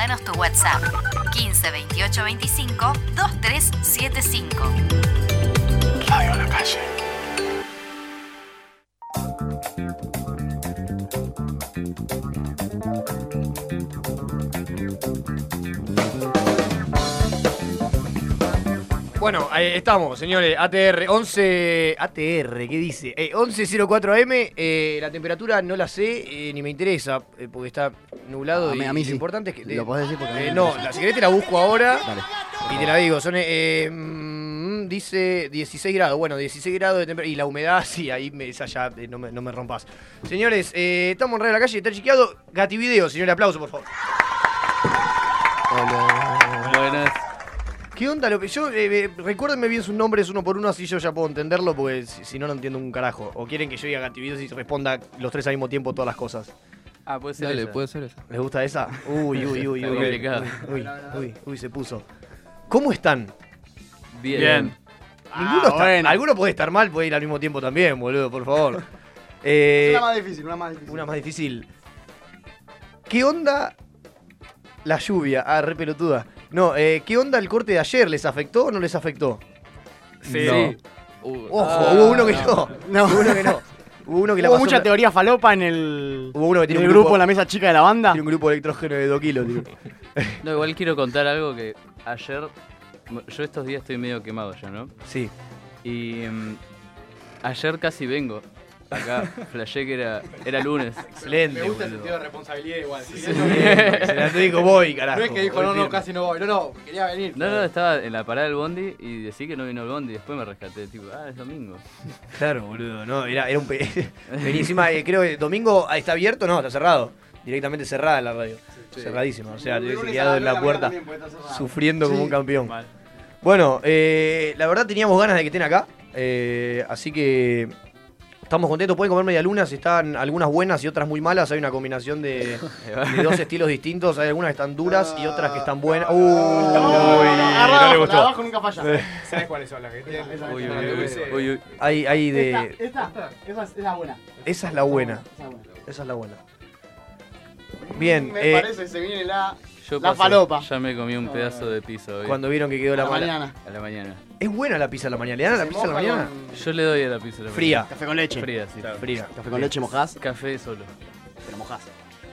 Speaker 16: Envíanos tu WhatsApp 15 28 25 2375.
Speaker 18: Radio a la calle.
Speaker 7: Bueno, ahí estamos, señores. ATR 11. ATR, ¿qué dice? Eh, 11.04 am. eh, la temperatura no la sé eh, ni me interesa eh, porque está nublado.
Speaker 6: A mí-
Speaker 7: y
Speaker 6: a mí
Speaker 7: lo
Speaker 6: sí.
Speaker 7: importante es que.
Speaker 6: Lo podés decir porque a mí
Speaker 7: eh,
Speaker 6: me
Speaker 7: No,
Speaker 6: interesa.
Speaker 7: la, si querés te la busco ahora
Speaker 6: Dale.
Speaker 7: y te la digo. Son. eh, mm, dice 16 grados. Bueno, 16 grados de temperatura. Y la humedad, sí, ahí me, esa ya eh, no, me, no me rompas. Señores, eh, estamos en Radio La Calle, está chequeado. Gativideo, señor, aplauso, por favor. Hola. Buenas. ¿Qué onda, López? Yo, eh, eh, recuérdenme bien sus nombres uno por uno, así yo ya puedo entenderlo, porque si, si no, no entiendo un carajo. O quieren que yo diga Gativideo y responda los tres al mismo tiempo todas las cosas.
Speaker 19: Ah, puede ser
Speaker 7: Dale,
Speaker 19: esa. Uh,
Speaker 7: puede ser esa. ¿Les gusta esa? Uy, uy, uy,
Speaker 19: Está
Speaker 7: uy.
Speaker 19: complicado.
Speaker 7: Uy, uy, uy, se puso. ¿Cómo están?
Speaker 19: Bien. Bien.
Speaker 6: Ah,
Speaker 7: Ninguno está- Alguno puede estar mal, puede ir al mismo tiempo también, boludo, por favor. Eh,
Speaker 6: Una más difícil, una más difícil.
Speaker 7: una más difícil. ¿Qué onda la lluvia? Ah, re pelotuda. No, eh, ¿qué onda el corte de ayer? ¿Les afectó o no les afectó?
Speaker 19: Sí.
Speaker 7: No.
Speaker 19: Uh,
Speaker 7: Ojo,
Speaker 19: ah,
Speaker 7: hubo uno que
Speaker 19: no.
Speaker 7: no. Hubo uno que no. Hubo uno que la
Speaker 6: Hubo
Speaker 7: pasó
Speaker 6: mucha
Speaker 7: la-
Speaker 6: teoría falopa en el,
Speaker 7: Hubo uno que
Speaker 6: en
Speaker 7: tiene
Speaker 6: el
Speaker 7: un
Speaker 6: grupo,
Speaker 7: grupo-
Speaker 6: en la mesa chica de la banda.
Speaker 7: Tiene un grupo de electrógeno de 2 Eh, kilos, tío.
Speaker 19: No, igual quiero contar algo que ayer. Yo estos días estoy medio quemado ya, ¿no?
Speaker 7: Sí.
Speaker 19: Y. mm, ayer casi vengo. Acá, flashé que era, era lunes.
Speaker 7: Excelente.
Speaker 1: Me gusta el
Speaker 19: boludo.
Speaker 1: sentido de responsabilidad igual.
Speaker 19: Sí,
Speaker 1: Quería
Speaker 19: sí.
Speaker 1: yo venir.
Speaker 19: Se la te digo, voy,
Speaker 1: No es
Speaker 19: carajo,
Speaker 1: que dijo,
Speaker 19: voy
Speaker 1: no, no,
Speaker 19: firme.
Speaker 1: casi no voy. No, no, quería venir.
Speaker 19: No, no, estaba en la parada del bondi y decí que no vino el bondi. Después me rescaté, tipo, ah, es domingo.
Speaker 7: Claro, boludo, no, era, era un pe... Vení, encima, eh, creo que domingo ah, está abierto, no, está cerrado. Directamente cerrada la radio.
Speaker 19: sí.
Speaker 7: Cerradísima, o sea,
Speaker 19: Lunes
Speaker 7: te
Speaker 19: a
Speaker 7: quedado en
Speaker 19: las nueve de
Speaker 7: la
Speaker 19: la
Speaker 7: puerta,
Speaker 19: mañana también puede estar cerrada.
Speaker 7: sufriendo como
Speaker 19: Sí.
Speaker 7: un campeón.
Speaker 19: Mal.
Speaker 7: Bueno, eh, la verdad teníamos ganas de que estén acá, eh, así que estamos contentos. Pueden comer medialunas, están algunas buenas y otras muy malas. Hay una combinación de, de dos estilos distintos. Hay algunas que están duras y otras que están buenas. Uy,
Speaker 6: abajo, la de abajo nunca falla.
Speaker 1: ¿Sabes cuáles son las que tienen?
Speaker 6: Esa,
Speaker 19: Uy,
Speaker 1: esa,
Speaker 19: uy, uy,
Speaker 1: esa.
Speaker 19: uy, uy.
Speaker 7: Hay, hay de...
Speaker 6: Esta, esta, esa es la buena.
Speaker 7: Esa es la buena. Esa es la buena. Bien,
Speaker 6: Me
Speaker 7: eh,
Speaker 6: parece que se viene la,
Speaker 19: Yo
Speaker 6: la
Speaker 19: pasé,
Speaker 6: falopa.
Speaker 19: Ya me comí un pedazo de pizza hoy.
Speaker 7: Cuando vieron que quedó la A la mala- mañana.
Speaker 19: A la mañana.
Speaker 7: es buena la pizza a la mañana. ¿Le dan a la
Speaker 19: Se
Speaker 7: pizza a la
Speaker 19: moja
Speaker 7: mañana?
Speaker 19: Yo le doy a la pizza. a la
Speaker 7: Fría.
Speaker 19: mañana.
Speaker 7: Café con leche.
Speaker 19: Fría, sí.
Speaker 7: Claro. Fría.
Speaker 6: Café con leche mojás.
Speaker 19: Café solo.
Speaker 6: Pero mojás.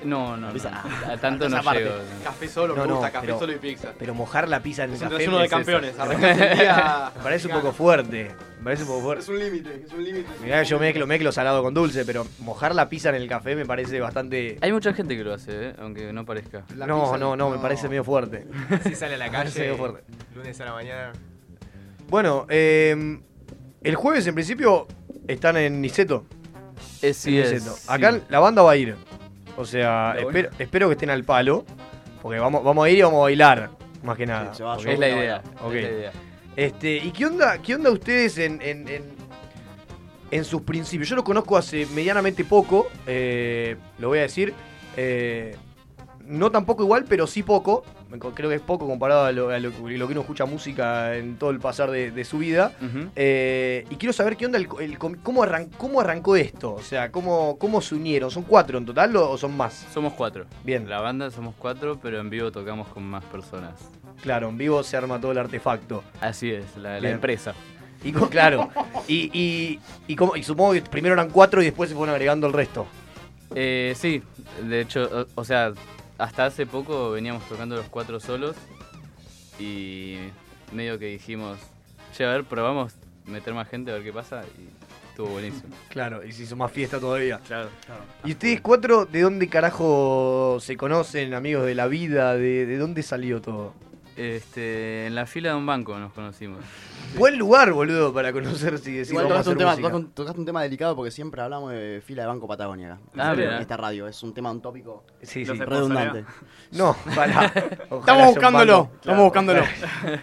Speaker 19: No, no, no.
Speaker 6: Pizza.
Speaker 19: Ah, A tanto no
Speaker 6: Esa parte.
Speaker 19: llego.
Speaker 1: Café solo, me gusta, café solo y pizza.
Speaker 7: Pero mojar la pizza en
Speaker 1: Es un
Speaker 7: café.
Speaker 1: desayuno de
Speaker 7: es eso.
Speaker 1: campeones,
Speaker 7: Me
Speaker 1: arranca el día
Speaker 7: parece un
Speaker 1: gigante.
Speaker 7: poco fuerte. Me parece un poco fuerte.
Speaker 20: Es un límite, es un límite.
Speaker 7: Mirá, que yo mezclo, mezclo salado con dulce, pero mojar la pizza en el café me parece bastante.
Speaker 19: Hay mucha gente que lo hace, eh, aunque no parezca.
Speaker 7: No, no, no, me parece medio fuerte.
Speaker 4: Si sale a la
Speaker 7: Me parece
Speaker 4: calle,
Speaker 7: medio fuerte.
Speaker 4: lunes a la mañana.
Speaker 7: Bueno, eh, el jueves en principio están en Niceto.
Speaker 19: Es, Eh, sí
Speaker 7: En
Speaker 19: es,
Speaker 7: Niceto.
Speaker 19: sí.
Speaker 7: Acá la banda va a ir. O sea,
Speaker 19: La
Speaker 7: espero, espero que estén al palo. Porque vamos, vamos a ir y vamos a bailar. Más que nada.
Speaker 19: se va,
Speaker 7: Porque-
Speaker 19: es la idea,
Speaker 7: Ok.
Speaker 19: es la idea.
Speaker 7: Este, ¿Y qué onda, qué onda ustedes en, en- en- en sus principios? Yo lo conozco hace medianamente poco. eh, lo voy a decir. eh, no tampoco igual, pero sí poco. Me co- Creo que es poco comparado a lo, a lo- lo que uno escucha música en todo el pasar de, de su vida.
Speaker 19: Ujú.
Speaker 7: Eh, y quiero saber qué onda, el, co- el com- cómo, arran- cómo arrancó esto. O sea, cómo, cómo se unieron. ¿Son cuatro en total o, o son más?
Speaker 19: Somos cuatro.
Speaker 7: Bien.
Speaker 19: La banda somos cuatro, pero en vivo tocamos con más personas.
Speaker 7: Claro, en vivo se arma todo el artefacto.
Speaker 19: Así es, la, la
Speaker 7: Bien.
Speaker 19: empresa.
Speaker 7: Y co- claro. Y, y, y, como- y supongo que primero eran cuatro y después se fueron agregando el resto.
Speaker 19: Eh, sí, de hecho, o, o sea, hasta hace poco veníamos tocando los cuatro solos y medio que dijimos, che, a ver, probamos meter más gente a ver qué pasa y estuvo buenísimo.
Speaker 7: Claro, y se hizo más fiesta todavía.
Speaker 19: Claro, claro.
Speaker 7: ¿Y ustedes cuatro de dónde carajo se conocen, amigos de la vida? ¿De, de dónde salió todo?
Speaker 19: Este, en la fila de un banco nos conocimos.
Speaker 7: Buen lugar, boludo, para conocer si decís
Speaker 6: Igual
Speaker 7: vamos a
Speaker 6: tocaste
Speaker 7: hacer
Speaker 6: un, tema,
Speaker 7: música.
Speaker 6: tocaste un- tocaste un tema delicado porque siempre hablamos de fila de Banco Patagonia acá.
Speaker 7: Ah,
Speaker 6: En
Speaker 7: mirá.
Speaker 6: esta radio. Es un tema, un tópico
Speaker 7: Sí, sí.
Speaker 6: redundante.
Speaker 7: No, para.
Speaker 6: Estamos buscándolo. Estamos buscándolo.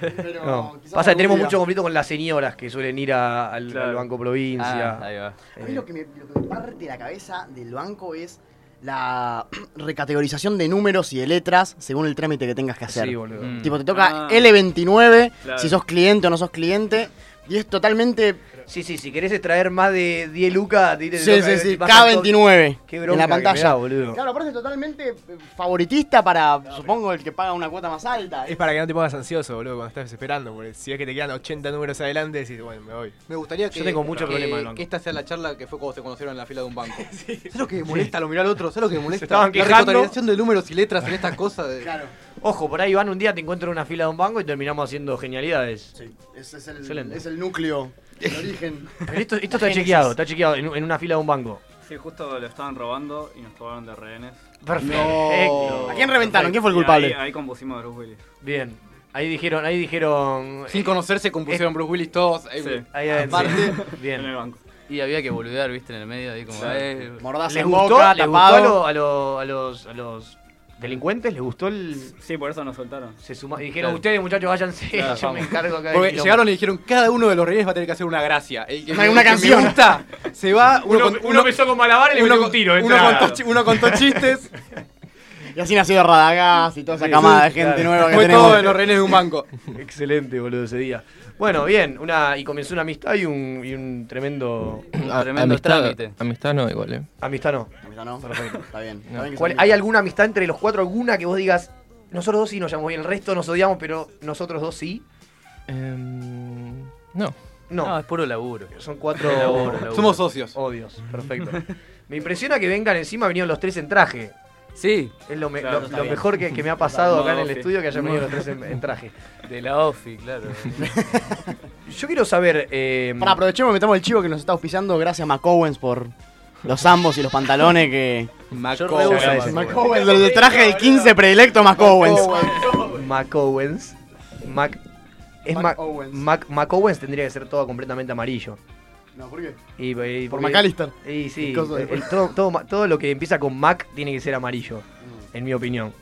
Speaker 7: Pero
Speaker 6: quizás
Speaker 7: Pasa que
Speaker 6: algún
Speaker 7: tenemos
Speaker 6: día.
Speaker 7: mucho conflicto con las señoras que suelen ir a- al, al Banco Provincia. Eh,
Speaker 19: Ah, ahí va.
Speaker 6: A mí lo que, me, lo que me parte la cabeza del banco es la recategorización de números y de letras según el trámite que tengas que hacer.
Speaker 7: Sí, boludo. Mm.
Speaker 6: Tipo, te toca
Speaker 7: Ah.
Speaker 6: L29,
Speaker 7: Claro.
Speaker 6: si sos cliente o no sos cliente, y es totalmente
Speaker 7: Sí, sí, si querés extraer más de 10 lucas, dile
Speaker 6: Sí, sí, sí, K29
Speaker 7: Qué
Speaker 6: en
Speaker 7: bronca
Speaker 6: la
Speaker 7: que me
Speaker 6: pantalla.
Speaker 7: da, boludo.
Speaker 6: Claro, aparte es totalmente eh, favoritista para, supongo, el que paga una cuota más alta.
Speaker 4: Es para que no te pongas ansioso, boludo, cuando estás esperando. Porque si ves que te quedan 80 números adelante, decís, bueno, me voy.
Speaker 1: Me gustaría que,
Speaker 4: Yo tengo mucho
Speaker 1: que-
Speaker 4: problema en el banco.
Speaker 1: que este esta sea la charla que fue cuando se conocieron en la fila de un banco. ¿Sabes lo que molesta? Lo miró al otro. ¿Sabes lo que molesta?
Speaker 7: estaban
Speaker 1: la
Speaker 7: quejando.
Speaker 1: recontabilización de números y letras en estas cosas. De... Claro.
Speaker 7: Ojo, por ahí van un día, te encuentro en una fila de un banco y terminamos haciendo genialidades.
Speaker 6: Ese es el,
Speaker 7: Excelente.
Speaker 6: es el núcleo, el origen.
Speaker 7: Pero esto, esto está chequeado, está chequeado en, en una fila de un banco.
Speaker 19: Sí, justo lo estaban robando y nos tomaron de rehenes.
Speaker 7: Perfecto.
Speaker 6: ¿A quién reventaron? ¿Quién fue el
Speaker 19: Y
Speaker 6: culpable?
Speaker 19: Ahí, ahí compusimos a Bruce Willis.
Speaker 7: Bien. Ahí dijeron, ahí dijeron. eh,
Speaker 1: Sin conocerse compusieron Bruce Willis todos. Ahí,
Speaker 19: Sí.
Speaker 7: Ahí adentro.
Speaker 19: Aparte,
Speaker 7: Bien.
Speaker 19: En el banco. Y había que boludear, viste, en el medio, ahí como.
Speaker 7: Sí.
Speaker 19: eh,
Speaker 7: ¿Les gustó, ¿les gustó a, lo- a lo- a los, a los delincuentes? ¿Les gustó el...?
Speaker 19: Sí, por eso nos soltaron.
Speaker 7: Se suma, y dijeron,
Speaker 19: Claro.
Speaker 7: ustedes muchachos váyanse,
Speaker 19: Claro,
Speaker 7: yo me
Speaker 19: vamos.
Speaker 7: encargo acá del
Speaker 1: Porque
Speaker 7: quilombo".
Speaker 1: llegaron y le dijeron, cada uno de los reyes va a tener que hacer una gracia. El que-
Speaker 7: Una
Speaker 1: el que me
Speaker 7: canción.
Speaker 1: gusta, se va, uno,
Speaker 7: Uno,
Speaker 1: con-
Speaker 7: uno empezó con malabar y le
Speaker 1: uno
Speaker 7: metió
Speaker 1: con-
Speaker 7: un tiro. de
Speaker 1: uno
Speaker 7: entrada.
Speaker 1: contó chi- uno contó chistes.
Speaker 6: Y así nació Radagast y toda esa
Speaker 7: Sí,
Speaker 6: camada de
Speaker 7: sí,
Speaker 6: gente
Speaker 7: claro.
Speaker 6: nueva que
Speaker 7: Fue
Speaker 6: tenemos.
Speaker 7: todo de los rehenes de un banco. Excelente, boludo, ese día. Bueno, bien, una, y comenzó una amistad y un, y un tremendo... Ah,
Speaker 21: amistad, Amistad no, igual, eh.
Speaker 7: Amistad no.
Speaker 6: Amistad no.
Speaker 7: Perfecto.
Speaker 6: Está bien.
Speaker 21: No.
Speaker 6: Está bien que
Speaker 7: ¿Cuál-
Speaker 6: sea
Speaker 7: ¿Hay alguna amistad entre los cuatro? ¿Alguna que vos digas, nosotros dos sí nos llamamos bien, el resto nos odiamos, pero nosotros dos sí?
Speaker 21: Em, no.
Speaker 7: No.
Speaker 19: es puro laburo.
Speaker 7: Son cuatro.
Speaker 21: Laburo, laburo.
Speaker 19: Somos
Speaker 1: socios.
Speaker 7: Odios, perfecto. Me impresiona que vengan encima, vinieron los tres en traje.
Speaker 19: Sí.
Speaker 7: Es lo, me-
Speaker 19: Claro,
Speaker 7: lo-
Speaker 19: está
Speaker 7: lo
Speaker 19: bien.
Speaker 7: mejor que, que me ha pasado acá en el
Speaker 19: Ofi.
Speaker 7: estudio que hayan venido los
Speaker 19: Modo-
Speaker 7: tres en, en traje.
Speaker 19: De la OFI, claro.
Speaker 7: Yo quiero saber. eh,
Speaker 6: Pará, aprovechemos y metamos el chivo que nos está auspiciando. Gracias, McOwens, por los zambos y los pantalones que.
Speaker 7: McOwens.
Speaker 6: Yo re uso ese. McOwens, el del traje del 15 predilecto McOwens.
Speaker 7: Mac Owens. Mac. Es
Speaker 6: Mac
Speaker 7: Mac,
Speaker 6: Owens.
Speaker 7: Mac, Mac Owens tendría que ser todo completamente amarillo.
Speaker 6: No, ¿por qué?
Speaker 7: Y, y-
Speaker 6: Por
Speaker 7: porque-
Speaker 6: McAllister.
Speaker 7: Y sí,
Speaker 6: Y cosas
Speaker 7: el-
Speaker 6: de-
Speaker 7: el- todo, todo ma- todo lo que empieza con Mac tiene que ser amarillo,
Speaker 6: Mm.
Speaker 7: en mi opinión.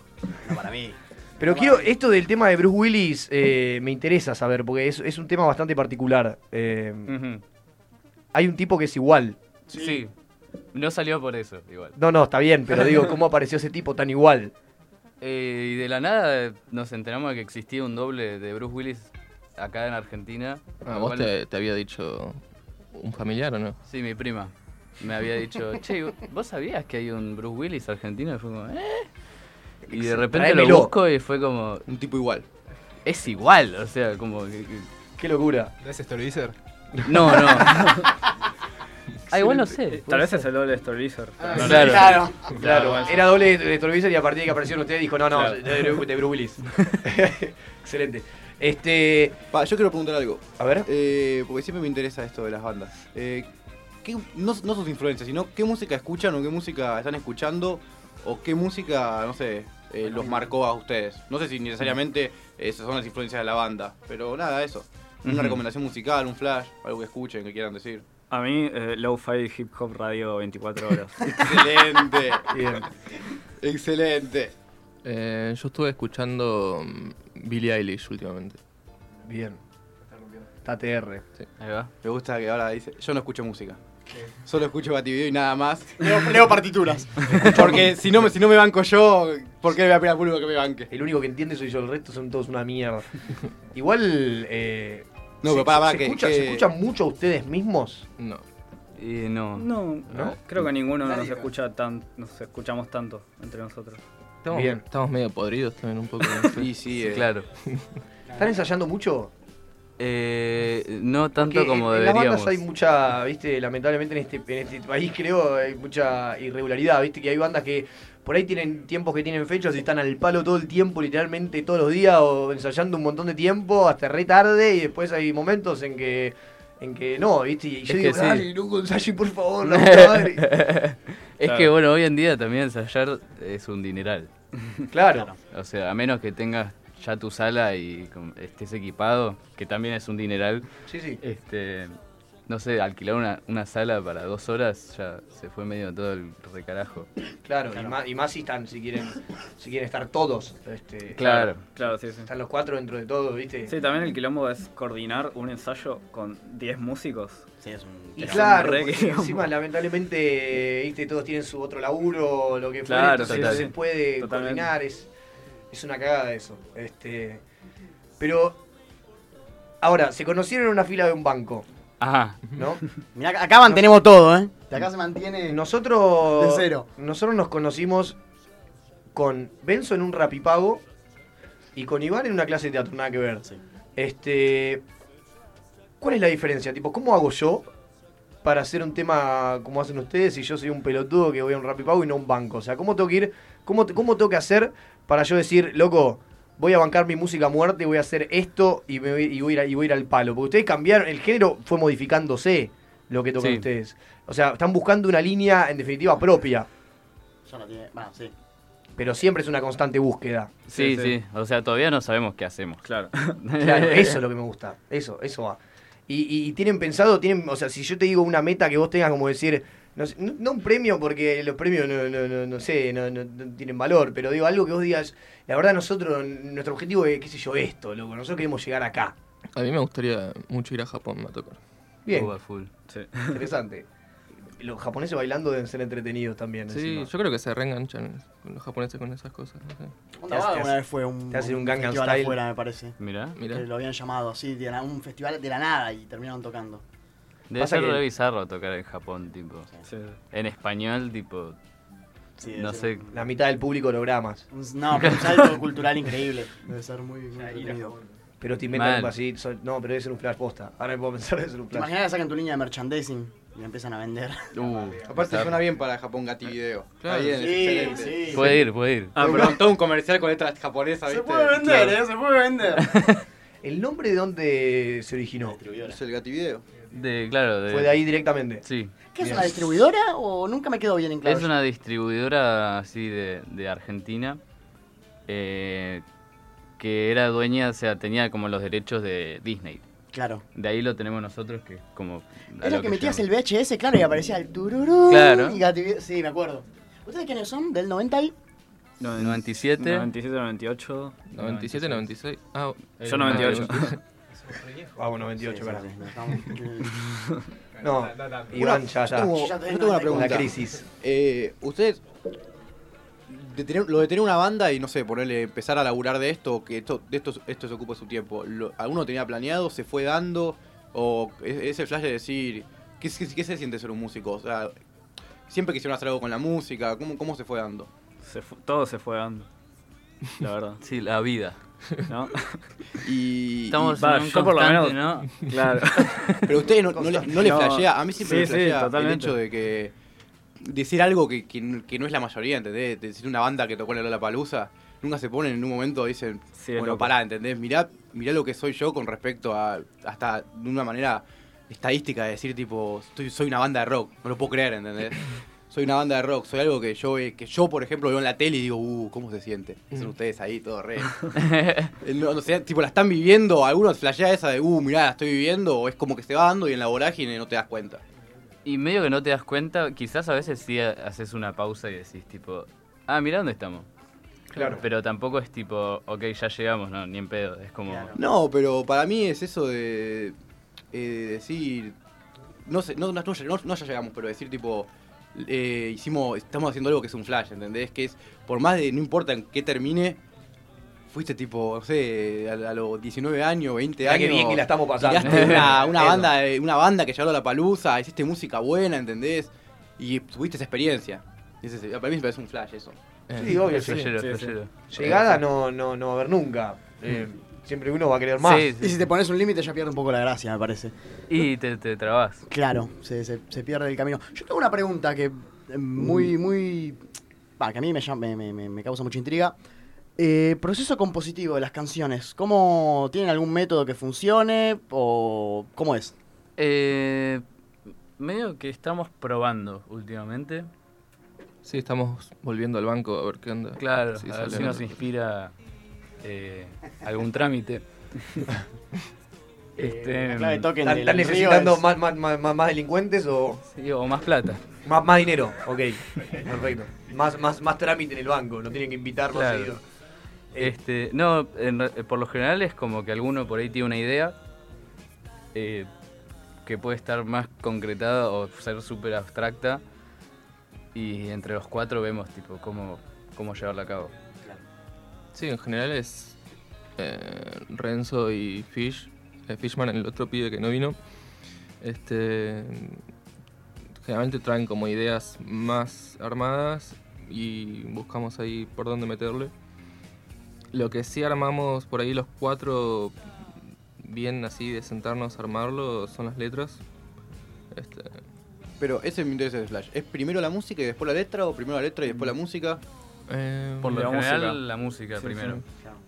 Speaker 6: No, para mí.
Speaker 7: Pero quiero, esto del tema de Bruce Willis eh, me interesa saber, porque es, es un tema bastante particular. Eh, Hay un tipo que es igual.
Speaker 19: Sí. No salió por eso, igual.
Speaker 7: No, no, está bien, pero digo, ¿cómo apareció ese tipo tan igual?
Speaker 19: Eh, y de la nada eh, nos enteramos de que existía un doble de Bruce Willis acá en Argentina.
Speaker 21: Ah,
Speaker 19: Lo
Speaker 21: ¿Vos
Speaker 19: cual-
Speaker 21: te, te había dicho un familiar o no?
Speaker 19: Sí, mi prima me había dicho, che, ¿vos sabías que hay un Bruce Willis argentino? Y fue como, ¿eh? Y de repente
Speaker 21: Tráemelo.
Speaker 19: lo busco y fue como...
Speaker 1: Un tipo igual.
Speaker 19: Es igual, o sea, como... que- que-
Speaker 7: Qué locura.
Speaker 1: ¿No es Storydicer?
Speaker 19: No, no.
Speaker 7: Ah, igual no sé, puede
Speaker 19: eh, Tal vez
Speaker 7: ser.
Speaker 19: es el doble de Storylizer.
Speaker 4: Ah,
Speaker 7: Ah, claro. claro. Era doble de Stolbizer y a partir de que aparecieron ustedes dijo, no, no,
Speaker 19: Claro.
Speaker 7: de, Bru- de Bruce Willis. Excelente. Este.
Speaker 1: Pa, yo quiero preguntar algo. Eh,
Speaker 7: A ver.
Speaker 1: porque siempre me interesa esto de las bandas. Eh, ¿qué- no, no sus influencias, sino qué música escuchan o qué música están escuchando o qué música, no sé, eh, los marcó a ustedes. No sé si necesariamente esas son las influencias de la banda, pero nada, eso. Una
Speaker 19: Ujú.
Speaker 1: recomendación musical, un flash, algo que escuchen, que quieran decir.
Speaker 19: A mí, eh, Lo-Fi Hip Hop Radio 24 horas.
Speaker 1: Excelente. Excelente.
Speaker 21: Eh, yo estuve escuchando mm, Billie Eilish últimamente.
Speaker 7: Bien. TR.
Speaker 19: Ahí va.
Speaker 1: Me gusta que ahora dice, yo no escucho música. Solo escucho Bativideo y nada más.
Speaker 6: Leo, leo partituras.
Speaker 1: Porque si no, me- si no me banco yo, ¿por qué le voy a pedir al público que me banque?
Speaker 7: El único que entiende soy yo, el resto son todos una mierda. Igual. eh,
Speaker 1: No,
Speaker 7: se-
Speaker 1: pero pará, pará,
Speaker 7: se
Speaker 1: que-
Speaker 7: escucha-
Speaker 1: que-
Speaker 7: ¿Se escuchan mucho a ustedes mismos?
Speaker 21: No.
Speaker 19: Y no.
Speaker 21: No,
Speaker 7: ¿No?
Speaker 19: Creo que ninguno nos escucha tan, nos escuchamos tanto entre nosotros.
Speaker 21: Estamos,
Speaker 7: Bien.
Speaker 21: estamos medio podridos también un poco.
Speaker 1: Sí, sí,
Speaker 19: eh. claro.
Speaker 7: ¿Están ensayando mucho?
Speaker 19: Eh, no tanto
Speaker 7: Que
Speaker 19: como
Speaker 7: en, en
Speaker 19: deberíamos.
Speaker 7: las bandas hay mucha, viste, lamentablemente en este, en este país creo hay mucha irregularidad, viste, que hay bandas que por ahí tienen tiempos que tienen fechas y están al palo todo el tiempo, literalmente todos los días, o ensayando un montón de tiempo, hasta re tarde, y después hay momentos en que en que no, viste, y yo
Speaker 19: Es que
Speaker 7: digo,
Speaker 19: sí.
Speaker 7: dale, Oh, no ensayen, por favor, la puta madre".
Speaker 19: es que bueno, hoy en día también ensayar es un dineral.
Speaker 7: Claro.
Speaker 19: O sea, a menos que tengas ya tu sala y com- estés equipado, que también es un dineral.
Speaker 7: Sí, sí.
Speaker 19: Este, no sé, alquilar una, una sala para dos horas ya se fue medio todo el recarajo.
Speaker 7: Claro, Y, más, y más si están, si quieren, si quieren estar todos, este,
Speaker 19: Claro. Claro, sí,
Speaker 7: Están los cuatro dentro de todo, viste.
Speaker 22: Sí, también el quilombo es coordinar un ensayo con 10 músicos.
Speaker 6: Sí, es un.
Speaker 7: Y
Speaker 22: es un
Speaker 7: claro,
Speaker 22: re
Speaker 7: porque
Speaker 22: quilombo.
Speaker 7: encima lamentablemente, eh, viste, todos tienen su otro laburo, lo que fuera,
Speaker 19: Claro,
Speaker 7: entonces no
Speaker 19: total.
Speaker 7: se puede
Speaker 19: Totalmente.
Speaker 7: coordinar, es, es una cagada eso. Este, pero ahora, se conocieron en una fila de un banco.
Speaker 19: Ajá.
Speaker 7: ¿no?
Speaker 6: Mirá, acá mantenemos todo, ¿eh? De acá se
Speaker 7: mantiene. Nosotros.
Speaker 6: de cero.
Speaker 7: Nosotros nos conocimos con Benzo en un rapipago y con Iván en una clase de teatro, nada que ver. Este. ¿Cuál es la diferencia? Tipo, ¿cómo hago yo para hacer un tema como hacen ustedes si yo soy un pelotudo que voy a un rapipago y no a un banco? O sea, ¿cómo tengo que ir? ¿Cómo, te- cómo tengo que hacer para yo decir, loco, voy a bancar mi música a muerte y voy a hacer esto y, me voy, y voy a ir, a- y voy a ir al palo? Porque ustedes cambiaron, el género fue modificándose lo que tocan
Speaker 19: Sí.
Speaker 7: ustedes. O sea, están buscando una línea en definitiva propia,
Speaker 6: Ya no tiene. Bueno, sí.
Speaker 7: pero siempre es una constante búsqueda.
Speaker 19: Sí, sí, O sea, todavía no sabemos qué hacemos.
Speaker 4: Claro.
Speaker 7: Claro, eso es lo que me gusta. Eso, eso va. Y, y- y tienen pensado, tienen, o sea, si yo te digo una meta que vos tengas como decir, no, sé, no- no un premio, porque los premios no, no- no- no sé, no, no- no tienen valor, pero digo algo que vos digas, la verdad nosotros, nuestro objetivo es, qué sé yo, esto, loco, nosotros queremos llegar acá.
Speaker 21: A mí me gustaría mucho ir a Japón a tocar.
Speaker 7: Bien.
Speaker 19: Uva full.
Speaker 7: Interesante. Los japoneses bailando deben ser entretenidos también.
Speaker 21: Sí,
Speaker 7: encima.
Speaker 21: yo creo que se reenganchan los japoneses con esas cosas. no sé.
Speaker 6: Onda Vaga una vez fue un,
Speaker 7: te hace un
Speaker 6: un
Speaker 7: Gangnam
Speaker 6: festival
Speaker 7: Style.
Speaker 6: afuera, me parece.
Speaker 19: Mirá.
Speaker 21: Mirá.
Speaker 6: Que lo habían llamado así, de la- un festival de la nada y terminaron tocando.
Speaker 19: Debe
Speaker 6: Pasa
Speaker 19: ser
Speaker 6: que-
Speaker 19: re bizarro tocar en Japón, tipo. En español, tipo. no sé.
Speaker 7: La mitad del público hologramas.
Speaker 6: Un- No, pero un salto cultural increíble. Debe ser muy, muy entretenido.
Speaker 7: Pero te inventan
Speaker 19: Mal.
Speaker 7: algo así, so- no, pero debe ser un flash posta. Ahora me puedo pensar debe ser un
Speaker 6: ¿Te
Speaker 7: flash.
Speaker 6: imaginas que sacan tu línea de merchandising y la empiezan a vender?
Speaker 19: Uh,
Speaker 1: Aparte suena bien para Japón Gatti Video. Está bien,
Speaker 6: Sí,
Speaker 1: es excelente.
Speaker 6: sí.
Speaker 19: Puede ir, puede ir.
Speaker 1: Ah, pero todo un comercial con letras japonesas, ¿viste?
Speaker 7: eh,
Speaker 1: Claro.
Speaker 6: Se puede vender.
Speaker 7: ¿El nombre de dónde se originó?
Speaker 1: Es el Gatti Video.
Speaker 19: De, claro, de.
Speaker 7: Fue de ahí directamente.
Speaker 19: Sí.
Speaker 6: ¿Qué es una distribuidora o nunca me quedó bien en claro?
Speaker 19: Es una distribuidora así de, de Argentina eh, que era dueña, o sea, tenía como los derechos de Disney.
Speaker 6: Claro.
Speaker 19: De ahí lo tenemos nosotros, que es como. a
Speaker 6: Es
Speaker 19: lo
Speaker 6: lo que metías
Speaker 19: yo-
Speaker 6: el VHS, claro, y aparecía el tururú.
Speaker 19: Claro.
Speaker 6: y Gativideo. Sí, me acuerdo. ¿Ustedes quiénes son? ¿Del 90 y...?
Speaker 19: 97.
Speaker 4: 97, 98.
Speaker 21: 97, 96. Ah,
Speaker 4: Yo 98.
Speaker 1: Ah,
Speaker 7: Vamos, 98,
Speaker 6: Sí, sí,
Speaker 7: pará.
Speaker 6: sí, no, estamos-
Speaker 7: No, Iván ya, ya.
Speaker 1: Yo tengo, yo tengo una pregunta.
Speaker 7: La crisis.
Speaker 1: Eh, Ustedes, de tener- lo de tener una banda y no sé, ponerle, empezar a laburar de esto, que esto, de esto, esto se ocupa su tiempo, lo, ¿alguno tenía planeado? ¿Se fue dando? ¿O es- ese flash de decir, ¿qué, se- qué se siente ser un músico? O sea, siempre quisieron hacer algo con la música, ¿cómo, cómo se fue dando?
Speaker 4: Se fu- todo se fue dando. La verdad.
Speaker 19: Sí, la vida.
Speaker 4: ¿No?
Speaker 1: Y.
Speaker 19: Estamos
Speaker 4: Va,
Speaker 19: en un
Speaker 4: yo por lo
Speaker 19: constante,
Speaker 4: menos-
Speaker 19: ¿no?
Speaker 4: Claro.
Speaker 1: Pero ustedes no, no le, no le
Speaker 4: No.
Speaker 1: flashea, a mí siempre
Speaker 4: Sí,
Speaker 1: me
Speaker 4: sí,
Speaker 1: flashea el
Speaker 4: totalmente.
Speaker 1: hecho de que decir algo que, que- que no es la mayoría, ¿entendés? De Decir una banda que tocó la Lola Palusa, nunca se ponen en un momento, dicen,
Speaker 4: es
Speaker 1: bueno,
Speaker 4: loco.
Speaker 1: pará, ¿entendés? Mirá, mirá lo que soy yo con respecto a, hasta de una manera estadística de decir, tipo, estoy- soy una banda de rock, no lo puedo creer, ¿entendés? Soy una banda de rock, soy algo que yo, eh, que yo por ejemplo, veo en la tele y digo, uh, ¿cómo se siente? Son
Speaker 19: Mm.
Speaker 1: ustedes ahí, todo re. Eh, No, no sé, tipo, la están viviendo, algunos flashea esa de, uh, mirá, la estoy viviendo, o es como que se va dando y en la vorágine no te das cuenta.
Speaker 19: Y medio que no te das cuenta, quizás a veces sí ha- haces una pausa y decís, tipo, ah, mirá dónde estamos.
Speaker 7: Claro.
Speaker 19: Pero tampoco es tipo, ok, ya llegamos, no, ni en pedo. Es como.
Speaker 1: No, pero para mí es eso de, eh, de decir, no sé, no, no, no- no ya llegamos, pero decir, tipo, eh, hicimos, estamos haciendo algo que es un flash, ¿entendés? Que es, por más de, no importa en qué termine, fuiste tipo, no sé, a, a los 19 años, 20
Speaker 7: Mirá
Speaker 1: años.
Speaker 7: qué bien que la estamos pasando.
Speaker 1: tiraste una, una
Speaker 7: Eso.
Speaker 1: banda, de- una banda que llegó a la palusa, hiciste música buena, ¿entendés? Y tuviste esa experiencia. Y ese- para mí me parece un flash eso.
Speaker 7: Sí, obvio, sí.
Speaker 19: Eh, flashero,
Speaker 7: Sí, sí.
Speaker 19: flashero. Eh,
Speaker 7: Llegada no, no, no va a haber nunca. Eh, siempre uno va a querer más.
Speaker 6: Y si te pones un límite ya pierde un poco la gracia, me parece.
Speaker 19: Y te, te trabas.
Speaker 6: Claro, se, se- se pierde el camino. Yo tengo una pregunta que eh, muy, muy... va, que a mí me, llama- me- me- me- me causa mucha intriga. Eh, proceso compositivo de las canciones. ¿Cómo tienen algún método que funcione o cómo es?
Speaker 19: Eh, medio que estamos probando últimamente.
Speaker 21: Sí, estamos volviendo al banco a ver qué onda.
Speaker 19: Claro, a ver
Speaker 21: sale
Speaker 19: si nos
Speaker 21: algo.
Speaker 19: inspira eh, algún trámite. este,
Speaker 6: la clave token
Speaker 7: ¿Están,
Speaker 6: del
Speaker 7: están
Speaker 6: río
Speaker 7: necesitando
Speaker 6: es-
Speaker 7: más, más, más, más- más delincuentes o
Speaker 19: sí, o más plata?
Speaker 7: más, más dinero? Ok, perfecto. Más, más, más trámite en el banco, no tienen que invitarnos
Speaker 19: Claro.
Speaker 7: seguido.
Speaker 19: Este, no, en re- por lo general es como que alguno por ahí tiene una idea eh, que puede estar más concretada o ser súper abstracta y entre los cuatro vemos tipo cómo, cómo llevarla a cabo.
Speaker 21: Sí, en general es eh, Renzo y Fish, eh, Fishman, el otro pibe que no vino. Este, generalmente traen como ideas más armadas y buscamos ahí por dónde meterle. Lo que sí armamos por ahí los cuatro, bien así de sentarnos a armarlo, son las letras. Este,
Speaker 1: Pero ese es mi interés de Slash. ¿Es primero la música y después la letra o primero la letra y después la música?
Speaker 21: eh,
Speaker 19: Por lo general, la música
Speaker 1: Em, Sí,
Speaker 19: primero.
Speaker 1: sí.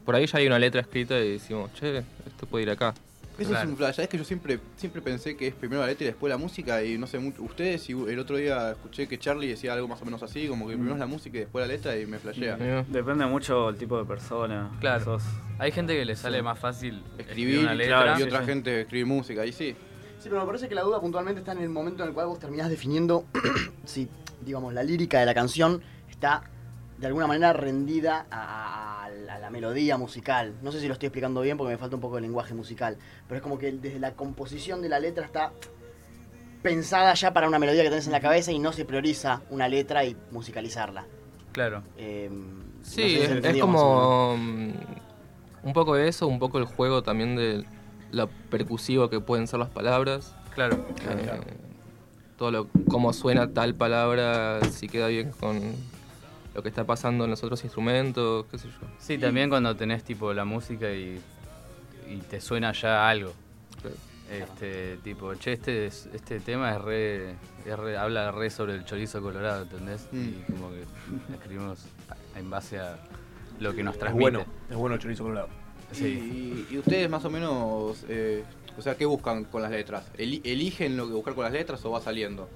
Speaker 21: Por ahí ya hay una letra escrita y decimos, che, esto puede ir acá.
Speaker 1: Ese es un flash, es que yo siempre, siempre pensé que es primero la letra y después la música, y no sé, mu- ustedes, y el otro día escuché que Charlie decía algo más o menos así, como que primero es la música y después la letra, y me flashea.
Speaker 22: Depende mucho el tipo de persona.
Speaker 19: Claro.
Speaker 22: Sos-
Speaker 19: Hay gente que le sale
Speaker 22: Sí.
Speaker 19: más fácil
Speaker 1: Escribir,
Speaker 19: una letra.
Speaker 1: claro, y otra
Speaker 19: Sí, sí.
Speaker 1: gente escribe música, ahí sí.
Speaker 6: Sí, pero me parece que la duda puntualmente está en el momento en el cual vos terminás definiendo si, digamos, la lírica de la canción está de alguna manera rendida a, a la, a la melodía musical. No sé si lo estoy explicando bien porque me falta un poco de lenguaje musical, pero es como que desde la composición de la letra está pensada ya para una melodía que tenés en la cabeza y no se prioriza una letra y musicalizarla.
Speaker 19: Claro.
Speaker 1: Em,
Speaker 21: Sí,
Speaker 6: no sé si se
Speaker 21: es- es,
Speaker 6: entendió más
Speaker 21: como mm, un poco de eso, un poco el juego también de lo percusivo que pueden ser las palabras. Eh,
Speaker 19: Claro.
Speaker 21: Todo lo, cómo suena tal palabra, si queda bien con lo que está pasando en los otros instrumentos, qué sé yo.
Speaker 19: Sí, también cuando tenés tipo la música y, y te suena ya algo. Este, tipo, che, este, es- este tema es re, es re- habla re sobre el chorizo colorado, ¿entendés? Y como que escribimos a- en base a lo que nos transmite.
Speaker 7: bueno, es bueno el chorizo colorado.
Speaker 19: Sí.
Speaker 1: Y, y ustedes más o menos, eh, o sea, ¿qué buscan con las letras? Eli- ¿Eligen lo que buscar con las letras o va saliendo?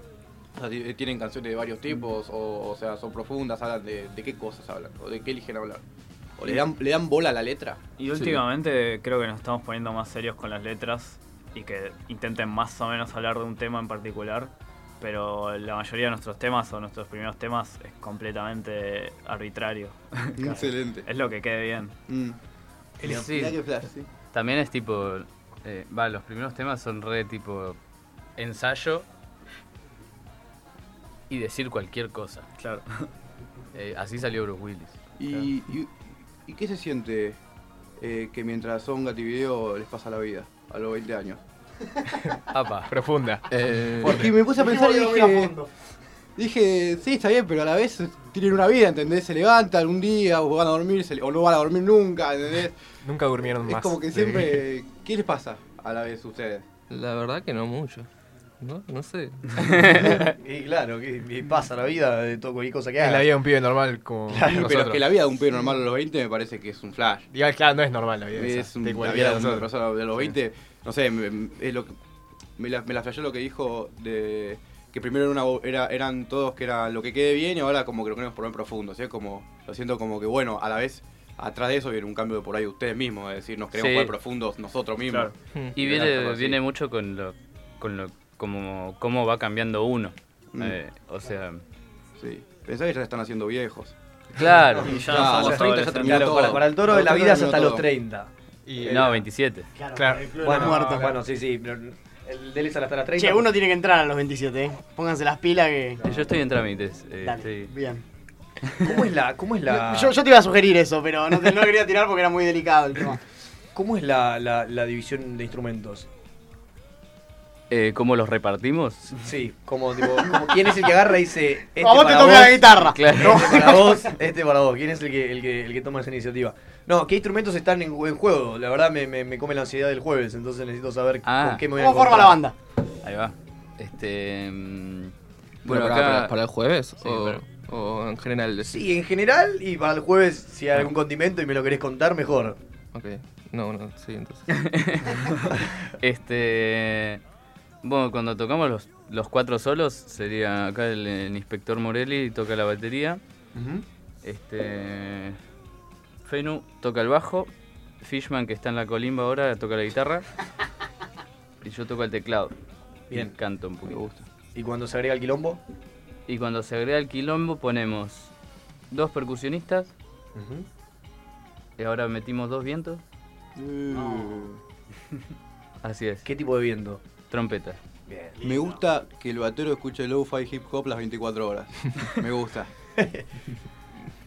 Speaker 1: O sea, ti- ¿tienen canciones de varios tipos? O, o sea, ¿son profundas? ¿Hablan de, de qué cosas hablan? ¿O de qué eligen hablar? ¿O le dan, le dan bola a la letra?
Speaker 22: Y últimamente creo que nos estamos poniendo más serios con las letras y que intenten más o menos hablar de un tema en particular, pero la mayoría de nuestros temas o nuestros primeros temas es completamente arbitrario.
Speaker 1: Excelente.
Speaker 22: Es lo que quede bien.
Speaker 19: Sí. También es tipo. eh, va, los primeros temas son re tipo. Ensayo. Y decir cualquier cosa. Eh,
Speaker 22: Claro.
Speaker 19: así salió Bruce Willis.
Speaker 1: ¿Y, y- y qué se siente eh, que mientras son gativideo les pasa la vida a los 20 años?
Speaker 19: Apa.
Speaker 21: Profunda.
Speaker 4: Eh,
Speaker 1: Porque me puse a pensar y
Speaker 23: Dijimos que lo veía a
Speaker 1: dije, dije, sí, está bien, pero a la vez tienen una vida, ¿entendés? Se levantan un día o van a dormir se le- o no van a dormir nunca, ¿entendés?
Speaker 4: Nunca durmieron
Speaker 1: Es
Speaker 4: más.
Speaker 1: como que
Speaker 4: de-
Speaker 1: siempre, ¿qué les pasa a la vez a ustedes?
Speaker 21: La verdad que no mucho. No, no sé.
Speaker 7: y claro, que que pasa la vida de todo cualquier cosa que hagas.
Speaker 4: pibe normal como
Speaker 1: Sí, pero es que la vida de un pibe normal a los 20 me parece que es un flash.
Speaker 4: Diga, claro, no es normal la vida de
Speaker 1: Es
Speaker 4: esa,
Speaker 1: un-
Speaker 4: de
Speaker 1: la
Speaker 4: cualquiera
Speaker 1: vida
Speaker 4: de
Speaker 1: de una
Speaker 4: nosotros.
Speaker 1: persona de los 20, no sé, me, me- es lo que- me la, me la flasheó lo que dijo de que primero era una bo- era- eran todos que era lo que quede bien y ahora como que lo queremos poner profundo, ¿sí? Como, lo siento como que bueno, a la vez atrás de eso viene un cambio por ahí de ustedes mismos, es decir, nos queremos
Speaker 19: Sí.
Speaker 1: poner profundos nosotros mismos.
Speaker 19: Y viene, viene mucho con lo, con lo como, cómo va cambiando uno.
Speaker 1: Mm.
Speaker 19: Eh, o sea.
Speaker 1: Sí. Pensá que ya se están haciendo viejos.
Speaker 19: Claro.
Speaker 1: Y ya no somos adolescentes. Claro, para- para el toro
Speaker 7: de la vida es hasta
Speaker 1: todo.
Speaker 7: los 30.
Speaker 19: Y- no, 27.
Speaker 6: Claro,
Speaker 7: Claro.
Speaker 6: el club de
Speaker 7: Bueno,
Speaker 6: los muertos.
Speaker 7: bueno, sí, sí. pero El de Elizabeth hasta las 30.
Speaker 6: Che, uno tiene que entrar a los 27, ¿eh? Pónganse las pilas que...
Speaker 19: Yo estoy en trámites. eh,
Speaker 6: Dale,
Speaker 19: sí.
Speaker 6: bien.
Speaker 7: ¿Cómo es la, cómo es la,
Speaker 6: Yo, yo te iba a sugerir eso, pero no te no lo quería tirar porque era muy delicado el tema.
Speaker 7: cómo es la, la, la división de instrumentos?
Speaker 19: Eh, ¿Cómo los repartimos?
Speaker 7: Sí, como, tipo, como quién es el que agarra y dice. Este
Speaker 6: A vos te
Speaker 7: para
Speaker 6: toca
Speaker 7: vos,
Speaker 6: la guitarra.
Speaker 19: Claro.
Speaker 7: Este para vos, este para vos. ¿Quién es el que, el que, el que toma esa iniciativa? No, ¿qué instrumentos están en, en juego? La verdad me, me, me come la ansiedad del jueves, entonces necesito saber
Speaker 19: Ah.
Speaker 7: con qué me voy a
Speaker 6: ¿Cómo forma
Speaker 7: encontrar.
Speaker 6: la banda?
Speaker 19: Ahí va. Este. mm,
Speaker 21: Bueno,
Speaker 19: Bueno,
Speaker 21: para,
Speaker 19: acá.
Speaker 21: para- para el jueves o, o en general. decís?
Speaker 7: Sí, en general, y para el jueves, si hay algún condimento y me lo querés contar, mejor.
Speaker 21: Ok. Ah. No, no, sí, entonces.
Speaker 19: Este. Bueno, cuando tocamos los, los cuatro solos, sería acá el, el inspector Morelli toca la batería.
Speaker 7: Ujú.
Speaker 19: Este. Fenu toca el bajo. Fishman, que está en la colimba ahora, toca la guitarra. Y yo toco el teclado.
Speaker 7: Bien.
Speaker 19: Y canto un poquito.
Speaker 7: ¿Y cuando se agrega el quilombo?
Speaker 19: Y cuando se agrega el quilombo, ponemos dos percusionistas. Y ahora metimos dos vientos. Así es.
Speaker 7: ¿Qué tipo de viento?
Speaker 19: Trompeta.
Speaker 1: Me gusta que el batero escuche lo-fi hip hop las 24 horas. Me gusta.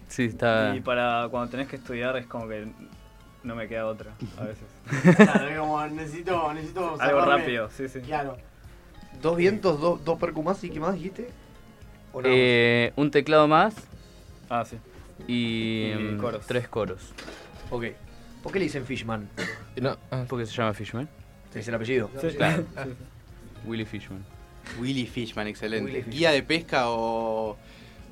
Speaker 19: Sí, está.
Speaker 1: Ah.
Speaker 22: Y para cuando tenés que estudiar es como que no me queda otra a veces.
Speaker 6: Claro, es como necesito, necesito
Speaker 22: Algo
Speaker 6: sacarme-
Speaker 22: rápido, sí, sí.
Speaker 6: Claro.
Speaker 7: Dos vientos, dos, dos percu más y qué más dijiste? ¿O nada más?
Speaker 19: Eh, un teclado más.
Speaker 22: Ah, sí.
Speaker 19: Y,
Speaker 22: Y
Speaker 19: mm,
Speaker 22: coros.
Speaker 19: tres coros.
Speaker 7: Ok. ¿Por qué le dicen Fishman?
Speaker 19: No, porque se llama Fishman.
Speaker 7: Es el apellido.
Speaker 19: Sí. Claro. Willy Fishman.
Speaker 1: Willy Fishman, excelente.
Speaker 19: Willy Fishman.
Speaker 1: Guía de pesca o.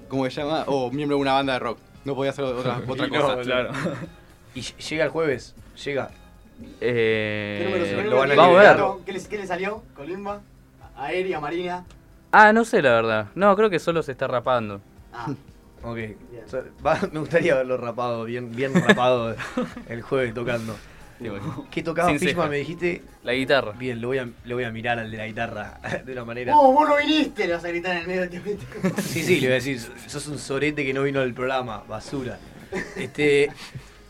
Speaker 1: ¿Cómo se llama? O miembro de una banda de rock. No podía hacer otra, otra
Speaker 7: Y no,
Speaker 1: cosa.
Speaker 7: claro. ¿Y ll- llega el jueves? Llega.
Speaker 19: Eh,
Speaker 7: Lo van a
Speaker 19: vamos a
Speaker 7: liberar.
Speaker 19: ver.
Speaker 6: ¿Qué le, qué le salió? ¿Colimba? ¿Aérea? ¿Marina?
Speaker 19: Ah, no sé la verdad. No, creo que solo se está rapando.
Speaker 7: Ok. O sea, va- me gustaría verlo rapado, bien, bien rapado el jueves tocando. ¿Qué tocaba
Speaker 19: Sin
Speaker 7: Fishman?
Speaker 19: ceja.
Speaker 7: Me dijiste.
Speaker 19: La guitarra.
Speaker 7: Bien, lo voy, a, lo voy a mirar al de la guitarra de una manera.
Speaker 6: ¡Oh, vos no viniste! Le vas a gritar en el medio del tiempo.
Speaker 7: Sí, sí, le voy a decir, sos un sorete que no vino al programa, basura. Este.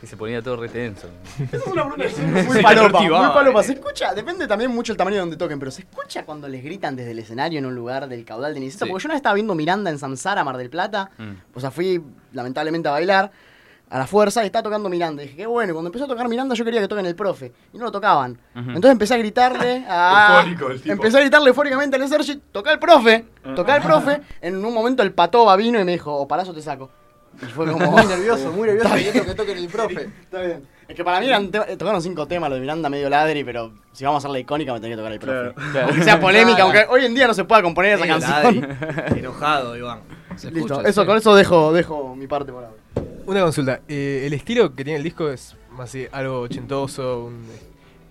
Speaker 19: Que se ponía todo retenso.
Speaker 6: Esa es una pregunta
Speaker 19: Sí, eh.
Speaker 6: muy palopa, muy
Speaker 19: cultivaba,
Speaker 6: palopa. Se escucha, depende también mucho el tamaño de donde toquen, pero se escucha cuando les gritan desde el escenario en un lugar del caudal de Nicita.
Speaker 19: Sí.
Speaker 6: Porque yo una vez estaba viendo Miranda en Samsara, Mar del Plata.
Speaker 19: Mm.
Speaker 6: O sea, fui lamentablemente a bailar a la fuerza y estaba tocando Miranda. Y dije, qué bueno, cuando empezó a tocar Miranda yo quería que toquen el profe. Y no lo tocaban.
Speaker 19: Ujú.
Speaker 6: Entonces ah, empecé a gritarle a...
Speaker 19: Eufórico el tipo.
Speaker 6: empecé a gritarle eufóricamente al Sergi, toca el profe, toca el profe. En un momento el patoba vino y me dijo, o parazo te saco. Y fue como...
Speaker 2: Muy nervioso, muy nervioso,
Speaker 6: Está
Speaker 2: queriendo
Speaker 6: bien.
Speaker 2: que toquen el profe.
Speaker 6: Está bien. Es que para mí eran te- tocaron cinco temas, lo de Miranda medio ladri, pero si vamos a hacer la icónica me tenía que tocar el profe.
Speaker 2: Claro.
Speaker 6: Aunque sea polémica,
Speaker 2: Claro.
Speaker 6: aunque hoy en día no se pueda componer esa
Speaker 7: Medio
Speaker 6: canción.
Speaker 7: ladri. Enojado, Iván. Se
Speaker 6: Listo,
Speaker 7: escucha,
Speaker 6: eso,
Speaker 7: sí.
Speaker 6: con eso dejo, dejo mi parte por ahora.
Speaker 4: Una consulta. eh, el estilo que tiene el disco es más así, algo ochentoso. un-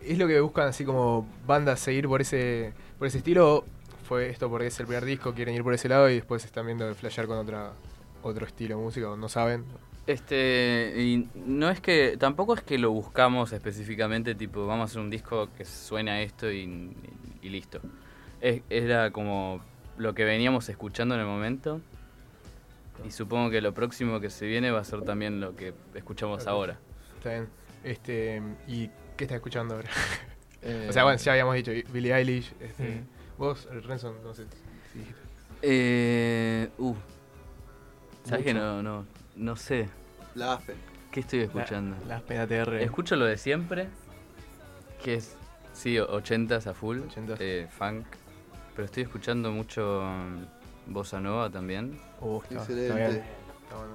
Speaker 4: ¿Es lo que buscan así como bandas seguir por ese por ese estilo? ¿O fue esto porque es el primer disco, quieren ir por ese lado y después están viendo de flashear con otra otro estilo de música o no saben?
Speaker 19: Este, y no es que, tampoco es que lo buscamos específicamente, tipo, vamos a hacer un disco que suene a esto y, y listo. Es- era como lo que veníamos escuchando en el momento. Y supongo que lo próximo que se viene va a ser también lo que escuchamos ahora.
Speaker 4: Está bien. Este, ¿Y qué estás escuchando ahora?
Speaker 1: Eh,
Speaker 4: o sea, bueno, ya habíamos dicho, Billie Eilish. este,
Speaker 19: Sí.
Speaker 4: Vos, Renson, no sé. si-
Speaker 19: Eh, uh, ¿Sabes que
Speaker 4: Mucho.
Speaker 19: no, no, no sé?
Speaker 2: La AFE.
Speaker 19: ¿Qué estoy escuchando?
Speaker 2: la AFE ATR.
Speaker 19: Escucho lo de siempre, que es, sí, 80s a full, eh, funk, pero estoy escuchando mucho mm, bossa nova también.
Speaker 4: Oh, está- está
Speaker 2: Excelente.
Speaker 4: bien. Está bueno.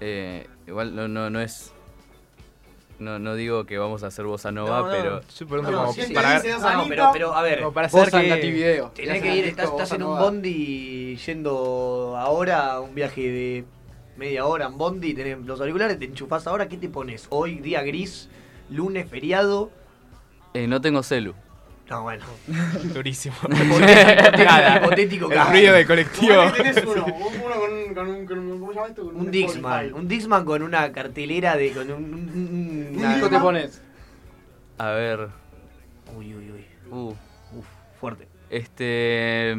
Speaker 19: Eh, igual no, no, no es... No, no digo que vamos a hacer bossa nova,
Speaker 7: No, no,
Speaker 19: pero...
Speaker 4: sí,
Speaker 7: No, no, sí,
Speaker 19: para-
Speaker 7: sí, no, pero, pero a ver,
Speaker 4: Como para hacer que-
Speaker 7: Tenés que ir, estás, estás en un bondi yendo ahora a un viaje de media hora en bondi, tenés los auriculares, te enchufás ahora, ¿qué te pones? Hoy, día gris, lunes, feriado.
Speaker 19: Eh, no tengo celu.
Speaker 7: No, bueno.
Speaker 4: Durísimo.
Speaker 7: Hipotético, hipotético
Speaker 4: El
Speaker 7: caso.
Speaker 4: ruido del colectivo.
Speaker 6: Vos tenés uno, uno con un, con un, con un- ¿cómo se llama esto? Con
Speaker 7: Un
Speaker 6: Spotify.
Speaker 7: Dixman, un Dixman con una cartelera de. con un. un- un- una-
Speaker 19: A ver.
Speaker 7: Uy, uy, uy.
Speaker 19: Uh.
Speaker 7: fuerte.
Speaker 19: Este.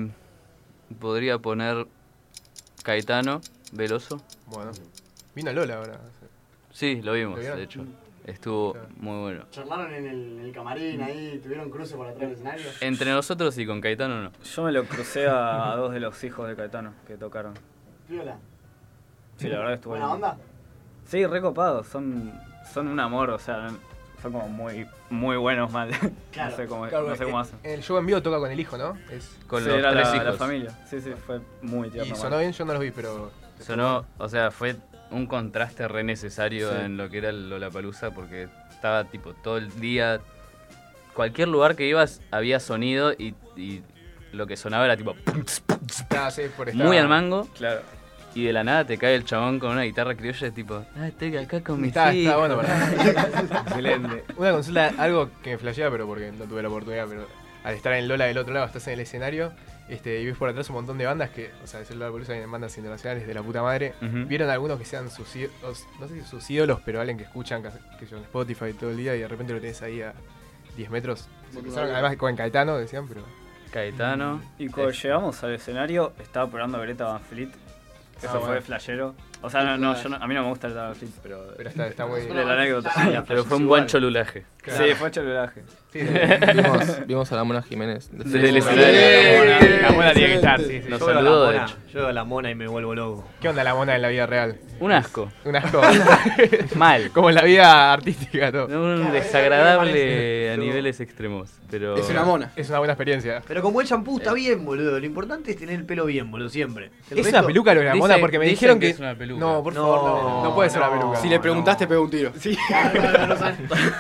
Speaker 19: Podría poner. Caetano, Veloso.
Speaker 4: Bueno. Vino Lola ahora.
Speaker 19: Sí, lo vimos,
Speaker 6: ¿Lo vieron?
Speaker 19: de hecho. Estuvo muy bueno.
Speaker 6: Charlaron en el, en el camarín ahí, tuvieron cruce por atrás del escenario.
Speaker 19: Entre nosotros y con Caetano no.
Speaker 22: Yo me lo crucé a, a dos de los hijos de Caetano que tocaron.
Speaker 6: Viola.
Speaker 22: Sí, la verdad que estuvo
Speaker 6: ¿Buena
Speaker 22: lindo.
Speaker 6: onda?
Speaker 22: Sí, recopados, son, son un amor, o sea, son como muy, muy buenos mal. no sé cómo,
Speaker 4: Claro,
Speaker 22: no sé cómo
Speaker 4: eh,
Speaker 22: hacen.
Speaker 4: El show en vivo toca con el hijo, ¿no? Es...
Speaker 22: Sí, era la, la familia. Sí, sí, fue muy tierno.
Speaker 4: Y
Speaker 22: mal.
Speaker 4: sonó bien, yo no los vi, pero.
Speaker 19: Sonó, o sea, fue un contraste re necesario
Speaker 4: Sí.
Speaker 19: en lo que era el Lollapalooza porque estaba tipo todo el día. Cualquier lugar que ibas había sonido y, y lo que sonaba era tipo. pum, tss, pum, tss,
Speaker 4: Ah, sí, por estar-
Speaker 19: Muy al mango. Claro. Y de la nada te cae el chabón con una guitarra criolla tipo. Ah, estoy acá con mis
Speaker 4: Está, está
Speaker 19: hijos".
Speaker 4: bueno para. Excelente. Una consulta, algo que me flashea, pero porque no tuve la oportunidad, pero al estar en Lola del otro lado, estás en el escenario este, y ves por atrás un montón de bandas que, o sea, es el Lola Polusa en bandas internacionales de la puta madre.
Speaker 19: Ujú.
Speaker 4: Vieron algunos que sean sus ídolos, no sé si sus ídolos, pero alguien que escuchan, que, que yo en Spotify todo el día y de repente lo tenés ahí a 10 metros. Se cruzaron, además con Caetano, decían, pero.
Speaker 19: Caetano.
Speaker 22: Y cuando llegamos al escenario, estaba operando Greta Van Fleet. Eso
Speaker 4: Ah, bueno.
Speaker 22: fue flashero. O sea, no, no, yo no- a mí no me gusta el Dark Flip, pero.
Speaker 4: Pero está- está muy-
Speaker 22: de La anécdota.
Speaker 4: Pero
Speaker 22: Pero
Speaker 4: fue un buen
Speaker 21: cholulaje.
Speaker 22: Sí, fue un cholulaje.
Speaker 4: Sí, vimos- vimos a la Mona Jiménez.
Speaker 22: Desde el
Speaker 4: escenario.
Speaker 24: La mona tiene que estar, sí, sí.
Speaker 4: Nos
Speaker 24: Yo veo a la
Speaker 4: saludó, de
Speaker 24: mona,
Speaker 4: hecho.
Speaker 24: Yo veo a la mona y me vuelvo loco.
Speaker 4: ¿Qué onda la mona en la vida real?
Speaker 19: Un asco.
Speaker 4: Un asco.
Speaker 19: Mal.
Speaker 4: Como en la vida artística, todo.
Speaker 19: Un desagradable a niveles extremos. Pero...
Speaker 4: Es una buena experiencia.
Speaker 7: Pero con buen shampoo
Speaker 4: Eh.
Speaker 7: está bien, boludo. Lo importante es tener el pelo bien, boludo, siempre. El
Speaker 4: ¿Es
Speaker 7: resto-
Speaker 4: una peluca lo de la mona? Porque me dijeron que... No, por
Speaker 7: No,
Speaker 4: favor, no, no puede ser una
Speaker 7: no.
Speaker 4: peluca.
Speaker 7: Si
Speaker 1: le preguntaste, pega un tiro.
Speaker 25: Sí.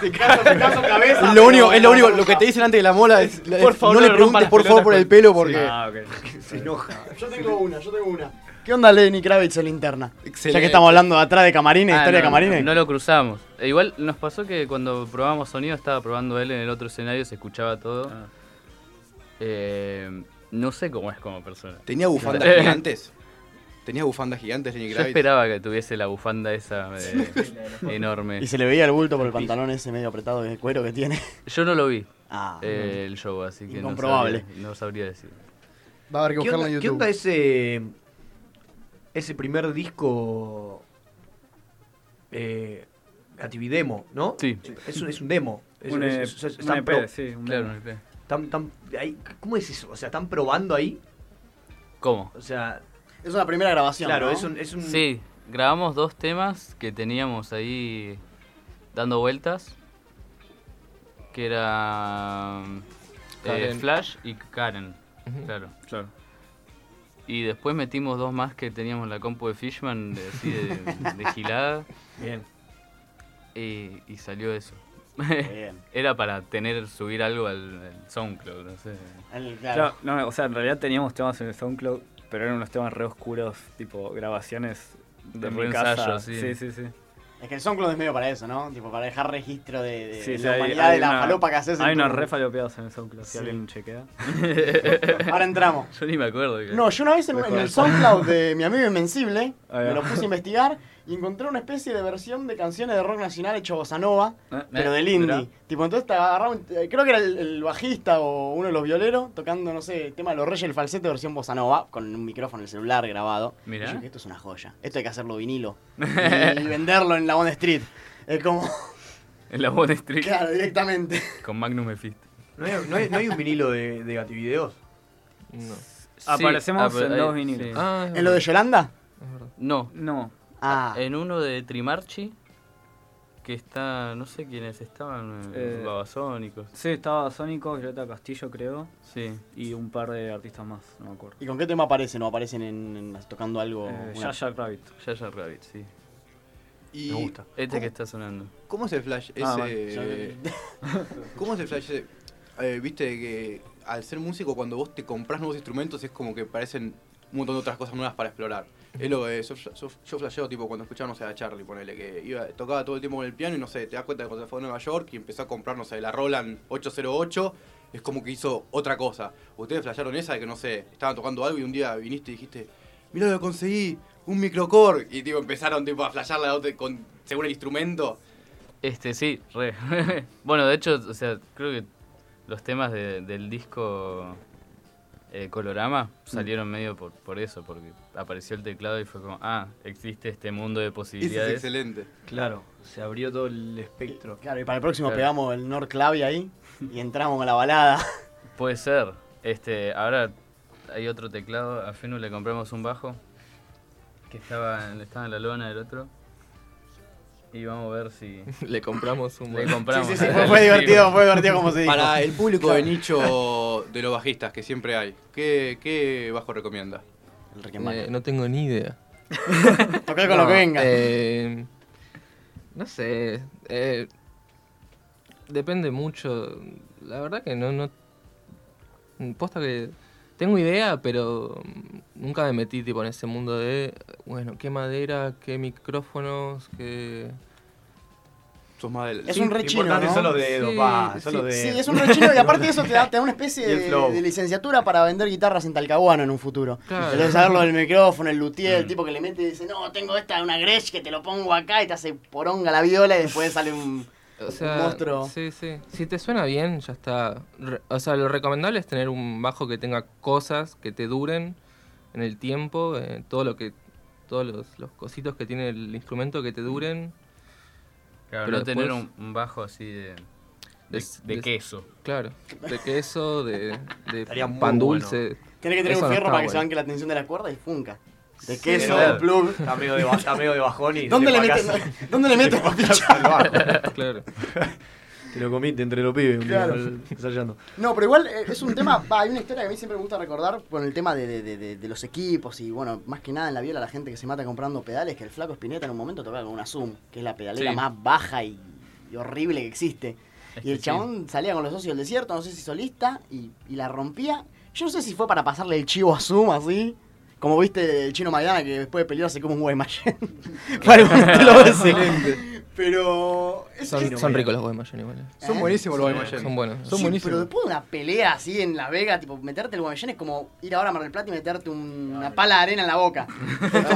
Speaker 1: Es lo único, es lo único, lo que te dicen antes de la mola es, la-
Speaker 25: Por
Speaker 1: es,
Speaker 25: favor,
Speaker 1: no
Speaker 25: no
Speaker 1: le
Speaker 25: le
Speaker 1: preguntes
Speaker 25: rompas
Speaker 1: por
Speaker 25: las
Speaker 1: favor por
Speaker 25: pelotas
Speaker 1: el pelo
Speaker 25: con-
Speaker 1: porque
Speaker 25: Sí. Ah,
Speaker 7: Se enoja.
Speaker 6: Yo tengo una, yo tengo una. ¿Qué onda Lenny Kravitz en linterna? Ya que estamos hablando de atrás de camarines,
Speaker 19: Ah,
Speaker 6: historia de
Speaker 19: no,
Speaker 6: camarines.
Speaker 19: No, no lo cruzamos. E igual nos pasó que cuando probábamos sonido, estaba probando él en el otro escenario, se escuchaba todo. Eh, no sé cómo es como persona.
Speaker 1: Tenía bufandas
Speaker 19: Eh,
Speaker 1: gigantes. Tenía bufandas gigantes Lenny
Speaker 19: Yo
Speaker 1: Kravitz.
Speaker 19: esperaba que tuviese la bufanda esa de- enorme.
Speaker 6: Y se le veía el bulto por el pantalón ese medio apretado de cuero que tiene.
Speaker 19: Yo no lo vi
Speaker 6: Ah.
Speaker 19: eh, el show, así que no
Speaker 6: Incomprobable.
Speaker 19: sabría, no sabría decir.
Speaker 6: Va a haber que
Speaker 7: ¿Qué
Speaker 6: buscarlo
Speaker 7: onda,
Speaker 6: en
Speaker 7: qué
Speaker 6: YouTube.
Speaker 7: onda ese, ese primer disco eh, Natividemo, ¿no?
Speaker 19: Sí.
Speaker 7: Es un, es un demo. Es,
Speaker 22: Un,
Speaker 7: es-
Speaker 22: eh,
Speaker 7: es- es-
Speaker 22: un
Speaker 7: están
Speaker 22: EP, sí, un Claro, demo. un EP.
Speaker 7: Están- están- ahí- ¿Cómo es eso? O sea, ¿están probando ahí?
Speaker 19: ¿Cómo?
Speaker 7: O sea...
Speaker 6: Es una primera grabación,
Speaker 7: Claro,
Speaker 6: ¿no?
Speaker 7: es un... Es un
Speaker 19: Sí, grabamos dos temas que teníamos ahí dando vueltas. Que era mm, eh,
Speaker 21: Karen.
Speaker 19: Flash y Karen. Claro.
Speaker 22: Claro.
Speaker 19: Y después metimos dos más que teníamos en la compu de Fishman, de, así de, de gilada.
Speaker 7: Bien.
Speaker 19: Y, y salió eso.
Speaker 6: Bien.
Speaker 19: Era para tener, subir algo al, al SoundCloud, no sé.
Speaker 22: Claro, no, o sea, en realidad teníamos temas en el SoundCloud, pero eran unos temas re oscuros, tipo grabaciones de,
Speaker 19: De
Speaker 22: mi
Speaker 19: reensayo,
Speaker 22: casa.
Speaker 19: sí.
Speaker 22: sí, sí, sí.
Speaker 6: Es que el SoundCloud es medio para eso, ¿no? Tipo, para dejar registro de, de
Speaker 22: Sí,
Speaker 6: Eh,
Speaker 22: sí,
Speaker 6: la
Speaker 22: hay-
Speaker 6: humanidad
Speaker 22: hay
Speaker 6: de la
Speaker 22: una-
Speaker 6: falopa que haces. en
Speaker 22: Hay
Speaker 6: tu-
Speaker 22: unos re falopeados en el SoundCloud, si
Speaker 6: Sí.
Speaker 22: alguien chequea.
Speaker 6: Ahora entramos.
Speaker 19: Yo ni me acuerdo. que-
Speaker 6: No, yo una vez en, en el SoundCloud de mi amigo Invencible
Speaker 19: Ahí va.
Speaker 6: me lo puse a investigar y encontré una especie de versión de canciones de rock nacional hecho bossa nova,
Speaker 19: Eh,
Speaker 6: pero
Speaker 19: eh,
Speaker 6: del indie. Tipo, entonces te agarraba un- eh, creo que era el, el bajista o uno de los violeros tocando, no sé, el tema de los reyes, el falsete versión bossa nova, con un micrófono, el celular grabado.
Speaker 19: Mirá.
Speaker 6: Y yo dije, esto es una joya. Esto hay que hacerlo vinilo y, y venderlo en la Bond Street. Es como...
Speaker 19: En la Bond Street.
Speaker 6: Claro, directamente.
Speaker 19: Con Magnum e Mephisto.
Speaker 7: ¿No hay, no hay- no hay un vinilo de, de Gativideos?
Speaker 19: No.
Speaker 22: Aparecemos en dos vinilos.
Speaker 6: ¿En lo de Yolanda?
Speaker 19: No.
Speaker 22: No.
Speaker 6: Ah.
Speaker 19: En uno de Trimarchi, que está, no sé quiénes estaban, eh,
Speaker 22: Eh,
Speaker 19: Babasónicos.
Speaker 22: Sí, estaba Sónico, Greta Castillo, creo.
Speaker 19: Sí.
Speaker 22: Y un par de artistas más, no me acuerdo.
Speaker 6: ¿Y con qué tema aparecen? ¿O aparecen en, en- tocando algo?
Speaker 19: Oh,
Speaker 22: Eh,
Speaker 6: una-
Speaker 22: Yaya Rabbit.
Speaker 19: Yaya Rabbit, sí.
Speaker 1: Y-
Speaker 19: Me gusta. Este
Speaker 1: ¿Cómo-
Speaker 19: que está sonando.
Speaker 1: ¿Cómo es el flash ese?
Speaker 19: Ah,
Speaker 1: ¿Cómo es el flash ese? Eh, Viste que al ser músico, cuando vos te compras nuevos instrumentos, es como que parecen un montón de otras cosas nuevas para explorar. Es lo que yo, yo, yo flasheo, tipo, cuando escuchaba, no sé, a Charlie, ponele, que iba, tocaba todo el tiempo con el piano y no sé, te das cuenta que cuando se fue a Nueva York y empezó a comprar, no sé, la Roland 808, es como que hizo otra cosa. Ustedes flashearon esa de que, no sé, estaban tocando algo y un día viniste y dijiste, mirá lo que conseguí, un microcore. Y, tipo, empezaron, tipo, a flashearla otra- con, según el instrumento.
Speaker 19: Este, sí, re. bueno, de hecho, o sea, creo que los temas de- del disco eh,
Speaker 7: Mm.
Speaker 19: Colorama salieron medio por, por eso, porque apareció el teclado y fue como, ah, existe este mundo de posibilidades.
Speaker 1: excelente.
Speaker 7: Claro, se abrió todo el espectro.
Speaker 6: Claro, y para el próximo
Speaker 19: Claro.
Speaker 6: pegamos el Nord Clavi ahí y entramos con la balada.
Speaker 19: Puede ser. Este, ahora hay otro teclado. A Fenu le compramos un bajo que estaba, en- estaba en la lona del otro. Y vamos a ver si
Speaker 21: Le compramos un
Speaker 19: le
Speaker 21: buen-
Speaker 19: compramos.
Speaker 21: Sí, sí, sí, fue- fue
Speaker 6: divertido, fue divertido como se dijo.
Speaker 1: Para el público
Speaker 6: Claro.
Speaker 1: de nicho de los bajistas que siempre hay, ¿qué, qué bajo recomienda?
Speaker 6: El
Speaker 21: Eh, no tengo ni idea.
Speaker 6: Tocar con lo que venga.
Speaker 21: eh, no sé. eh, depende mucho. La verdad que no, no. Posta que. Tengo idea, pero nunca me metí tipo en ese mundo de. Bueno, qué madera, qué micrófonos, qué.
Speaker 1: Sos más del.
Speaker 6: Es un rechino, ¿no?
Speaker 21: Sí, sí.
Speaker 6: Sí, es un rechino y aparte de eso te da, te da una especie
Speaker 21: Y el
Speaker 6: de,
Speaker 21: flow.
Speaker 6: de licenciatura para vender guitarras en Talcahuano en un futuro.
Speaker 21: Claro.
Speaker 6: Entonces saberlo del micrófono, el luthier,
Speaker 7: Mm.
Speaker 6: el tipo que le mete y dice, no, tengo esta, una Gretsch que te lo pongo acá y te hace poronga la viola y después sale un,
Speaker 21: O sea,
Speaker 6: un monstruo.
Speaker 21: Sí, sí. Si te suena bien, ya está. Re- O sea, lo recomendable es tener un bajo que tenga cosas que te duren en el tiempo, eh, todo lo que todos los, los cositos que tiene el instrumento que te duren.
Speaker 19: Claro,
Speaker 21: Pero
Speaker 19: no tener
Speaker 21: después-
Speaker 19: un, un bajo así de, de,
Speaker 21: Des-
Speaker 19: de
Speaker 21: des-
Speaker 19: queso.
Speaker 21: Claro, de queso, de, de
Speaker 19: Estaría muy
Speaker 21: pan
Speaker 7: Eh,
Speaker 19: bueno.
Speaker 21: dulce.
Speaker 6: Tiene que tener
Speaker 21: Eso no
Speaker 6: un fierro
Speaker 21: está
Speaker 6: para que se
Speaker 21: bueno.
Speaker 6: banque la tensión de la cuerda y funca. De
Speaker 7: Sí,
Speaker 6: queso,
Speaker 7: claro.
Speaker 6: de plug.
Speaker 7: Está medio de ba- está medio de bajón y
Speaker 6: ¿Dónde
Speaker 7: se
Speaker 6: le
Speaker 7: fue a
Speaker 6: metes,
Speaker 7: casa.
Speaker 6: ¿dónde le metes, papi?
Speaker 21: Claro.
Speaker 7: Te lo comiste entre los pibes, un día,
Speaker 6: Claro.
Speaker 7: al- ensayando.
Speaker 6: No, pero igual eh, es un tema, va, hay una historia que a mí siempre me gusta recordar con el tema de, de- de- de- de los equipos y bueno, más que nada en la viola la gente que se mata comprando pedales, que el flaco Spinetta en un momento tocaba con una Zoom, que es la pedalera
Speaker 19: Sí.
Speaker 6: más baja y, y horrible que existe.
Speaker 19: Es
Speaker 6: Y el
Speaker 19: que sí.
Speaker 6: chabón salía con los socios del desierto, no sé si solista, y, y la rompía. Yo no sé si fue para pasarle el chivo a Zoom así. Como viste el chino Maidana que después de pelear se come un Guaymallén. Para un telo ese. Pero. es-
Speaker 21: Son,
Speaker 6: es-
Speaker 21: son ricos los Guaymallén igual.
Speaker 6: Son ¿Eh? buenísimos los
Speaker 21: Sí,
Speaker 6: Guaymallén.
Speaker 21: Son buenos.
Speaker 6: Sí, Pero después de una pelea así en La Vega, tipo, meterte el Guaymallén es como ir ahora a Mar del Plata y meterte un- una pala de arena en la boca.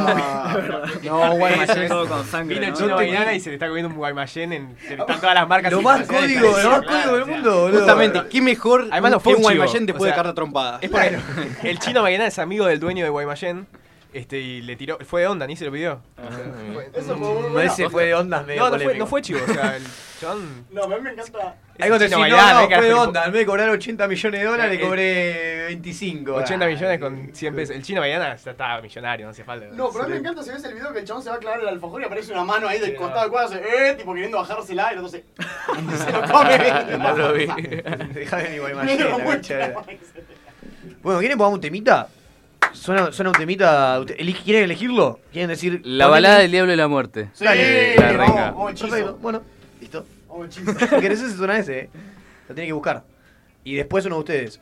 Speaker 7: No, guaymallén.
Speaker 26: Todo con sangre,
Speaker 7: Vino
Speaker 26: ¿no?
Speaker 7: Chino Maidana
Speaker 26: y
Speaker 4: se le está comiendo un guaymallén en... Están todas las marcas.
Speaker 7: Lo más código, lo más código del mundo, boludo.
Speaker 4: Justamente, qué mejor
Speaker 7: Además, lo
Speaker 4: que
Speaker 7: fue
Speaker 4: un
Speaker 7: un chivo,
Speaker 4: Guaymallén después
Speaker 7: o sea,
Speaker 4: de carta trompada.
Speaker 7: es por ahí.
Speaker 4: el chino Maidana es amigo del dueño de Guaymallén. Este, y le tiró, fue de onda, ni se lo pidió. O sea, fue-
Speaker 6: Eso fue
Speaker 7: Mm, No, ese fue de ondas medio
Speaker 4: No, no fue,
Speaker 7: polémico.
Speaker 4: no fue chivo, o sea, el chabón-
Speaker 6: No, a mí me encanta.
Speaker 7: Ahí cuando
Speaker 4: Chino
Speaker 7: decís, no,
Speaker 4: Maidana, eh,
Speaker 7: no, fue de
Speaker 4: carajo,
Speaker 7: onda, me cobraron 80 millones de dólares,
Speaker 4: Eh,
Speaker 7: cobré 25.
Speaker 4: 80
Speaker 7: Ah,
Speaker 4: millones con 100 pesos. El chino Maidana ya está millonario, no hace falta.
Speaker 6: No, pero a mí me encanta si ves el video que el chabón se va a clavar el alfajor y aparece una mano ahí del costado del cuadro, hace, eh, tipo queriendo bajársela y entonces se lo come.
Speaker 7: No lo vi. Dejá de mi Guaymallén,
Speaker 6: Medio
Speaker 7: la
Speaker 6: muerto.
Speaker 7: concha de la- Bueno, ¿quieren pongamos un temita? ¿Suena, suena un temita? ¿Usted- eli- ¿Quieren elegirlo? ¿Quieren decir?
Speaker 19: La balada del diablo y la muerte.
Speaker 7: Sí, Dale.
Speaker 19: La renga.
Speaker 7: Perfecto, bueno, listo. Si querés ese suena ese, eh. Lo tienen que buscar. Y después uno de ustedes.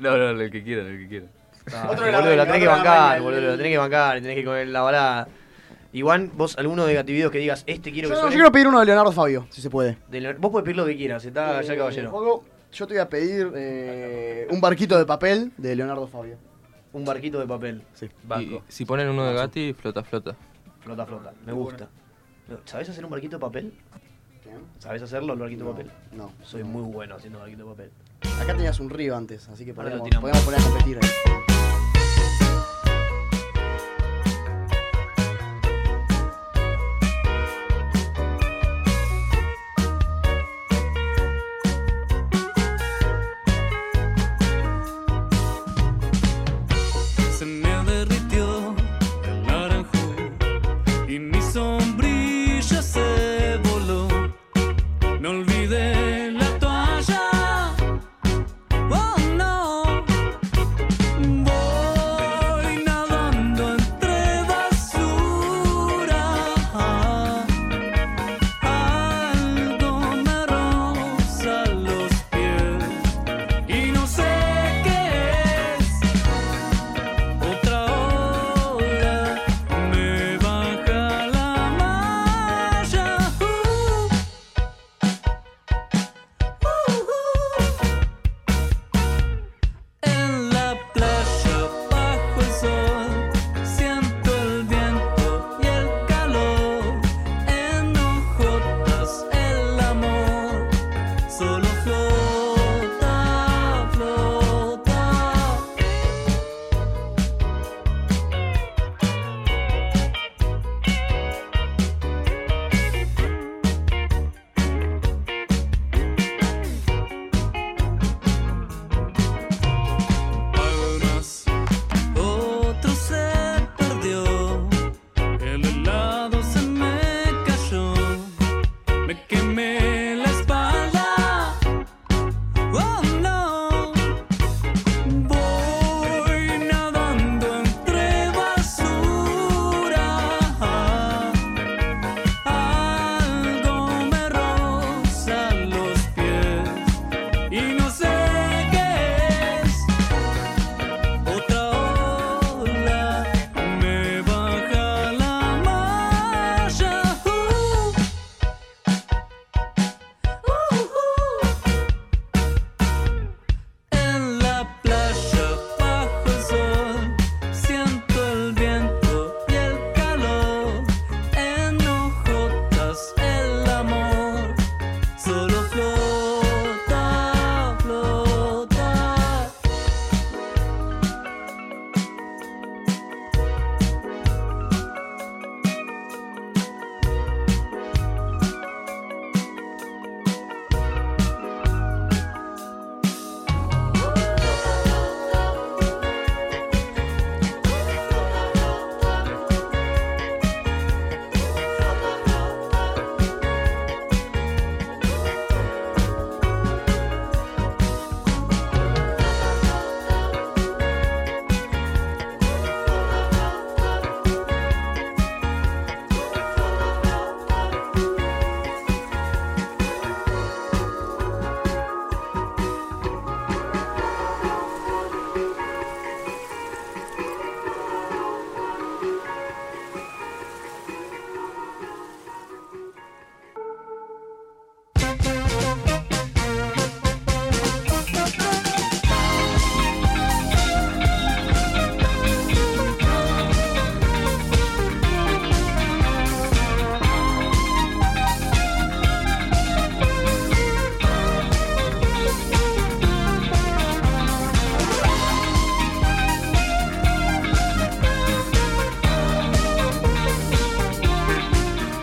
Speaker 19: No, no, lo que quiera, lo que quiera.
Speaker 7: Ah,
Speaker 6: Otro de la
Speaker 7: boludo, la
Speaker 6: renga,
Speaker 7: tenés que
Speaker 6: otro de la
Speaker 7: bancar,
Speaker 6: renga,
Speaker 7: boludo,
Speaker 6: el-
Speaker 7: la tenés que bancar, tenés que comer la balada. Igual, vos, alguno de Gatividos que digas, este quiero
Speaker 6: Yo,
Speaker 7: que
Speaker 6: yo
Speaker 7: suene.
Speaker 6: quiero pedir uno de Leonardo Fabio, si se puede.
Speaker 7: de Leon- Vos podés pedir lo que quieras, está ya
Speaker 6: Eh,
Speaker 7: el caballero.
Speaker 6: Juanjo, yo te voy a pedir eh, un barquito de papel de Leonardo Fabio.
Speaker 7: Un barquito de papel.
Speaker 6: Sí.
Speaker 21: Y si ponen uno de Gatti, flota, flota.
Speaker 7: Flota, flota. Me gusta. ¿Sabés hacer un barquito de papel? ¿Sabés hacerlo, el barquito de papel?
Speaker 6: No.
Speaker 7: Soy muy bueno haciendo barquito de papel.
Speaker 6: Acá tenías un río antes, así que
Speaker 7: Ahora lo
Speaker 6: podemos,
Speaker 7: tiramos.
Speaker 6: podemos poner a competir ahí.
Speaker 15: Se me derritió el naranjo y mi sombrilla se voló. Me olvidé la toalla. Oh no. Voy Uh, oh Uh,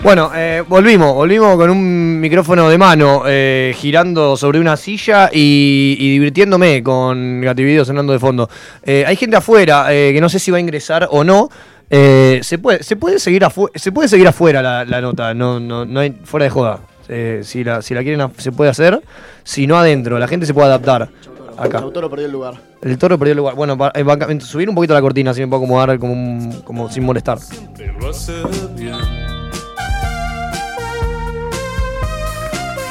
Speaker 7: Bueno, eh, volvimos, volvimos con un micrófono de mano, eh, girando sobre una silla y, y divirtiéndome con Gativideo sonando de fondo. Eh, hay gente afuera eh, que no sé si va a ingresar o no. Eh, se, puede, se, puede seguir afu- se puede seguir afuera la, la nota, no, no, no hay, fuera de joda. Eh, si, la, si la quieren, af- se puede hacer. Si no, adentro, la gente se puede adaptar. Acá.
Speaker 6: Chautoro perdió el lugar.
Speaker 7: El toro perdió el lugar. Bueno, pa- eh, banca- subir un poquito la cortina, así me puedo acomodar como, un- como sin molestar.
Speaker 15: Pero lo hace bien.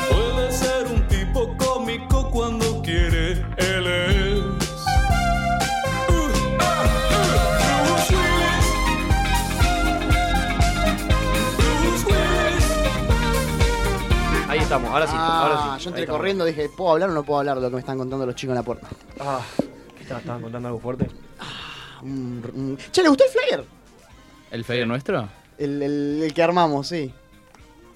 Speaker 15: Puede ser un tipo cómico cuando quiere, él es. Uh, ah, ah, Bruce Willis. Bruce Willis.
Speaker 6: Ahí estamos, ahora
Speaker 15: sí, ahora sí.
Speaker 6: Ah, Yo
Speaker 15: Ahí
Speaker 6: entré
Speaker 15: estamos.
Speaker 6: corriendo, dije, ¿puedo hablar o no puedo hablar de lo que me están contando los chicos en la puerta?
Speaker 8: Ah, ¿qué estabas, estaban contando algo fuerte?
Speaker 6: Mm, mm. Che, ¿le gustó el flyer?
Speaker 19: ¿El flyer nuestro?
Speaker 6: El, el- el que armamos, sí.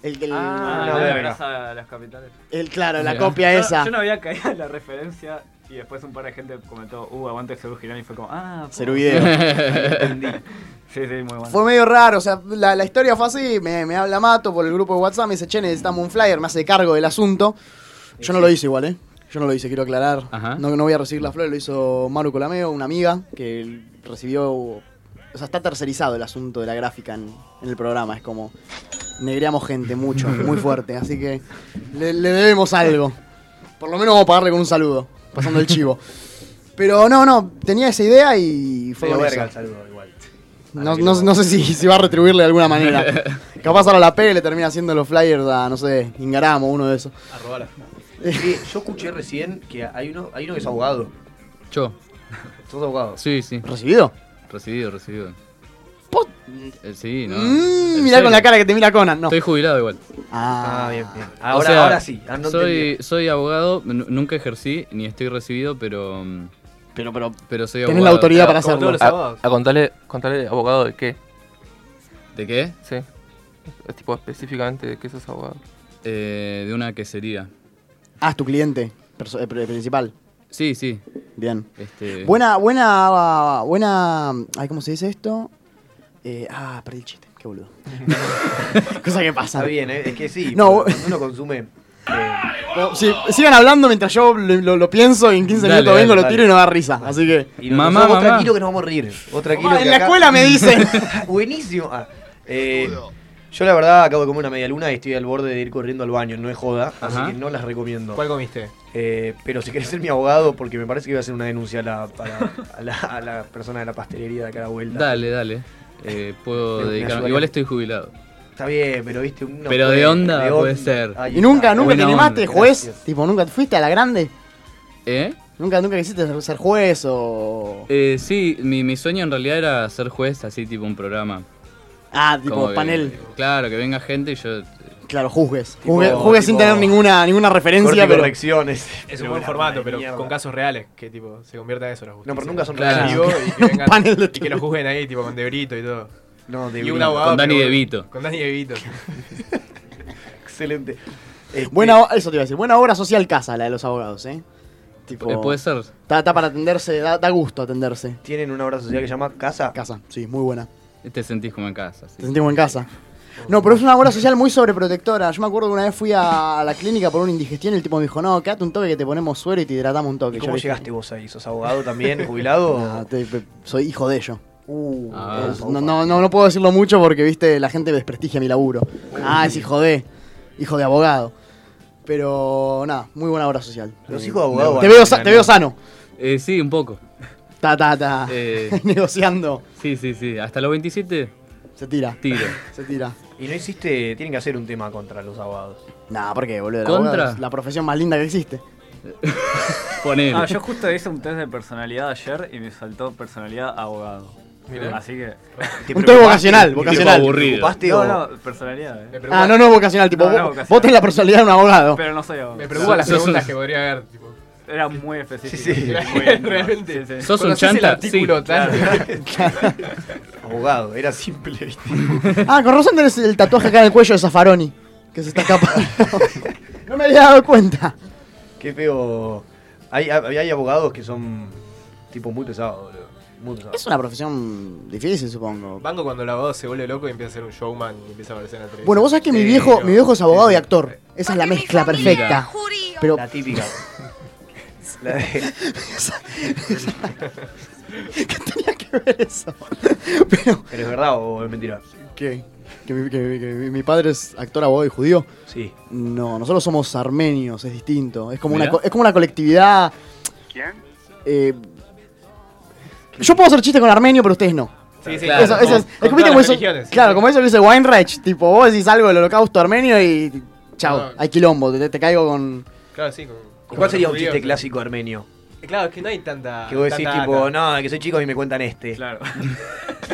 Speaker 6: El que el,
Speaker 19: Ah,
Speaker 22: la
Speaker 6: el-
Speaker 22: de la casa de las capitales.
Speaker 6: El, claro, la copia esa.
Speaker 22: Yo no había caído en la referencia y después un par de gente comentó, uh, aguante Cerú Girán y fue como, ah,
Speaker 6: Cerú Video.
Speaker 22: Entendí. Sí, sí, muy bueno.
Speaker 6: Fue medio raro, o sea, la, la historia fue así, me, me habla Mato por el grupo de WhatsApp, me dice, che, necesitamos un flyer, me hace cargo del asunto. Yo no lo hice igual, ¿eh? Yo no lo hice, quiero aclarar. No, no voy a recibir la flor, lo hizo Maru Colameo, una amiga, que recibió... O sea, está tercerizado el asunto de la gráfica en, en el programa, es como... Negreamos gente mucho, muy fuerte, así que le, le debemos algo. Por lo menos vamos a pagarle con un saludo, pasando el chivo. Pero no, no, tenía esa idea y fue...
Speaker 2: Medio
Speaker 6: con
Speaker 2: verga
Speaker 6: esa.
Speaker 2: el saludo igual.
Speaker 6: No, no- no sé si, si va a retribuirle de alguna manera. Capaz ahora la pega y le termina haciendo los flyers a, no sé, Ingaramo, uno de esos.
Speaker 2: Eh, yo escuché recién que hay uno, hay uno que es abogado.
Speaker 19: Yo.
Speaker 2: ¿Sos abogado?
Speaker 19: Sí, sí.
Speaker 6: ¿Recibido?
Speaker 19: Recibido, recibido. Eh, Sí, no.
Speaker 6: Mm,
Speaker 19: Ah, ¿En
Speaker 6: mirá con
Speaker 19: serio?
Speaker 6: la cara que te mira Conan, no.
Speaker 19: Estoy jubilado igual.
Speaker 6: Ah,
Speaker 2: bien, bien.
Speaker 19: O
Speaker 2: Ahora,
Speaker 19: sea,
Speaker 2: ahora sí. ah, no
Speaker 19: soy,
Speaker 2: entendí.
Speaker 19: soy abogado, n- nunca ejercí ni estoy recibido, pero. mm,
Speaker 6: Pero, pero,
Speaker 19: soy
Speaker 6: tenés
Speaker 19: abogado.
Speaker 6: la autoridad para
Speaker 19: como
Speaker 6: hacerlo.
Speaker 19: todos los
Speaker 6: Ah,
Speaker 19: abogados.
Speaker 21: A contarle, contarle abogado de qué.
Speaker 19: ¿De qué?
Speaker 21: Sí. Es tipo específicamente de qué sos abogado.
Speaker 19: Eh, de una quesería.
Speaker 6: Ah, es tu cliente perso- eh, pri- principal.
Speaker 19: Sí, sí.
Speaker 6: Bien.
Speaker 19: Este,
Speaker 6: Buena, buena, buena... Ay, ¿cómo se dice esto? Eh, ah, perdí el chiste, qué boludo. Cosa que pasa.
Speaker 2: Está bien, eh, es que sí.
Speaker 6: No,
Speaker 2: porque
Speaker 6: vos-
Speaker 2: cuando uno consume.
Speaker 6: No, si- sigan hablando mientras yo lo, lo- lo pienso y en 15
Speaker 2: Dale,
Speaker 6: minutos
Speaker 2: dale,
Speaker 6: vengo, lo
Speaker 2: dale.
Speaker 6: tiro y no da risa. Así que...
Speaker 2: Y nosotros, vos tranquilo que nos vamos a reír. Vos tranquilo
Speaker 6: Mamá,
Speaker 2: que
Speaker 6: Ah, en la
Speaker 2: acá-
Speaker 6: escuela me dicen.
Speaker 2: Buenísimo. Ah, eh, yo la verdad acabo de comer una media luna y estoy al borde de ir corriendo al baño, no es joda,
Speaker 27: Ajá.
Speaker 2: así que no las recomiendo.
Speaker 27: ¿Cuál comiste?
Speaker 2: Eh, pero si querés ser mi abogado, porque me parece que voy a hacer una denuncia a la, para- a la, a la persona de la pastelería de acá a la vuelta.
Speaker 19: Dale, dale. Eh, puedo
Speaker 2: Me- me
Speaker 19: dedicarme.
Speaker 2: ayudaría.
Speaker 19: Igual estoy jubilado.
Speaker 2: Está bien, Eh, pero viste un
Speaker 19: Pero de onda puede ser.
Speaker 6: Y nunca, nunca te
Speaker 19: Buena
Speaker 6: animaste,
Speaker 19: onda,
Speaker 6: juez. Tipo, nunca fuiste a la grande.
Speaker 19: ¿Eh?
Speaker 6: Nunca, nunca quisiste ser- ser juez o.
Speaker 19: Eh, sí, mi, mi sueño en realidad era ser juez, así tipo un programa.
Speaker 6: Ah, tipo
Speaker 19: Como que-
Speaker 6: panel.
Speaker 19: claro, que venga gente y yo. eh,
Speaker 6: Claro, juzgues.
Speaker 19: Tipo-
Speaker 6: Juzgue- juzgues sin
Speaker 19: tipo-
Speaker 6: tener ninguna, ninguna referencia, pero.
Speaker 27: Es un buen formato, pero con casos reales, que tipo, se convierta en eso la justicia.
Speaker 2: No, pero nunca son
Speaker 27: En
Speaker 2: reales.
Speaker 27: vivo y que,
Speaker 2: Un
Speaker 27: vengan-
Speaker 2: panel de
Speaker 27: y que lo juzguen ahí, tipo, con Debrito y todo.
Speaker 2: No,
Speaker 27: y
Speaker 2: Brito.
Speaker 27: un abogado.
Speaker 19: Con Dani
Speaker 27: pero-
Speaker 19: De Vito.
Speaker 27: Con Dani De Vito.
Speaker 2: Excelente. eh,
Speaker 6: Buena, o- eso te iba a decir. Buena obra social casa, la de los abogados, ¿eh? Tipo,
Speaker 19: Eh, puede ser.
Speaker 6: Está, está para atenderse, da, da gusto atenderse.
Speaker 2: Tienen una obra social que se llama Casa.
Speaker 6: Casa, sí, muy buena.
Speaker 19: Te sentís como en casa. sí.
Speaker 6: Te sentimos en casa. No, pero es una obra social muy sobreprotectora. Yo me acuerdo que una vez fui a la clínica por una indigestión y el tipo me dijo, no, quédate un toque que te ponemos suero y te hidratamos un toque.
Speaker 2: ¿Y ¿Cómo
Speaker 6: Yo le dije,
Speaker 2: llegaste vos ahí? ¿Sos abogado también, jubilado?
Speaker 6: No, te- pe- soy hijo de ello.
Speaker 2: Uh,
Speaker 19: Ah.
Speaker 6: Eh,
Speaker 2: opa,
Speaker 6: no, no, no, no puedo decirlo mucho porque, viste, la gente desprestigia mi laburo. Ah, es hijo de. Hijo de abogado. Pero nada, muy buena obra social.
Speaker 2: Los
Speaker 6: Eh,
Speaker 2: hijos de abogado
Speaker 6: Te
Speaker 2: van
Speaker 6: veo,
Speaker 2: a
Speaker 6: sa-
Speaker 2: ganar.
Speaker 6: te veo sano.
Speaker 19: Eh, sí, un poco.
Speaker 6: Ta, ta, ta.
Speaker 19: Eh.
Speaker 6: Negociando.
Speaker 19: Sí, sí, sí. Hasta los 27.
Speaker 6: Se tira.
Speaker 19: Tiro.
Speaker 6: Se tira.
Speaker 2: Y no hiciste, tienen que hacer un tema contra los abogados.
Speaker 6: Nah, ¿por qué, boludo? El
Speaker 19: ¿Contra?
Speaker 6: abogado es la profesión más linda que existe.
Speaker 19: Ponele.
Speaker 22: Ah, yo justo hice un test de personalidad ayer y me saltó personalidad abogado.
Speaker 6: Mirá.
Speaker 22: Así que.
Speaker 6: Un test vocacional, vocacional.
Speaker 22: No, no, personalidad. eh.
Speaker 6: Ah, no, no, vocacional. Tipo,
Speaker 22: No, no,
Speaker 6: vos-
Speaker 22: vocacional.
Speaker 6: vos tenés la personalidad de un abogado.
Speaker 22: Pero no soy abogado.
Speaker 27: Me preocupan las
Speaker 22: Sos-
Speaker 27: preguntas
Speaker 22: sos-
Speaker 27: que podría haber. Tipo.
Speaker 22: Era muy específico.
Speaker 27: Sí, sí.
Speaker 22: Muy íntimo.
Speaker 27: Realmente.
Speaker 22: Sí, sí.
Speaker 19: ¿Sos un
Speaker 27: ¿Conocés el
Speaker 19: chanta?
Speaker 27: artículo
Speaker 19: Sí.
Speaker 27: tal?
Speaker 2: Abogado, era simple. ¿viste?
Speaker 6: Ah, con razón tenés el tatuaje acá en el cuello de Zaffaroni. Que se está escapando. no me había dado cuenta.
Speaker 2: Qué feo. Hay, hay, hay abogados que son tipo muy pesados, boludo.
Speaker 6: Es una profesión difícil, supongo.
Speaker 4: Banco cuando el abogado se vuelve loco y empieza a ser un showman y empieza a aparecer en la televisión.
Speaker 6: Bueno, vos sabés que mi
Speaker 4: Sí,
Speaker 6: viejo,
Speaker 4: no.
Speaker 6: mi viejo es abogado y actor. Esa es la mezcla
Speaker 4: familia
Speaker 6: perfecta. Pero
Speaker 7: La típica.
Speaker 6: La de- ¿Qué tenía que ver eso? Pero,
Speaker 7: ¿Pero es verdad o es mentira?
Speaker 6: ¿Qué? ¿Que mi, que- que mi- mi padre es actor, abogado y judío?
Speaker 7: Sí.
Speaker 6: No, nosotros somos armenios, es distinto. Es como, una,
Speaker 7: Mirá.
Speaker 6: co- es como una colectividad.
Speaker 15: ¿Quién?
Speaker 6: eh, yo puedo hacer chistes con armenio, pero ustedes no.
Speaker 15: Sí, sí,
Speaker 6: Eso-
Speaker 15: claro,
Speaker 6: eso
Speaker 15: con-
Speaker 6: es-
Speaker 15: con
Speaker 6: es
Speaker 15: todas
Speaker 6: que viste como
Speaker 15: las
Speaker 6: eso-
Speaker 15: religiones.
Speaker 6: Claro, como eso lo dice Weinreich. Tipo, vos decís algo del holocausto armenio y. Chao, hay quilombo, te, te caigo con.
Speaker 4: Claro, sí. Con,
Speaker 7: ¿Y cuál sería un chiste clásico armenio?
Speaker 4: Eh,
Speaker 28: Claro, es que no hay tanta.
Speaker 19: Ah,
Speaker 7: Que vos decís
Speaker 28: tanta
Speaker 7: tipo,
Speaker 28: data.
Speaker 7: no, que soy chico y me cuentan este.
Speaker 28: Claro.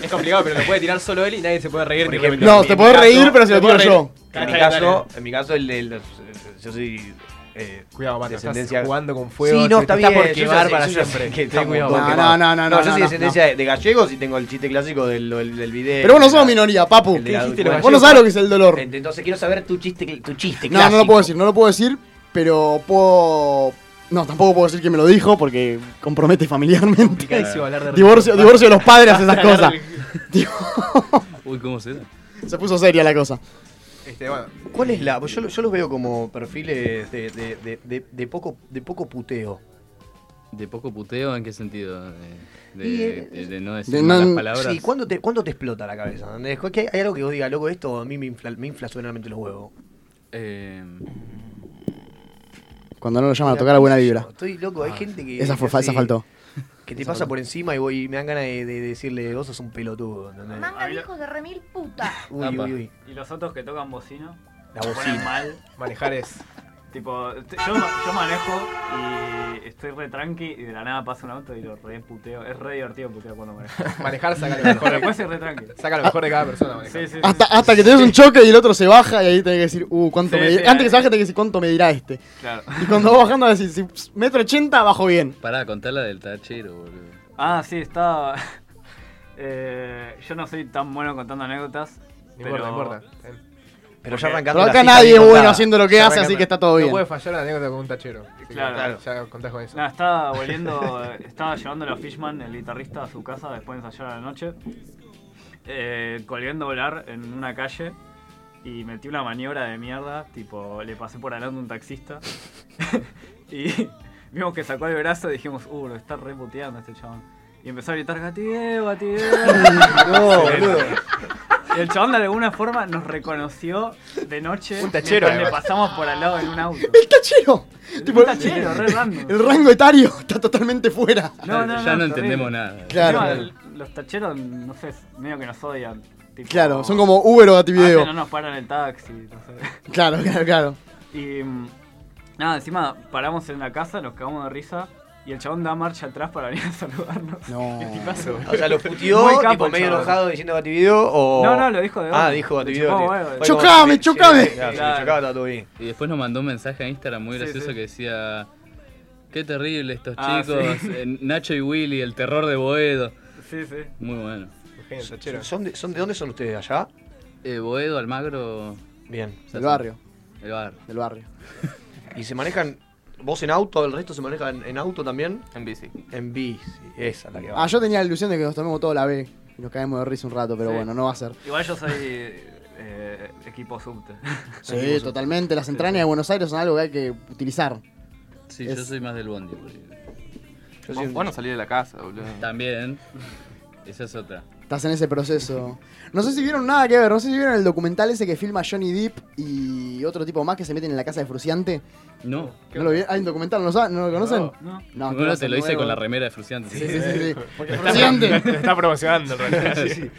Speaker 28: es complicado, pero lo puede tirar solo él y nadie se puede reír.
Speaker 7: Por
Speaker 28: tipo,
Speaker 7: ejemplo,
Speaker 28: en
Speaker 7: en
Speaker 28: mi-
Speaker 7: mi-
Speaker 28: en
Speaker 7: en
Speaker 28: mi
Speaker 7: mi
Speaker 28: caso-
Speaker 7: caso-
Speaker 28: te puedo reír.
Speaker 7: En mi
Speaker 28: Dale,
Speaker 7: caso,
Speaker 28: dale.
Speaker 7: en mi caso el de los, yo soy eh,
Speaker 4: Cuidado, Mato, estás
Speaker 7: descendencia-
Speaker 4: jugando con fuego,
Speaker 7: Sí, no,
Speaker 4: te-
Speaker 7: está
Speaker 4: te estás
Speaker 7: bien.
Speaker 4: por
Speaker 7: yo
Speaker 4: quemar
Speaker 7: ya sé-
Speaker 4: para
Speaker 7: yo ya
Speaker 4: siempre.
Speaker 7: sé que
Speaker 4: Ten
Speaker 7: estamos
Speaker 4: cuidado,
Speaker 7: todos
Speaker 4: no,
Speaker 7: quemados.
Speaker 6: no, no, no,
Speaker 7: yo soy
Speaker 6: no,
Speaker 7: descendencia de gallegos y tengo el chiste clásico del, del, del video.
Speaker 6: Pero vos no somos minoría,
Speaker 7: Eh,
Speaker 6: papu.
Speaker 7: El de la-
Speaker 6: Vos no sabés lo que es el dolor.
Speaker 7: Ent- Entonces quiero saber tu chiste, cl- tu chiste
Speaker 6: No, no lo
Speaker 7: clásico.
Speaker 6: puedo decir, no lo puedo decir, pero puedo. No, tampoco puedo decir que me lo dijo porque compromete familiarmente.
Speaker 28: Complicadísimo hablar de-
Speaker 6: divorcio, divorcio de los padres, esas
Speaker 28: Hablar de-
Speaker 6: cosas.
Speaker 19: Uy, ¿cómo se da?
Speaker 6: Se puso seria la cosa.
Speaker 7: Este, bueno, ¿Cuál es la? Pues yo, lo- yo los veo como perfiles de, de, de, de, de poco, de poco puteo.
Speaker 19: ¿De poco puteo en qué sentido? De, de-
Speaker 7: Y, eh,
Speaker 19: de- de no decir malas palabras.
Speaker 7: Sí, ¿cuándo te, ¿cuándo te explota la cabeza? ¿Entendés? ¿Qué- qué- hay algo que vos digas, loco, esto a mí me infla, me infla soberanamente los huevos.
Speaker 19: Eh,
Speaker 6: Cuando no lo llaman a tocar a buena vibra. Ah,
Speaker 7: Estoy loco, hay gente que.
Speaker 6: Esa fue
Speaker 7: que
Speaker 6: falsa,
Speaker 7: hace-
Speaker 6: faltó.
Speaker 7: Que te pasa por encima y, voy, y me dan ganas de, de decirle, vos sos un pelotudo. ¿entendés?
Speaker 22: Manga de
Speaker 16: hijos de remil puta.
Speaker 7: Uy,
Speaker 22: Apa.
Speaker 7: uy, uy.
Speaker 22: ¿Y los otros que tocan bocina?
Speaker 7: La
Speaker 22: ¿Se ponen
Speaker 7: bocina.
Speaker 22: mal.
Speaker 4: Manejar es.
Speaker 22: Tipo, te- yo, ma- yo manejo y estoy re tranqui y de la nada pasa un auto y lo re puteo. Es re divertido putear cuando manejo.
Speaker 4: Manejar saca lo mejor de-
Speaker 22: Después soy re tranqui.
Speaker 4: saca lo mejor de cada persona manejar.
Speaker 22: Sí, sí, sí.
Speaker 6: Hasta, hasta que tenés un choque y el otro se baja y ahí tenés que decir, uh, cuánto
Speaker 22: Sí,
Speaker 6: me
Speaker 22: sí,
Speaker 6: dirá. Antes
Speaker 22: ahí.
Speaker 6: que se baje tenés que decir cuánto me dirá este.
Speaker 22: Claro.
Speaker 6: Y cuando vas bajando decís, si metro ochenta, bajo bien.
Speaker 19: Pará, contá la del tachero, boludo.
Speaker 22: Ah, sí, estaba. Eh, yo no soy tan bueno contando anécdotas.
Speaker 4: No
Speaker 22: pero...
Speaker 4: importa, no importa.
Speaker 7: Pero
Speaker 22: ya
Speaker 6: arrancando Pero acá la cita nadie bien es bueno contada. haciendo lo que Ya hace, arrancando- así que está todo bien.
Speaker 4: No puede fallar la anécdota con un tachero. Así que
Speaker 22: Claro.
Speaker 4: Ya contás con eso.
Speaker 22: No, estaba volviendo, eh, estaba llevándolo a Fishman, el guitarrista, a su casa después de ensayar a la noche. Eh, colgando a volar en una calle y metí una maniobra de mierda, tipo, le pasé por adelante a un taxista. y vimos que sacó el brazo y dijimos, uh, lo está reputeando este chabón. Y empezó a gritar, gatideo, gatideo.
Speaker 15: No, boludo.
Speaker 22: Y el chabón de alguna forma nos reconoció de noche.
Speaker 6: Un tachero,
Speaker 22: mientras Le
Speaker 6: además.
Speaker 22: pasamos por al lado en un auto.
Speaker 6: ¡El tachero! Tipo,
Speaker 22: un tachero, re random.
Speaker 6: El rango etario está totalmente fuera.
Speaker 22: No, no,
Speaker 19: Ya no
Speaker 22: terrible.
Speaker 19: entendemos nada.
Speaker 6: Claro.
Speaker 22: Encima, Los tacheros, no sé, medio que nos odian. Tipo,
Speaker 6: Claro, son como Uber o Gativideo.
Speaker 22: antes No nos paran el taxi, no sé.
Speaker 6: Claro, claro, claro.
Speaker 22: Y mm, nada, encima paramos en la casa, nos cagamos de risa. Y el chabón da marcha atrás para venir a saludarnos.
Speaker 6: No.
Speaker 22: ¿Qué tipazo,
Speaker 7: O sea, lo
Speaker 22: boludo.
Speaker 7: puteó,
Speaker 22: Muy capo
Speaker 7: tipo,
Speaker 22: el
Speaker 7: medio
Speaker 22: chabón.
Speaker 7: enojado diciendo Bativideo o.
Speaker 22: No, no, lo dijo de
Speaker 7: Ah,
Speaker 22: una.
Speaker 7: dijo
Speaker 22: Le
Speaker 7: Bativideo.
Speaker 22: chupó
Speaker 7: tío.
Speaker 22: huevo.
Speaker 7: Fue como-
Speaker 22: Chocame,
Speaker 7: sí,
Speaker 22: chocame.
Speaker 7: sí, sí, claro,
Speaker 22: Claro.
Speaker 7: si chocaba estaba todo bien.
Speaker 19: Y después nos mandó un mensaje a Instagram muy gracioso que decía: Qué terrible estos
Speaker 22: Ah,
Speaker 19: chicos.
Speaker 22: sí.
Speaker 19: eh, Nacho y Willy, el terror de Boedo.
Speaker 22: Sí, sí.
Speaker 19: Muy bueno.
Speaker 7: ¿Son de, son, ¿De dónde son ustedes? ¿Allá?
Speaker 19: Eh, Boedo, Almagro.
Speaker 7: Bien.
Speaker 6: Del barrio.
Speaker 19: El barrio.
Speaker 6: Del barrio.
Speaker 7: ¿Y se manejan vos en auto? ¿El resto se maneja en, en auto también? En bici. En bici, esa es la que va.
Speaker 6: Ah, yo tenía la ilusión de que nos tomemos toda la B y nos caemos de risa un rato, pero
Speaker 22: Sí.
Speaker 6: bueno, no va a ser.
Speaker 22: Igual yo soy eh, equipo subte.
Speaker 6: Sí, totalmente. Las entrañas de Buenos Aires son algo que hay que utilizar.
Speaker 19: Sí,
Speaker 6: Es-
Speaker 19: yo soy más del bondi, boludo.
Speaker 7: Yo
Speaker 6: soy un-
Speaker 19: Vos no salí de la casa, boludo. También. Esa es otra.
Speaker 6: Estás en ese proceso. No sé si vieron nada que ver, no sé si vieron el documental ese que filma Johnny Depp y otro tipo más que se meten en la casa de Fruciante.
Speaker 19: No.
Speaker 6: ¿No lo vi- Hay un documental, ¿no, lo saben? ¿No lo conocen?
Speaker 22: No.
Speaker 6: No,
Speaker 19: Bueno,
Speaker 6: claro,
Speaker 19: te lo
Speaker 6: es
Speaker 19: hice
Speaker 6: nuevo.
Speaker 19: con la remera de Fruciante.
Speaker 6: Sí, sí, sí. sí. Porque
Speaker 4: Está-
Speaker 6: Fruciante.
Speaker 4: lo está promocionando en realidad.
Speaker 7: Sí, sí.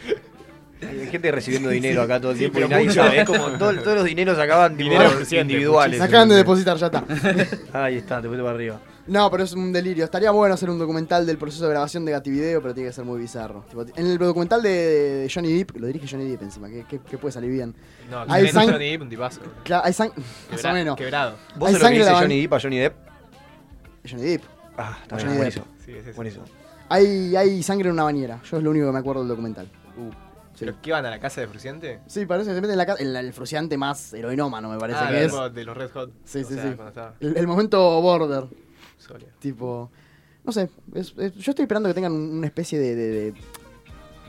Speaker 7: Hay gente recibiendo
Speaker 4: Sí,
Speaker 7: dinero
Speaker 4: sí.
Speaker 7: acá todo el
Speaker 4: Sí,
Speaker 7: tiempo
Speaker 4: pero
Speaker 7: y nadie
Speaker 4: mucho.
Speaker 7: sabe. Es como todo- todos los dineros acaban tipo,
Speaker 4: Dinero reciente,
Speaker 7: individuales.
Speaker 6: Me acaban de depositar, ya está.
Speaker 7: Ahí está, te fuiste para arriba.
Speaker 6: No, pero es un delirio. Estaría bueno hacer un documental del proceso de grabación de Gativideo, pero tiene que ser muy bizarro. Tipo, En el documental de Johnny Depp, lo dirige Johnny Deep encima, que, que- que puede salir bien.
Speaker 4: No,
Speaker 6: Hay sang-
Speaker 4: Johnny Depp, un tipazo.
Speaker 6: Cla- hay sang- más o
Speaker 4: Quebra-
Speaker 6: menos.
Speaker 4: quebrado.
Speaker 7: ¿Vos sabés lo
Speaker 6: Hay
Speaker 7: que
Speaker 6: sangre
Speaker 7: dice
Speaker 6: lavan-
Speaker 7: Johnny Depp a Johnny Depp?
Speaker 6: Johnny Depp.
Speaker 7: Ah, está
Speaker 6: O
Speaker 7: bien,
Speaker 6: Johnny
Speaker 7: buenísimo.
Speaker 6: Depp.
Speaker 7: Buenísimo.
Speaker 6: Hay, hay sangre en una bañera. Yo es lo único que me acuerdo del documental.
Speaker 4: Uh,
Speaker 6: Sí.
Speaker 4: ¿Pero qué van a la casa de Fruciante?
Speaker 6: Sí, parece que se mete en la casa. El, el fruciante más heroinómano, me parece
Speaker 4: Ah,
Speaker 6: que
Speaker 4: de
Speaker 6: es.
Speaker 4: los- de los Red Hot.
Speaker 6: Sí,
Speaker 4: O
Speaker 6: sí,
Speaker 4: sea,
Speaker 6: sí.
Speaker 4: cuando estaba-
Speaker 6: El, el momento border. Tipo. No sé, es- es- yo estoy esperando que tengan un- una especie de, de, de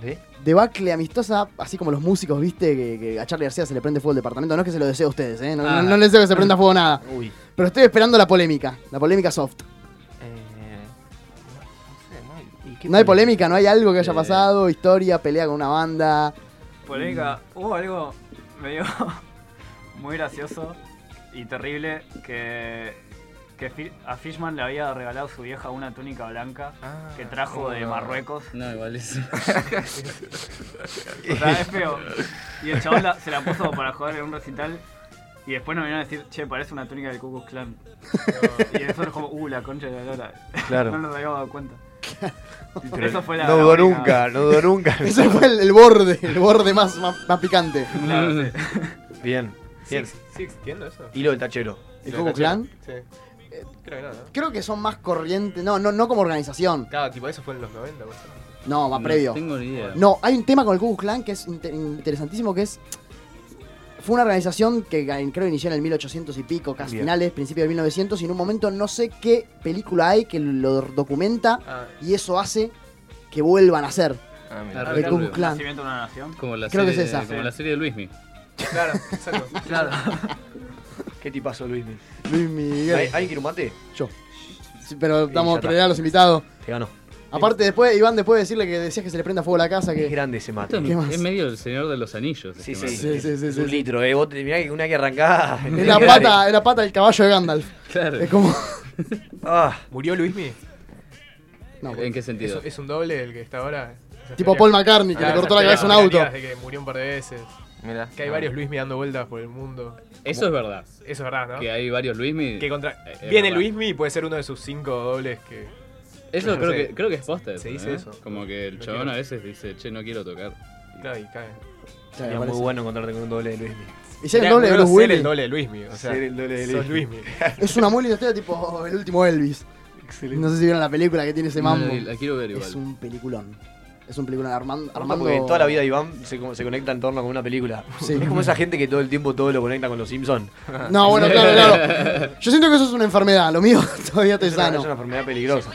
Speaker 7: ¿De?
Speaker 6: debacle amistosa, así como los músicos, viste, que, que a Charlie García se le prende fuego el departamento. No es que se lo deseo a ustedes, ¿eh? No, no-
Speaker 15: Ah.
Speaker 6: no les deseo que se prenda fuego nada.
Speaker 15: Uy.
Speaker 6: Pero estoy esperando la polémica, la polémica soft.
Speaker 22: Eh,
Speaker 6: No hay polémica, no hay algo que haya
Speaker 22: Eh.
Speaker 6: pasado, historia, pelea con una banda.
Speaker 22: Polémica, hubo algo medio muy gracioso y terrible que, que Fi- a Fishman le había regalado su vieja una túnica blanca
Speaker 19: Ah,
Speaker 22: que trajo de
Speaker 19: no.
Speaker 22: Marruecos.
Speaker 19: No, igual eso.
Speaker 22: o sea, es feo. Y el chabón la- se la puso para jugar en un recital y después nos vinieron a decir, che, parece una túnica del Ku Klux Klan. y eso es como, uh, la concha de la lora.
Speaker 7: Claro.
Speaker 22: no nos habíamos dado cuenta.
Speaker 7: Pero
Speaker 22: Eso fue la
Speaker 7: no
Speaker 22: la
Speaker 7: dudó
Speaker 22: única-
Speaker 7: nunca, no dudó nunca.
Speaker 6: Ese fue el, el borde, el borde más, más, más picante.
Speaker 7: Claro, Bien, bien.
Speaker 4: Six, Six, ¿entiendo eso?
Speaker 7: Hilo del tachero.
Speaker 6: ¿El Ku Klux Klan? Eh,
Speaker 4: Sí. Creo que no, ¿no?
Speaker 6: Creo que son más corrientes. No, no, no como organización.
Speaker 4: Claro, tipo, eso fue en los 90, cosa.
Speaker 6: No, más
Speaker 4: No
Speaker 6: previo.
Speaker 4: tengo ni idea.
Speaker 6: No, hay un tema con el Ku Klux Klan que es inter- interesantísimo, que es... Fue una organización que ga- creo inició en el 1800 y pico, casi
Speaker 15: Bien.
Speaker 6: finales, principios del 1900, y en un momento no sé qué película hay que lo documenta
Speaker 22: Ah.
Speaker 6: y eso hace que vuelvan a ser.
Speaker 19: Ah, mira.
Speaker 6: el Ku Klux Klan.
Speaker 22: Nacimiento de una nación.
Speaker 19: Como la
Speaker 6: Creo que
Speaker 19: serie,
Speaker 6: es esa.
Speaker 19: Como la serie de Luismi.
Speaker 4: Claro, exacto.
Speaker 7: Claro. ¿Qué tipazo, Luismi?
Speaker 6: Luis Miguel.
Speaker 7: ¿Hay- ¿Alguien quiere un mate?
Speaker 6: Yo. Sí, pero
Speaker 7: ya
Speaker 6: damos
Speaker 7: está.
Speaker 6: prioridad a los invitados.
Speaker 7: Te ganó.
Speaker 6: Aparte, después, Iván, después de decirle que decías que se le prenda fuego la casa, que...
Speaker 7: Es grande ese mate.
Speaker 19: Esto
Speaker 6: ¿Qué más?
Speaker 19: es medio el señor de los anillos.
Speaker 7: Sí,
Speaker 19: este
Speaker 7: sí,
Speaker 19: man.
Speaker 7: sí, Es un litro, eh. Vos te- mirá que una que arrancada.
Speaker 6: Es la pata, es la pata del caballo de Gandalf.
Speaker 19: Claro.
Speaker 6: Es como...
Speaker 7: Ah.
Speaker 4: ¿Murió Luismi?
Speaker 19: ¿En qué sentido?
Speaker 4: ¿Es, es un doble el que está ahora? Ah, Esas
Speaker 6: Tipo
Speaker 4: teorías-
Speaker 6: Paul McCartney, que
Speaker 4: Claro,
Speaker 6: le cortó la
Speaker 4: esas
Speaker 6: cabeza a un
Speaker 4: teorías
Speaker 6: auto.
Speaker 4: De que murió un par de veces.
Speaker 19: Mirá.
Speaker 4: Que hay
Speaker 19: Ah.
Speaker 4: varios Luismi dando vueltas por el mundo.
Speaker 19: Eso es verdad.
Speaker 4: Eso es verdad, ¿no?
Speaker 19: Que hay varios Luismi.
Speaker 4: Que contra...
Speaker 19: Eh, es
Speaker 4: Viene
Speaker 19: verdad.
Speaker 4: Luismi y puede ser uno de sus cinco dobles que...
Speaker 19: Eso
Speaker 4: No
Speaker 19: creo,
Speaker 4: sé.
Speaker 19: que, creo que es póster.
Speaker 4: Se
Speaker 19: ¿eh?
Speaker 4: dice eso.
Speaker 19: Como que el
Speaker 4: No
Speaker 19: chabón
Speaker 4: quiero.
Speaker 19: a veces dice, che, no quiero tocar.
Speaker 4: Claro, y cae.
Speaker 7: Sería muy bueno encontrarte con un doble de Luismi.
Speaker 6: Y ser el doble de
Speaker 4: Era-
Speaker 6: Bruce
Speaker 4: ser
Speaker 6: Willis.
Speaker 4: el doble de Luismi. O sea,
Speaker 7: Ser el doble de
Speaker 4: sos
Speaker 7: Luismi.
Speaker 4: Luismi.
Speaker 6: Es una muy linda historia, tipo el último Elvis. No sé si vieron la película que tiene ese
Speaker 19: No la
Speaker 6: mambo.
Speaker 19: vi, la quiero ver igual.
Speaker 6: Es un peliculón. Es un peliculón. Armando.
Speaker 7: Armando...
Speaker 6: Armando
Speaker 7: Porque toda la vida de Iván se, co- se conecta en torno con una película. Es como esa gente que todo el tiempo todo lo conecta con los Simpsons.
Speaker 6: No, bueno, claro, claro. Yo siento que eso es una enfermedad. Lo mío todavía te
Speaker 7: Es una, es una
Speaker 6: sano.
Speaker 7: enfermedad peligrosa.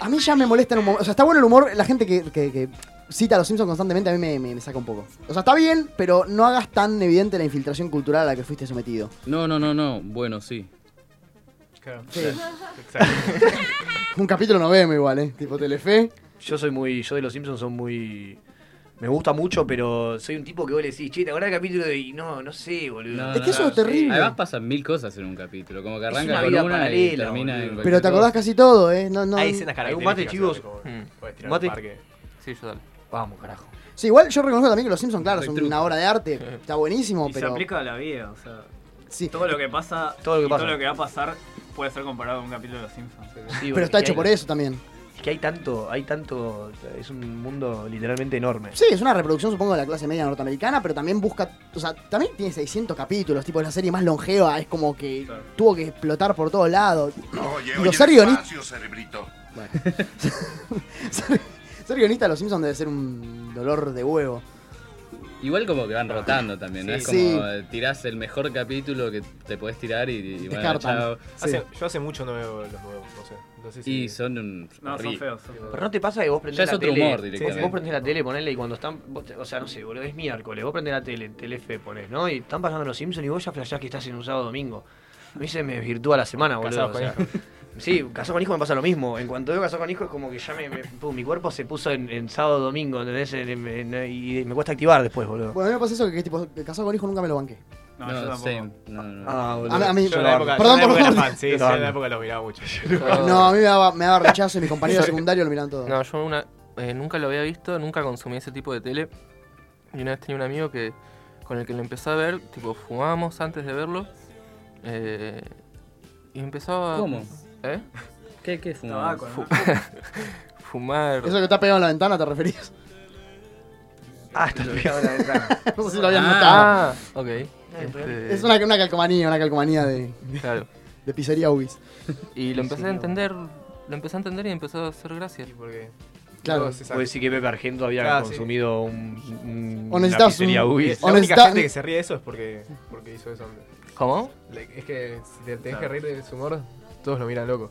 Speaker 6: A mí ya me molesta en un momento. O sea, está bueno el humor. La gente que, que- que cita a los Simpsons constantemente a mí me, me- me saca un poco. O sea, está bien, pero no hagas tan evidente la infiltración cultural a la que fuiste sometido.
Speaker 19: No, no, no, no. Bueno, sí.
Speaker 6: Sí. un capítulo no vemos igual, ¿eh? Tipo Telefe.
Speaker 7: Yo soy muy. Yo de los Simpsons son muy. Me gusta mucho, pero soy un tipo que vos le decís, che, ¿te acordás del capítulo de.? Y no, no sé, boludo.
Speaker 19: No,
Speaker 6: Es
Speaker 19: no,
Speaker 6: que eso
Speaker 19: no.
Speaker 6: es terrible.
Speaker 19: Además pasan mil cosas en un capítulo. Como que
Speaker 7: Es
Speaker 19: arranca
Speaker 7: una
Speaker 19: con
Speaker 7: vida
Speaker 19: una y
Speaker 7: paralela,
Speaker 19: termina en cualquier
Speaker 6: Pero te acordás casi todo, ¿eh? No, no,
Speaker 7: Hay un mate, chicos.
Speaker 4: Podés tirar
Speaker 7: Un mate.
Speaker 4: al parque.
Speaker 7: Sí, yo dale. Vamos, carajo.
Speaker 6: Sí, igual yo reconozco también que los Simpsons, claro,
Speaker 22: Soy
Speaker 6: son
Speaker 22: truco.
Speaker 6: una obra de arte. Está buenísimo,
Speaker 22: Y se
Speaker 6: pero.
Speaker 22: aplica a la vida, o sea.
Speaker 6: Sí.
Speaker 22: Todo lo que pasa,
Speaker 6: Todo lo que
Speaker 22: y
Speaker 6: pasa.
Speaker 22: todo lo que va a pasar puede ser comparado con un capítulo de Los Simpsons.
Speaker 6: Pero está hecho por eso también.
Speaker 7: Es que hay tanto, hay tanto. Es un mundo literalmente enorme.
Speaker 6: Sí, es una reproducción, supongo, de la clase media norteamericana, pero también busca. O sea, también tiene 600 capítulos, tipo, es la serie más longeva, es como que tuvo que explotar por todos lados.
Speaker 2: Oye,
Speaker 6: Y
Speaker 2: oye,
Speaker 6: los ser guionistas.
Speaker 2: despacio, cerebrito.
Speaker 6: Ser guionista de los Simpsons debe ser un dolor de huevo.
Speaker 19: Igual como que van rotando también, ¿no?
Speaker 6: Sí.
Speaker 19: Es como
Speaker 6: Sí.
Speaker 19: eh, tirás el mejor capítulo que te podés tirar y, y bueno,
Speaker 6: Descartan.
Speaker 19: chao.
Speaker 4: Hace- yo hace mucho no veo los nuevos, no sé. No sé si...
Speaker 19: Y son un... horrible.
Speaker 7: Pero no te pasa que vos prendés
Speaker 19: Ya es
Speaker 7: la
Speaker 19: otro
Speaker 7: tele.
Speaker 19: humor directamente.
Speaker 7: Vos prendés la tele, ponele y cuando están. vos te- o sea, no sé, boludo, es miércoles. Vos prendés la tele, Telefe ponés, ¿no? Y están pasando los Simpsons y vos ya flashás que estás en un sábado domingo. A mí se me desvirtúa la semana, boludo.
Speaker 4: Casados
Speaker 7: o
Speaker 4: con
Speaker 7: sea. sí, casado con hijo me pasa lo mismo. En cuanto veo casado con hijo es como que ya me. me- pum, mi cuerpo se puso en, en sábado domingo, ¿entendés? En- en- en- y me cuesta activar después, boludo.
Speaker 6: Bueno, a mí me pasa eso que, tipo, casado con hijo nunca me lo banqué.
Speaker 7: No,
Speaker 19: yo tampoco.
Speaker 7: Ah, boludo.
Speaker 6: A mí- a mí-
Speaker 7: Yo en la época-
Speaker 6: perdón,
Speaker 7: yo en la época
Speaker 6: perdón.
Speaker 4: Era
Speaker 7: era
Speaker 4: fan, sí,
Speaker 7: Yo
Speaker 4: sí,
Speaker 7: no.
Speaker 4: en la época los miraba mucho.
Speaker 6: No, a mí me daba, me daba rechazo y mis compañeros de
Speaker 21: Yo-
Speaker 6: secundario lo miran todo.
Speaker 21: No, yo una, eh, nunca lo había visto, nunca consumí ese tipo de tele. Y una vez tenía un amigo que con el que lo empecé a ver, tipo, fumábamos antes de verlo. eh, y empezaba.
Speaker 19: ¿Cómo?
Speaker 21: ¿Eh?
Speaker 19: ¿Qué, qué fumabas?
Speaker 21: Fu- Fumar.
Speaker 6: Eso que está pegado en la ventana, ¿te referís?
Speaker 7: Ah, está pegado en la ventana.
Speaker 6: no sé si lo habían notado.
Speaker 21: Ah, ok. Este-
Speaker 6: Es una, una calcomanía, una calcomanía de,
Speaker 21: Claro.
Speaker 6: de pizzería Ubis.
Speaker 21: Y lo empecé a
Speaker 6: Sí,
Speaker 21: entender. Lo empecé a entender y empezó a hacer gracia.
Speaker 6: Claro.
Speaker 7: Puede
Speaker 19: Pues
Speaker 7: decir que Pepe Argento había
Speaker 4: Ah, sí.
Speaker 7: consumido un, un-
Speaker 6: O necesitas
Speaker 7: una pizzería
Speaker 6: un-
Speaker 7: Ubis.
Speaker 4: La única gente que se ríe de eso es porque, porque hizo eso.
Speaker 21: ¿Cómo?
Speaker 4: Le- Es que si te tenés
Speaker 21: Claro.
Speaker 4: que reír de su humor, todos lo miran loco.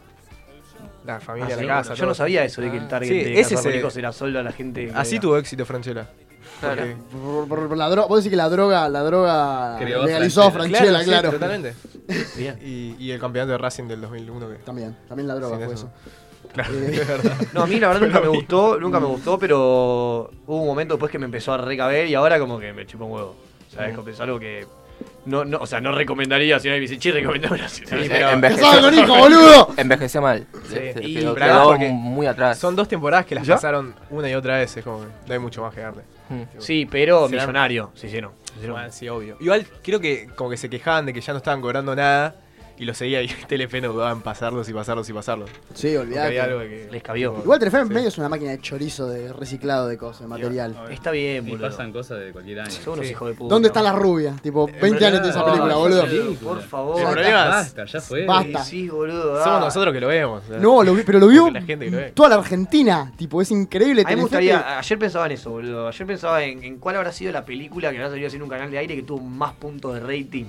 Speaker 4: la familia,
Speaker 7: Ah,
Speaker 4: la
Speaker 7: sí,
Speaker 4: casa.
Speaker 7: bueno, yo
Speaker 4: todo.
Speaker 7: no sabía eso de que el target de
Speaker 4: ese
Speaker 7: Cazadores
Speaker 4: se-
Speaker 7: Ricos era solo a la gente que
Speaker 4: Así
Speaker 7: era-
Speaker 4: tuvo éxito Franchella.
Speaker 6: Claro. Por, por- por la droga, vos decís que la droga, la droga
Speaker 4: Creó
Speaker 6: legalizó
Speaker 4: Ah,
Speaker 6: Franchella,
Speaker 4: sí,
Speaker 6: claro.
Speaker 4: totalmente. Y, y el campeonato de Racing del 2001. Que
Speaker 6: también, también la droga
Speaker 4: Sin
Speaker 6: fue
Speaker 4: eso.
Speaker 7: Claro,
Speaker 4: Eh,
Speaker 7: es verdad. No, a mí la verdad nunca me gustó, nunca me gustó, pero hubo un momento después que me empezó a recaber y ahora como que me chupa un huevo. ¿Sabes?
Speaker 4: Mm.
Speaker 7: Como es algo que. No, no, o sea, no recomendaría si nadie me dice, che, recomendame una serie", pero-
Speaker 21: Envejeció mal.
Speaker 4: Sí,
Speaker 21: Se- se
Speaker 4: y
Speaker 21: quedó-
Speaker 4: pero
Speaker 21: quedó
Speaker 4: además porque
Speaker 21: muy atrás.
Speaker 4: Son dos temporadas que las
Speaker 21: ¿Ya?
Speaker 4: pasaron una y otra vez, es como que no hay mucho más que darle.
Speaker 21: Hmm.
Speaker 7: Sí, pero
Speaker 4: Será-
Speaker 7: millonario, se hicieron. se hicieron.
Speaker 4: Bueno, sí, obvio. Igual creo que como que se quejaban de que ya no estaban cobrando nada y lo seguía y Telefe no dudaba en pasarlos y pasarlos y pasarlos.
Speaker 6: Sí, olvidate.
Speaker 4: Porque había algo que
Speaker 7: les cabió.
Speaker 6: Igual Telefe en medio es una máquina de chorizo de reciclado de cosas, de material.
Speaker 7: Está bien,
Speaker 29: Y
Speaker 7: boludo.
Speaker 29: pasan cosas de cualquier año.
Speaker 7: Son unos hijos de puta.
Speaker 6: ¿Dónde están las rubias? Tipo, 20 años de esa película, boludo.
Speaker 7: Por favor.
Speaker 6: El problema es- Basta, ya fue. Basta.
Speaker 7: Sí, boludo.
Speaker 4: Somos
Speaker 7: ah.
Speaker 4: nosotros que lo vemos. o sea.
Speaker 6: No, lo vi- pero lo vio
Speaker 4: La gente que lo ve.
Speaker 6: toda la Argentina. Tipo, es increíble.
Speaker 7: A mí me
Speaker 6: Telefe que-
Speaker 7: gustaría, ayer pensaba en eso, boludo. Ayer pensaba en, en cuál habrá sido la película que habrá salido haciendo un canal de aire que tuvo más puntos de rating.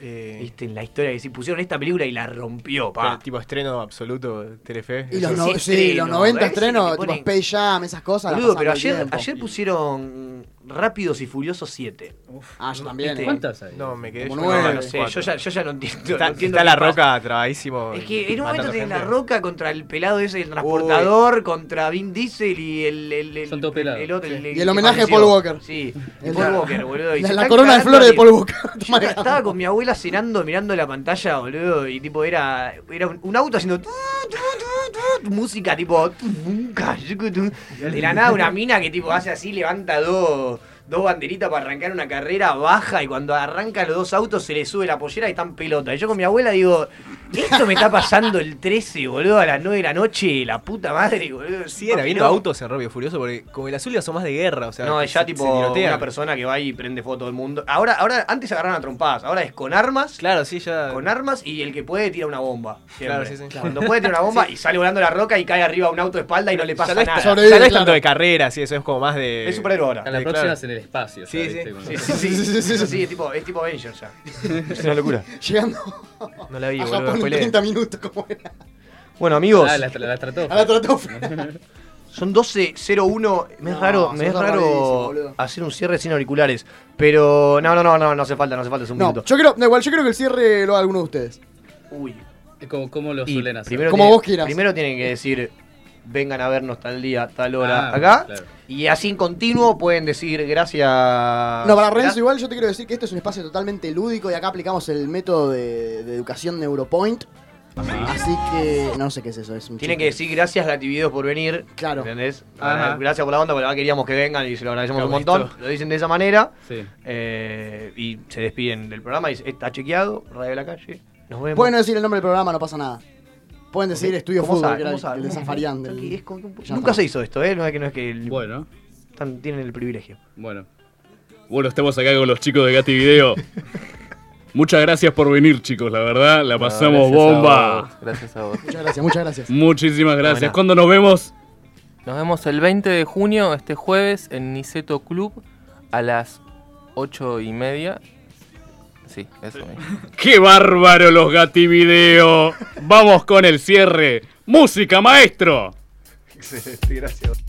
Speaker 7: Viste, en la historia que si pusieron esta película y la rompió, pa.
Speaker 4: Eh. Pero, tipo estreno absoluto, Telefe.
Speaker 6: Y los, no-
Speaker 7: Sí,
Speaker 6: sí,
Speaker 7: estreno,
Speaker 6: los 90
Speaker 7: ¿verdad?
Speaker 6: estrenos,
Speaker 7: Sí,
Speaker 6: tipo
Speaker 7: ponen-
Speaker 6: Space Jam, esas cosas. las
Speaker 7: Boludo, pero
Speaker 6: pasan todo el
Speaker 7: ayer,
Speaker 6: tiempo.
Speaker 7: ayer pusieron Rápidos y Furiosos 7.
Speaker 6: Ah, yo también, ¿eh?
Speaker 4: ¿Cuántas hay? No, me quedé
Speaker 7: yo.
Speaker 4: yo con
Speaker 7: No,
Speaker 4: las
Speaker 7: no sé,
Speaker 4: cuatro.
Speaker 7: yo ya, yo ya no entiendo.
Speaker 4: Está,
Speaker 7: no entiendo
Speaker 4: está
Speaker 7: qué
Speaker 4: la
Speaker 7: pasa.
Speaker 4: roca trabadísimo.
Speaker 7: Es que en un momento tenés
Speaker 4: matando
Speaker 7: la
Speaker 4: gente.
Speaker 7: roca contra el pelado ese del transportador, contra Vin Diesel y el. el, el- el- el otro, el-
Speaker 6: Y el
Speaker 7: que
Speaker 6: homenaje a
Speaker 7: falleció.
Speaker 6: Paul Walker.
Speaker 7: Sí,
Speaker 6: El-
Speaker 7: Paul Walker, boludo. y
Speaker 6: La-
Speaker 7: se
Speaker 6: la
Speaker 7: están
Speaker 6: corona de
Speaker 7: cagando
Speaker 6: flores de Paul Walker.
Speaker 7: Yo estaba con mi abuela cenando, mirando la pantalla, boludo, y tipo era, era un, un auto haciendo tu, tu, tu, tu, música tipo tu, tu, ca, yucu, tu. de la nada una mina que tipo hace así, levanta dos dos banderitas para arrancar una carrera, baja y cuando arranca los dos autos se le sube la pollera y están pelota. Y yo con mi abuela digo, esto me está pasando el 13, boludo, a las 9 de la noche, la puta madre, boludo.
Speaker 4: Sí, era viendo
Speaker 7: No.
Speaker 4: autos en Rápido Furioso porque como el azul ya son más de guerra, o sea.
Speaker 7: No, es ya
Speaker 4: se- se
Speaker 7: tipo
Speaker 4: tirotean.
Speaker 7: una persona que va y prende fuego a todo el mundo. Ahora, ahora antes agarraron a trompadas, ahora es con armas.
Speaker 4: Claro, sí, ya.
Speaker 7: Con armas y el que puede tira una bomba.
Speaker 4: Claro,
Speaker 7: siempre.
Speaker 4: sí, sí.
Speaker 7: Cuando puede tira una bomba y sale volando la roca y cae arriba a un auto de espalda y no le
Speaker 4: Ya
Speaker 7: pasa
Speaker 4: no es,
Speaker 7: nada.
Speaker 4: ya no es tanto de carreras y eso es como más de.
Speaker 7: Es superhéroe ahora.
Speaker 4: Sí,
Speaker 29: A la
Speaker 4: claro.
Speaker 29: próxima es en el espacio. ya,
Speaker 4: Sí, sí.
Speaker 29: ¿viste? Con-
Speaker 7: Sí, sí, sí. Sí, es tipo, es tipo Avengers ya.
Speaker 4: Es una locura.
Speaker 6: Llegando
Speaker 4: No la vi,
Speaker 6: a
Speaker 4: boludo,
Speaker 6: Japón en
Speaker 4: spoileé.
Speaker 6: 30 minutos, como era.
Speaker 7: Bueno, amigos.
Speaker 29: Ah, la, la, la trató.
Speaker 6: A la tratofia.
Speaker 7: Son 12.01. Me es
Speaker 6: No,
Speaker 7: raro, me
Speaker 6: sos
Speaker 7: es
Speaker 6: rarísimo,
Speaker 7: raro
Speaker 6: boludo.
Speaker 7: hacer un cierre sin auriculares. Pero no, no, no, no, no hace falta, no hace falta, es un
Speaker 6: No,
Speaker 7: minuto.
Speaker 6: yo creo, no, igual, yo creo que el cierre lo haga alguno de ustedes.
Speaker 7: Uy.
Speaker 29: Como, como lo
Speaker 7: Y
Speaker 29: suelen hacer.
Speaker 7: primero
Speaker 6: Como
Speaker 7: tiene-
Speaker 6: vos quieras.
Speaker 7: Primero tienen que decir, vengan a vernos tal día, tal
Speaker 29: Ah,
Speaker 7: hora, acá.
Speaker 29: claro.
Speaker 7: Y así en continuo pueden decir, gracias.
Speaker 6: No, para Renzo, igual yo te quiero decir que este es un espacio totalmente lúdico y acá aplicamos el método de, de educación Neuropoint. Así que. No sé qué es eso, es un
Speaker 7: Tienen Ah. que
Speaker 6: chiste.
Speaker 7: decir gracias Gativideos por venir. Claro. ¿Entendés?
Speaker 6: Ajá.
Speaker 7: Gracias por la onda, porque la verdad queríamos que vengan y se lo agradecemos un
Speaker 4: Cabrito.
Speaker 7: montón. Lo dicen de esa manera.
Speaker 29: Sí.
Speaker 7: Eh, y se despiden del programa. Y dice, está chequeado, Radio de la Calle. Nos vemos.
Speaker 6: Pueden no decir el nombre del programa, no pasa nada. Pueden decir Estudio
Speaker 7: ¿Cómo
Speaker 6: Fútbol,
Speaker 7: sabe?
Speaker 6: que era
Speaker 7: ¿Cómo
Speaker 6: el-
Speaker 7: sabe?
Speaker 6: el de
Speaker 7: ¿Cómo?
Speaker 6: Zafarian. del- Ya
Speaker 7: Nunca
Speaker 6: está.
Speaker 7: se hizo esto, ¿eh? No es que no es que.
Speaker 29: Bueno.
Speaker 7: tienen el privilegio.
Speaker 29: Bueno.
Speaker 19: Bueno, estamos acá con los chicos de Gati Video. Muchas gracias por venir, chicos, la verdad, la pasamos
Speaker 21: Ah, gracias a
Speaker 19: bomba.
Speaker 21: vos, gracias a vos.
Speaker 6: Muchas gracias, muchas gracias.
Speaker 19: Muchísimas gracias.
Speaker 21: Bueno.
Speaker 19: ¿Cuándo nos vemos?
Speaker 21: Nos vemos el 20 de junio, este jueves, en Niceto Club a las 8 y media. Sí, eso mismo.
Speaker 19: ¡Qué bárbaro los Gati Video! Vamos con el cierre. ¡Música, maestro!
Speaker 7: Excelente, gracias.